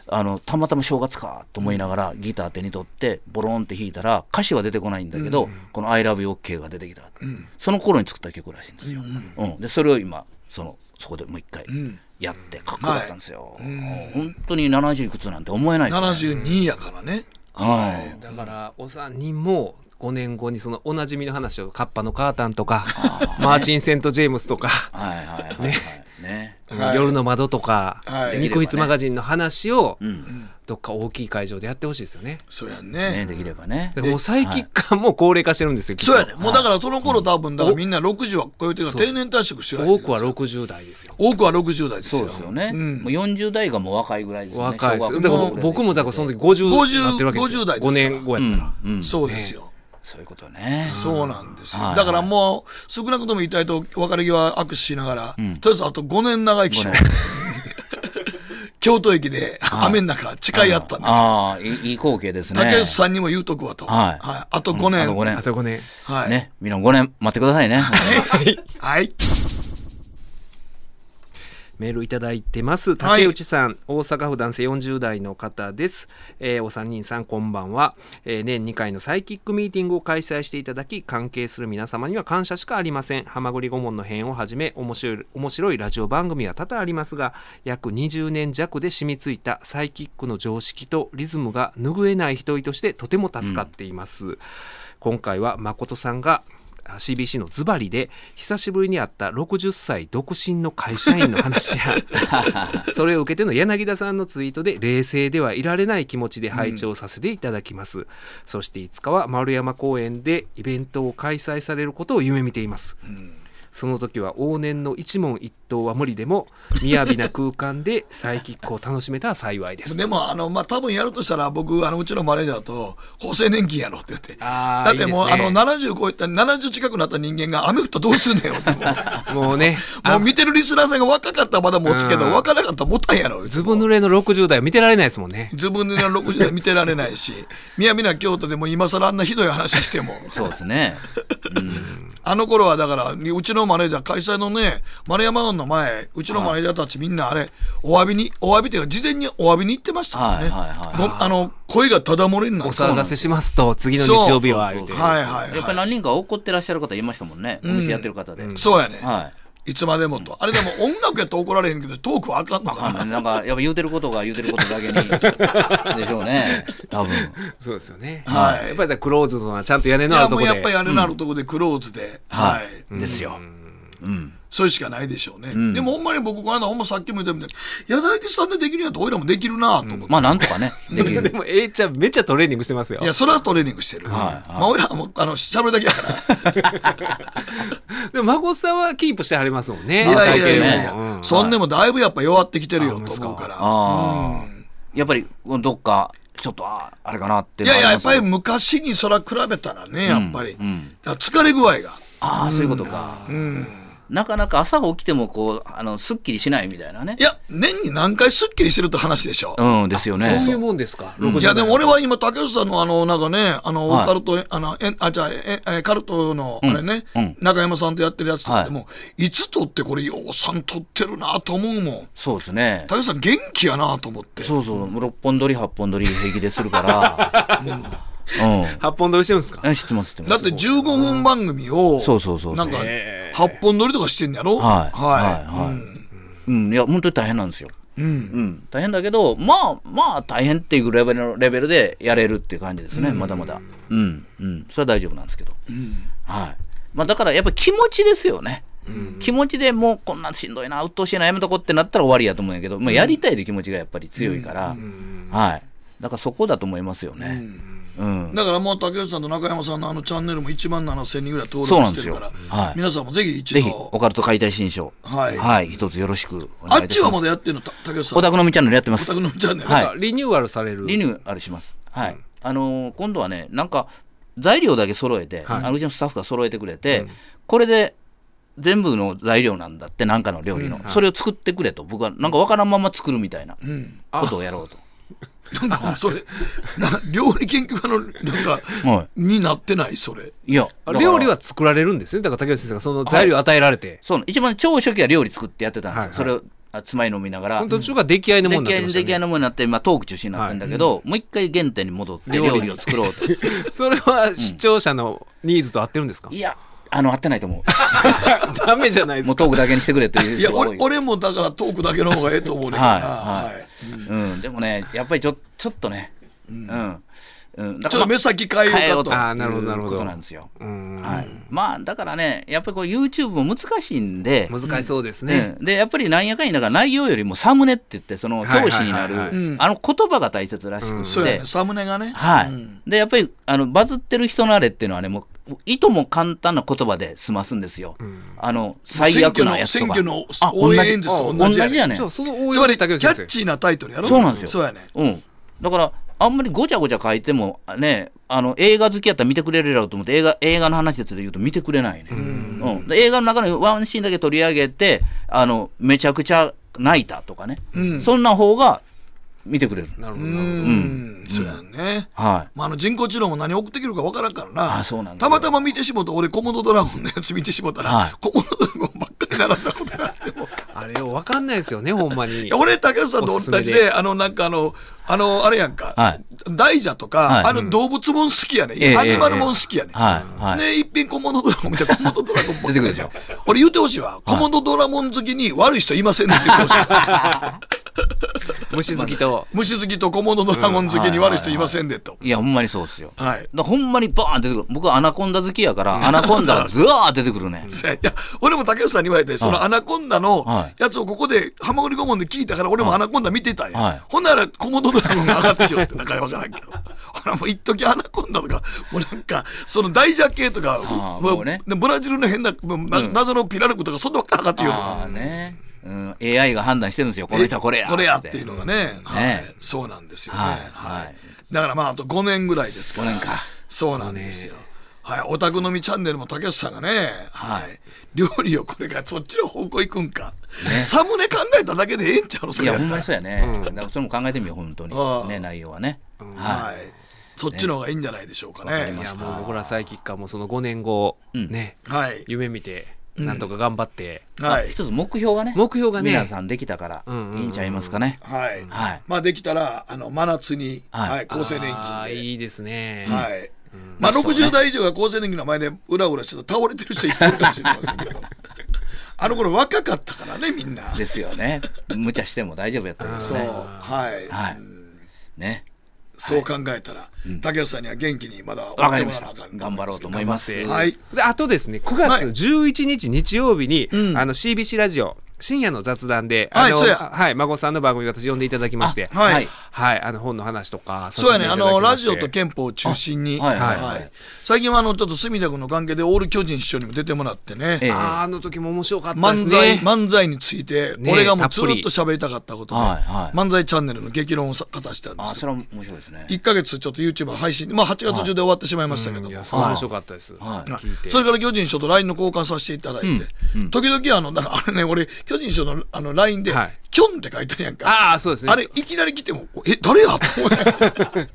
S5: あのたまたま正月かと思いながらギター手に取ってボロンって弾いたら歌詞は出てこないんだけど、この「ILOVEYOK」が出てきた、その頃に作った曲らしいんですよ、うんでそれを今そのそこでもう一回やってかっこよかったんですよ、うん本当に70いくつなんて思えないですね
S4: 72やからね。
S5: はい
S3: だから、お三人も、5年後にそのおなじみの話をカッパのカータンとかマーチン・セント・ジェームスとか
S5: はいはいはいはいね。
S4: はい
S3: 夜の窓とか、
S4: はい
S3: ニコイツマガジンの話を
S5: うん。
S3: どっか大きい会場でやってほしいですよね。
S4: そうやん
S5: ね
S4: ね。
S5: できればね
S3: だ。からもう最近間もう高齢化してるんですよ。きっと
S4: そうやね。もうだからその頃多分、だからみんな60は超えてるから定年退職してない。
S3: 多くは。60代ですよ。
S4: 多くは60代ですよ。
S5: そうですよね。
S4: うん
S5: もう四十代がもう若いぐらいですね。
S3: 若いです
S5: 小
S3: よ。
S5: 学
S3: だ
S5: 校
S3: から僕もだからその時50になってるわけですよ。
S4: 50代ですから
S3: 5年後
S5: う
S3: やったら
S5: ん。うん。そ
S4: そうですよ。
S5: ういうことね。
S4: そうなんです
S5: は
S4: よ。
S5: い
S4: だからもう、少なくとも遺体と別れ際握手しながら、とりあえずあと5年長生きしよう。 京都駅で雨の中誓い合ったんですよ。
S5: ああいいいい光景ですね。
S4: 竹内さんにも言うとくわと。
S5: はい
S4: はいあと5年。
S5: あと五
S3: あ
S5: 年。
S3: と5年。
S4: はい。
S5: ね、みんな五年待ってくださいね。
S4: はい。
S3: メールいただいてます。竹内さん、大阪府男性40代の方です。えーお三人さん、こんばんは、えー年2回のサイキックミーティングを開催していただき、関係する皆様には感謝しかありません。はまぐり顧問の編をはじめ、面白い、面白いラジオ番組は多々ありますが、約20年弱で染みついたサイキックの常識とリズムが拭えない一人としてとても助かっています。今回は誠さんがあ CBC のズバリで久しぶりに会った60歳独身の会社員の話やそれを受けての柳田さんのツイートで冷静ではいられない気持ちで拝聴させていただきます、そしていつかは丸山公園でイベントを開催されることを夢見ています、その時は往年の一問一答は無理でも雅な空間でサイキックを楽しめたら幸いです
S4: でも、あの、まあ、多分やるとしたら、僕、あの、うちのマネージャーと、厚生年金やろって言って。
S3: あー
S4: だってもう、
S3: いいですね
S4: あの、70超えた、70近くなった人間が、雨降ったらどうすんねんよって。も
S3: もうね
S4: う、もう見てるリスナーさんが若かったらまだ持つけど、
S3: うん
S4: 若なかったら持たんやろ。
S3: ずぶ濡れの60代は見てられないですもんね
S4: 自分で60代見てられないし、みやみな京都でも今更あんなひどい話しても、
S5: そうですね。
S4: あの頃はだから、うちのマネージャー、会社のね、丸山湾の前、うちのマネージャーたちみんなあれ、お詫びに、お詫びというか、事前にお詫びに行ってましたからね。
S5: はいはいはい
S4: もうあの、声がただ漏れにな
S3: お
S4: って。
S3: 騒がせしますと、次の日曜日は、言うて。
S4: はいはいはい
S5: やっぱり何人か怒ってらっしゃる方いましたもんね。お店やってる方で。
S4: そうやね。
S5: はい。
S4: いつまでもと。あれでも音楽やったら怒られへんけど、トークはあかんのか
S5: あ
S4: な。
S5: のなんかやっぱ言うてることが言うてることだけにでしょうね。多分。
S3: そうですよね。
S4: はい
S3: やっぱりだクローズドな、ちゃんと屋根
S4: い
S3: のあ
S4: や、
S3: ると
S4: も
S3: こ
S4: う
S3: で。
S4: やっぱりあれのあるとこでクローズで、はい。
S5: ですよ。うん。
S4: それしかないでしょうね。でもほんまに僕、この間ほんまさっきも言ったみたいに、矢沢吉さんでできるんやったら、俺らもできるなと思って。
S5: まあなんとかね。でき
S3: で
S5: る。
S3: も、A ちゃん めっちゃトレーニングしてますよ
S4: い。や、それはトレーニングしてる。
S5: はいはい
S4: まあ、俺らはもう、あの、しゃべるだけだから。
S3: でも、孫さんはキープしてはりますもんね。
S4: いやいやい
S5: ね
S4: やい
S3: 体型もう
S4: や
S3: ん、
S4: そんでもだいぶやっぱ弱ってきてるよ
S3: あ
S4: と思うから。
S5: ああ、やっぱりどっかちょっとああれかなって
S4: い
S5: いうの
S4: や
S5: は
S4: や、や
S5: いあま
S4: っ
S5: す
S4: ぱり昔にそら比べたらね、やっぱり。
S5: うん
S4: だから疲れ具合が。
S5: ああそういうことか、なかなか朝起きてもこうあのすっきりしないみたいなね
S4: いや、年に何回スッキリしてるって話でしょ。
S5: うんですよね
S3: そういうもんですか。
S4: いや、でも
S3: 俺
S4: 俺は今、竹内さんのあの、なんかね、あの、
S5: はい
S4: カルト、あの、え、あ、じゃあ、え、えカルトの、あれね
S5: うん、
S4: 中山さんとやってるやつとか
S5: はい
S4: でも、いつ撮ってこれ、ようさん撮ってるなと思うもん。
S5: そうですね
S4: 竹内さん元気やなと思って。
S5: そうそう6本撮り8本撮り平気です るからうん、
S3: 8本撮りしてるんですか
S5: うん、知ってます知って
S4: だ
S5: ま
S4: っ
S5: す
S4: て15分番組を、
S5: そうそうそうそう
S4: なんか、8本撮りとかしてんやろ
S5: はいはい
S4: は
S5: はいうんいや本当に大変なんですよ
S4: い。うん。
S5: うん、大変だけど、まあまあ大変っていうレベルのレベルでやれるっていう感じですね、まだまだ。うん、うん、それは大丈夫なんですけど。はい。まあだからやっぱり気持ちですよね。気持ちでもうこんなしんどいな、鬱陶しいな、やめとこうってなったら終わりやと思うんやけど、まあやりたいという気持ちがやっぱり強いから、はい。だからそこだと思いますよね。うん。うん
S4: だからもう竹内さんと中山さんのあのチャンネルも1万7000人ぐらい登
S5: そう
S4: 録
S5: なん
S4: し
S5: で
S4: て
S5: す
S4: る
S5: よ。
S4: から、
S5: はい。
S4: 皆さんもぜひ一
S5: ぜひ、
S4: 度
S5: オカルト解体新書。
S4: はい
S5: はい。一つよろしくお
S4: あ
S5: 願い
S4: っ
S5: いた
S4: ち
S5: し
S4: は
S5: ま。
S4: ますだやってんのた竹内さん
S5: オタクのみチャンネルやってま
S4: オ
S5: す
S4: タク。のチャンネル、
S5: はい
S3: なんかリニューアルされる。
S5: リニューアルします。はい。あのー今度はね、なんか材料だけ揃えて、
S3: はい
S5: あのうちのスタッフが揃えてくれて、これで全部の材料なんだって、なんかの料理の、それを作ってくれと、僕はなんかわからんまま作るみたいな
S4: うん、
S5: ことをやろうと。
S4: なんかもうそれな料理研究家のなんか
S5: は
S4: になってないそれ
S5: い。いや、
S3: あ
S5: だから
S3: 料理は作られるんですね。だから竹内先生がその材料を与えられて。
S5: そうなの一番超初期は料理作ってやってたんですよ。
S3: はいはい
S5: それをあつまみ飲みながら。
S3: 本当途中が出来合いのもん
S5: 出
S3: に
S5: 来
S3: なって
S5: 合い
S3: ま
S5: に
S3: した
S5: 出来合
S3: ね。
S5: いのものになって、今、トーク中心になってんだけど、もう一回原点に戻って、
S3: 料理
S5: 料理を作ろうと。
S3: それは視聴者のニーズと合ってるんですか
S5: いや、あの、合ってないと思う。
S3: ダメじゃないで
S5: も
S3: す
S5: う
S3: か。
S5: トークだけにしてくれという
S4: いや
S5: 人が多い。
S4: 俺俺もだからトークだけの方がええと思うねんけどな、
S5: はい
S4: はい
S5: うん、でもね、やっぱりちょちょっとね、うん、うん、だ
S4: ちょっと目
S5: 先
S4: 先変えようかと
S3: あーなるほどなるほど
S5: ことなんですよ。
S3: うん
S5: はい、まあだからね、やっぱりこう YouTube も難しいんで、
S3: 難しそうですね。
S5: うんでやっぱりなんやかんやだから内容よりもサムネって言ってその表紙になる
S3: はいはいはい
S4: はい
S5: あの言葉が大切らしく
S4: そうや
S5: て
S4: ね、サムネがね、
S5: はい
S4: うん
S5: でやっぱりあのバズってる人のあれっていうのはねもういとも簡単な言葉で済ますんですよ。あの最悪なやつと
S4: 選
S5: か。
S4: 挙の選
S5: あ
S4: 挙の
S5: 同
S4: 応
S5: じ
S4: 援演説と同じや
S5: 同じや
S4: ね
S5: ね
S3: じゃあその応
S4: つま
S3: 用で
S4: りキャ
S3: 竹内先生
S4: ッ。チーなタイトルやろ
S5: そうなんですよ
S4: そうやね
S5: うん、だからあんまりごちゃごちゃ書いてもねあの映画好きやったら見てくれるやろうと思って映画映画の話やって言うと見てくれないね、うんで映画の中のワンシーンだけ取り上げてあのめちゃくちゃ泣いたとかね、
S4: うん
S5: そんな方が見てくれる、
S3: なる
S4: う
S3: ほどなるほど。
S4: んそうやね
S5: はい
S4: まあ、あの人工知能も何送ってくるか分からんからな
S5: あそうなんだ
S4: たまたま見てしもうた俺コモドドラゴンのやつ見てしもうたら、
S5: はい
S4: コモドドラゴンばっかり並んだことがあ ってもい
S3: あれよ、わかんないですよね、ほんまに
S4: や。俺竹内さんと
S3: お
S4: 俺
S3: すすめ
S4: た
S3: で
S4: ちであのなんかあのあのあれやんか、
S5: はい
S4: 大蛇とか、
S5: はい
S4: あの動物もん好きやね、
S5: ええ
S4: アニマルもん好きやね、
S5: はいはい、
S4: で一品コモドドラゴン見てコモドドラゴンばっかり
S5: 出てくるでしょ
S4: 俺言うてほしいわ、コモドドラゴン好きに悪い人いませんって言ってほしい
S3: 虫好きと。
S4: 虫好きとコモドドラゴン好きに悪い人いませんでと、
S5: いやほんまにそうっすよ、
S4: はい
S5: だからほんまにバーン出てくる僕はアナコンダ好きやからアナコンダがズワー出てくるね
S4: そうやいや俺も竹内さんに言われて、そのアナコンダの
S5: は
S4: やつをここで、ハマグリ顧問で聞いたから、俺もアナコンダ見てたんや。
S5: はい
S4: ほんなら、コモドドラゴンが上がってきよって、なんかわからんけど。 ほら、もう一時アナコンダとか、もうなんか、その大ジャ系とか、
S5: あー
S4: もう
S5: もうね
S4: でブラジルの変な、もうな謎のピラルクとか、そんなばっか上がってきよる
S5: ああね、うん、AI が判断してるんですよこの人はこれや
S4: これやっ
S5: つ
S4: ていうのがね、はい、そうなんですよね。
S5: はい
S4: はい
S5: はい
S4: だからまあ、あと5年ぐらいですから。
S5: 5年か
S4: そうなんですよ。はい、オタクのみチャンネルも竹内さんがね、はい、料理をこれからそっちの方向行くんか、サムネ考えただけでええんちゃうのそ
S5: い
S4: れや
S5: や
S4: っ
S5: ほ
S4: た
S5: んま
S4: ら
S5: にそうやね、だからそれも考えてみよう本当
S4: ああ
S5: にね内容はね、
S4: は、
S5: はい
S4: そっちの方がいいんじゃないでしょうか
S5: わかり
S3: い
S5: ま
S4: ね
S5: し
S3: や、もう僕らサイキッカーもその5年後、
S5: ん
S3: ね、
S4: はい、
S3: 夢見て、なんとか頑張って、
S5: い、
S4: は
S5: あ
S4: い、
S5: 一つ目標がね
S3: 目標がね
S5: 皆さんできたから
S3: んうんうん
S5: いいんちゃいますかね、
S4: はい、
S5: はい
S4: まあできたらあの真夏に、
S5: はい
S4: はい、厚生年
S3: ああ、
S4: 金で、
S3: いいですね。
S4: はい、まあ60代以上が厚生年金の前でうらうらしてたら倒れてる人いっぱいいるかもしれませんけ ど、あの頃若かったからねみんな、
S5: ですよ ね無茶しても大丈夫やったけどね
S4: そう、はい、
S5: はいね
S4: そう考えたら、竹内さんには元気にまだ終
S5: わかりました
S4: わってもらわなあかん
S5: 頑張ろうと思います
S3: 頑張って
S4: はい。
S3: であとですね、9月の11日日曜日に、あの CBC ラジオ、深夜の雑談で、
S4: はい
S3: あの
S4: そうや
S3: はい、孫さんの番組私呼んでいただきまして、
S4: はい
S3: はい、あの本の話とか、
S4: そうやね、
S3: さ
S4: あ
S3: せていただ
S4: の、
S3: きま
S4: ラ
S3: し
S4: ジ
S3: て
S4: オと憲法を中心に、
S5: あはいはい
S3: はい
S4: 最近はあの、ちょっと隅田君の関係で、オール巨人師匠にも出てもらってね、
S5: ええ
S3: あーあの時も面白かったですね。
S4: 漫才、漫才について、
S3: ね
S4: 俺がもうず
S3: たっぷ
S4: っ
S3: り
S4: と喋りたかったことで、
S5: はいはい
S4: 漫才チャンネルの激論をさ語したんで
S5: あ
S4: すけ
S5: そ
S4: ど、
S5: れは面白いですね
S4: 1ヶ月ちょっと YouTube 配信、まあ8月中で終わってしまいましたけ
S3: い
S4: ども、
S3: や、そう面白かったです。
S5: はい
S4: はい
S3: 聞いて。
S4: それから巨人師匠と LINE の交換させていただいて、時々あの、だからあれね、俺、巨人師匠のあの LINE で、
S3: はい
S4: キョンって書いてあるやんか。
S3: ああ、そうですね。
S4: あれ、いきなり来ても、え、誰やと思うやん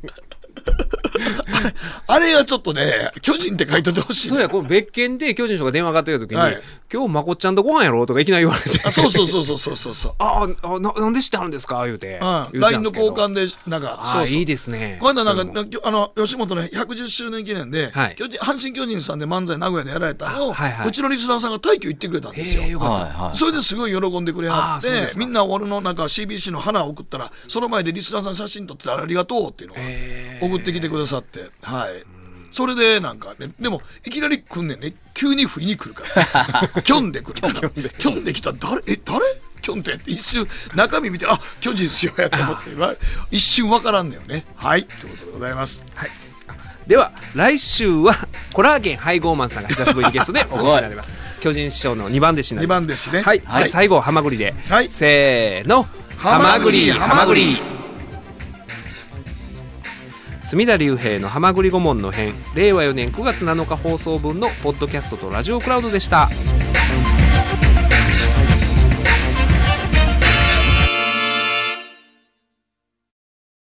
S4: あれがちょっとね、巨人って書いといてほしいね。
S3: そうや、この別件で巨人賞が電話がかってきた時に、
S4: はい
S3: 今日まこっちゃんとご飯やろうとかいきなり言われて。
S4: あそうそうそうそうそうそうそう。
S3: ああな、なんで知ってはるんですか言うて。
S4: う
S3: 言うて
S4: ん。
S3: た
S4: LINE
S3: んで
S4: の
S3: すけど
S4: 交換で、なんか、
S3: ああ
S4: そうそう。
S3: いいですね。
S4: この間な
S3: そ
S4: ん
S3: れ
S4: か、
S3: も
S4: なきょあの、吉本の110周年記念で、
S3: はい
S4: 巨人阪神巨人さんで漫才名古屋でやられたのを、
S3: あはいはいう
S4: ちのリスナーさんが大挙行ってくれたんですよ
S3: へえ。よかった。
S5: はいはい
S4: それですごい喜んでくれ
S3: あ
S4: は
S3: ー
S4: っ
S3: そうで
S4: て
S3: す、か
S4: みんな俺のなんか CBC の花を送ったら、その前でリスナーさん写真撮ってたらありがとうっていうのを送ってきてくださって、はい。それでなんかね、でもいきなり来んねんね、急に不意に来るから、キョンで来るから、キョンで来たら誰、え、誰キョンってって一瞬中身見て、あ、巨人っすよやと思って、まあ一瞬わからんのよね。はい、ということでございます。
S3: はい。あでは来週はコラーゲン配合マンさんが久しぶりにゲストでお越しになります巨人師匠の2番弟子になります
S4: 二番弟子
S3: は
S4: ね
S3: い、
S4: はい
S3: じゃあ最後はハマグリで、
S4: はい
S3: せーの
S4: ハマグリ
S3: ハマグリ隅田隆平の「ハマグリ顧問の編」令和4年9月7日放送分のポッドキャストとラジオクラウドでした。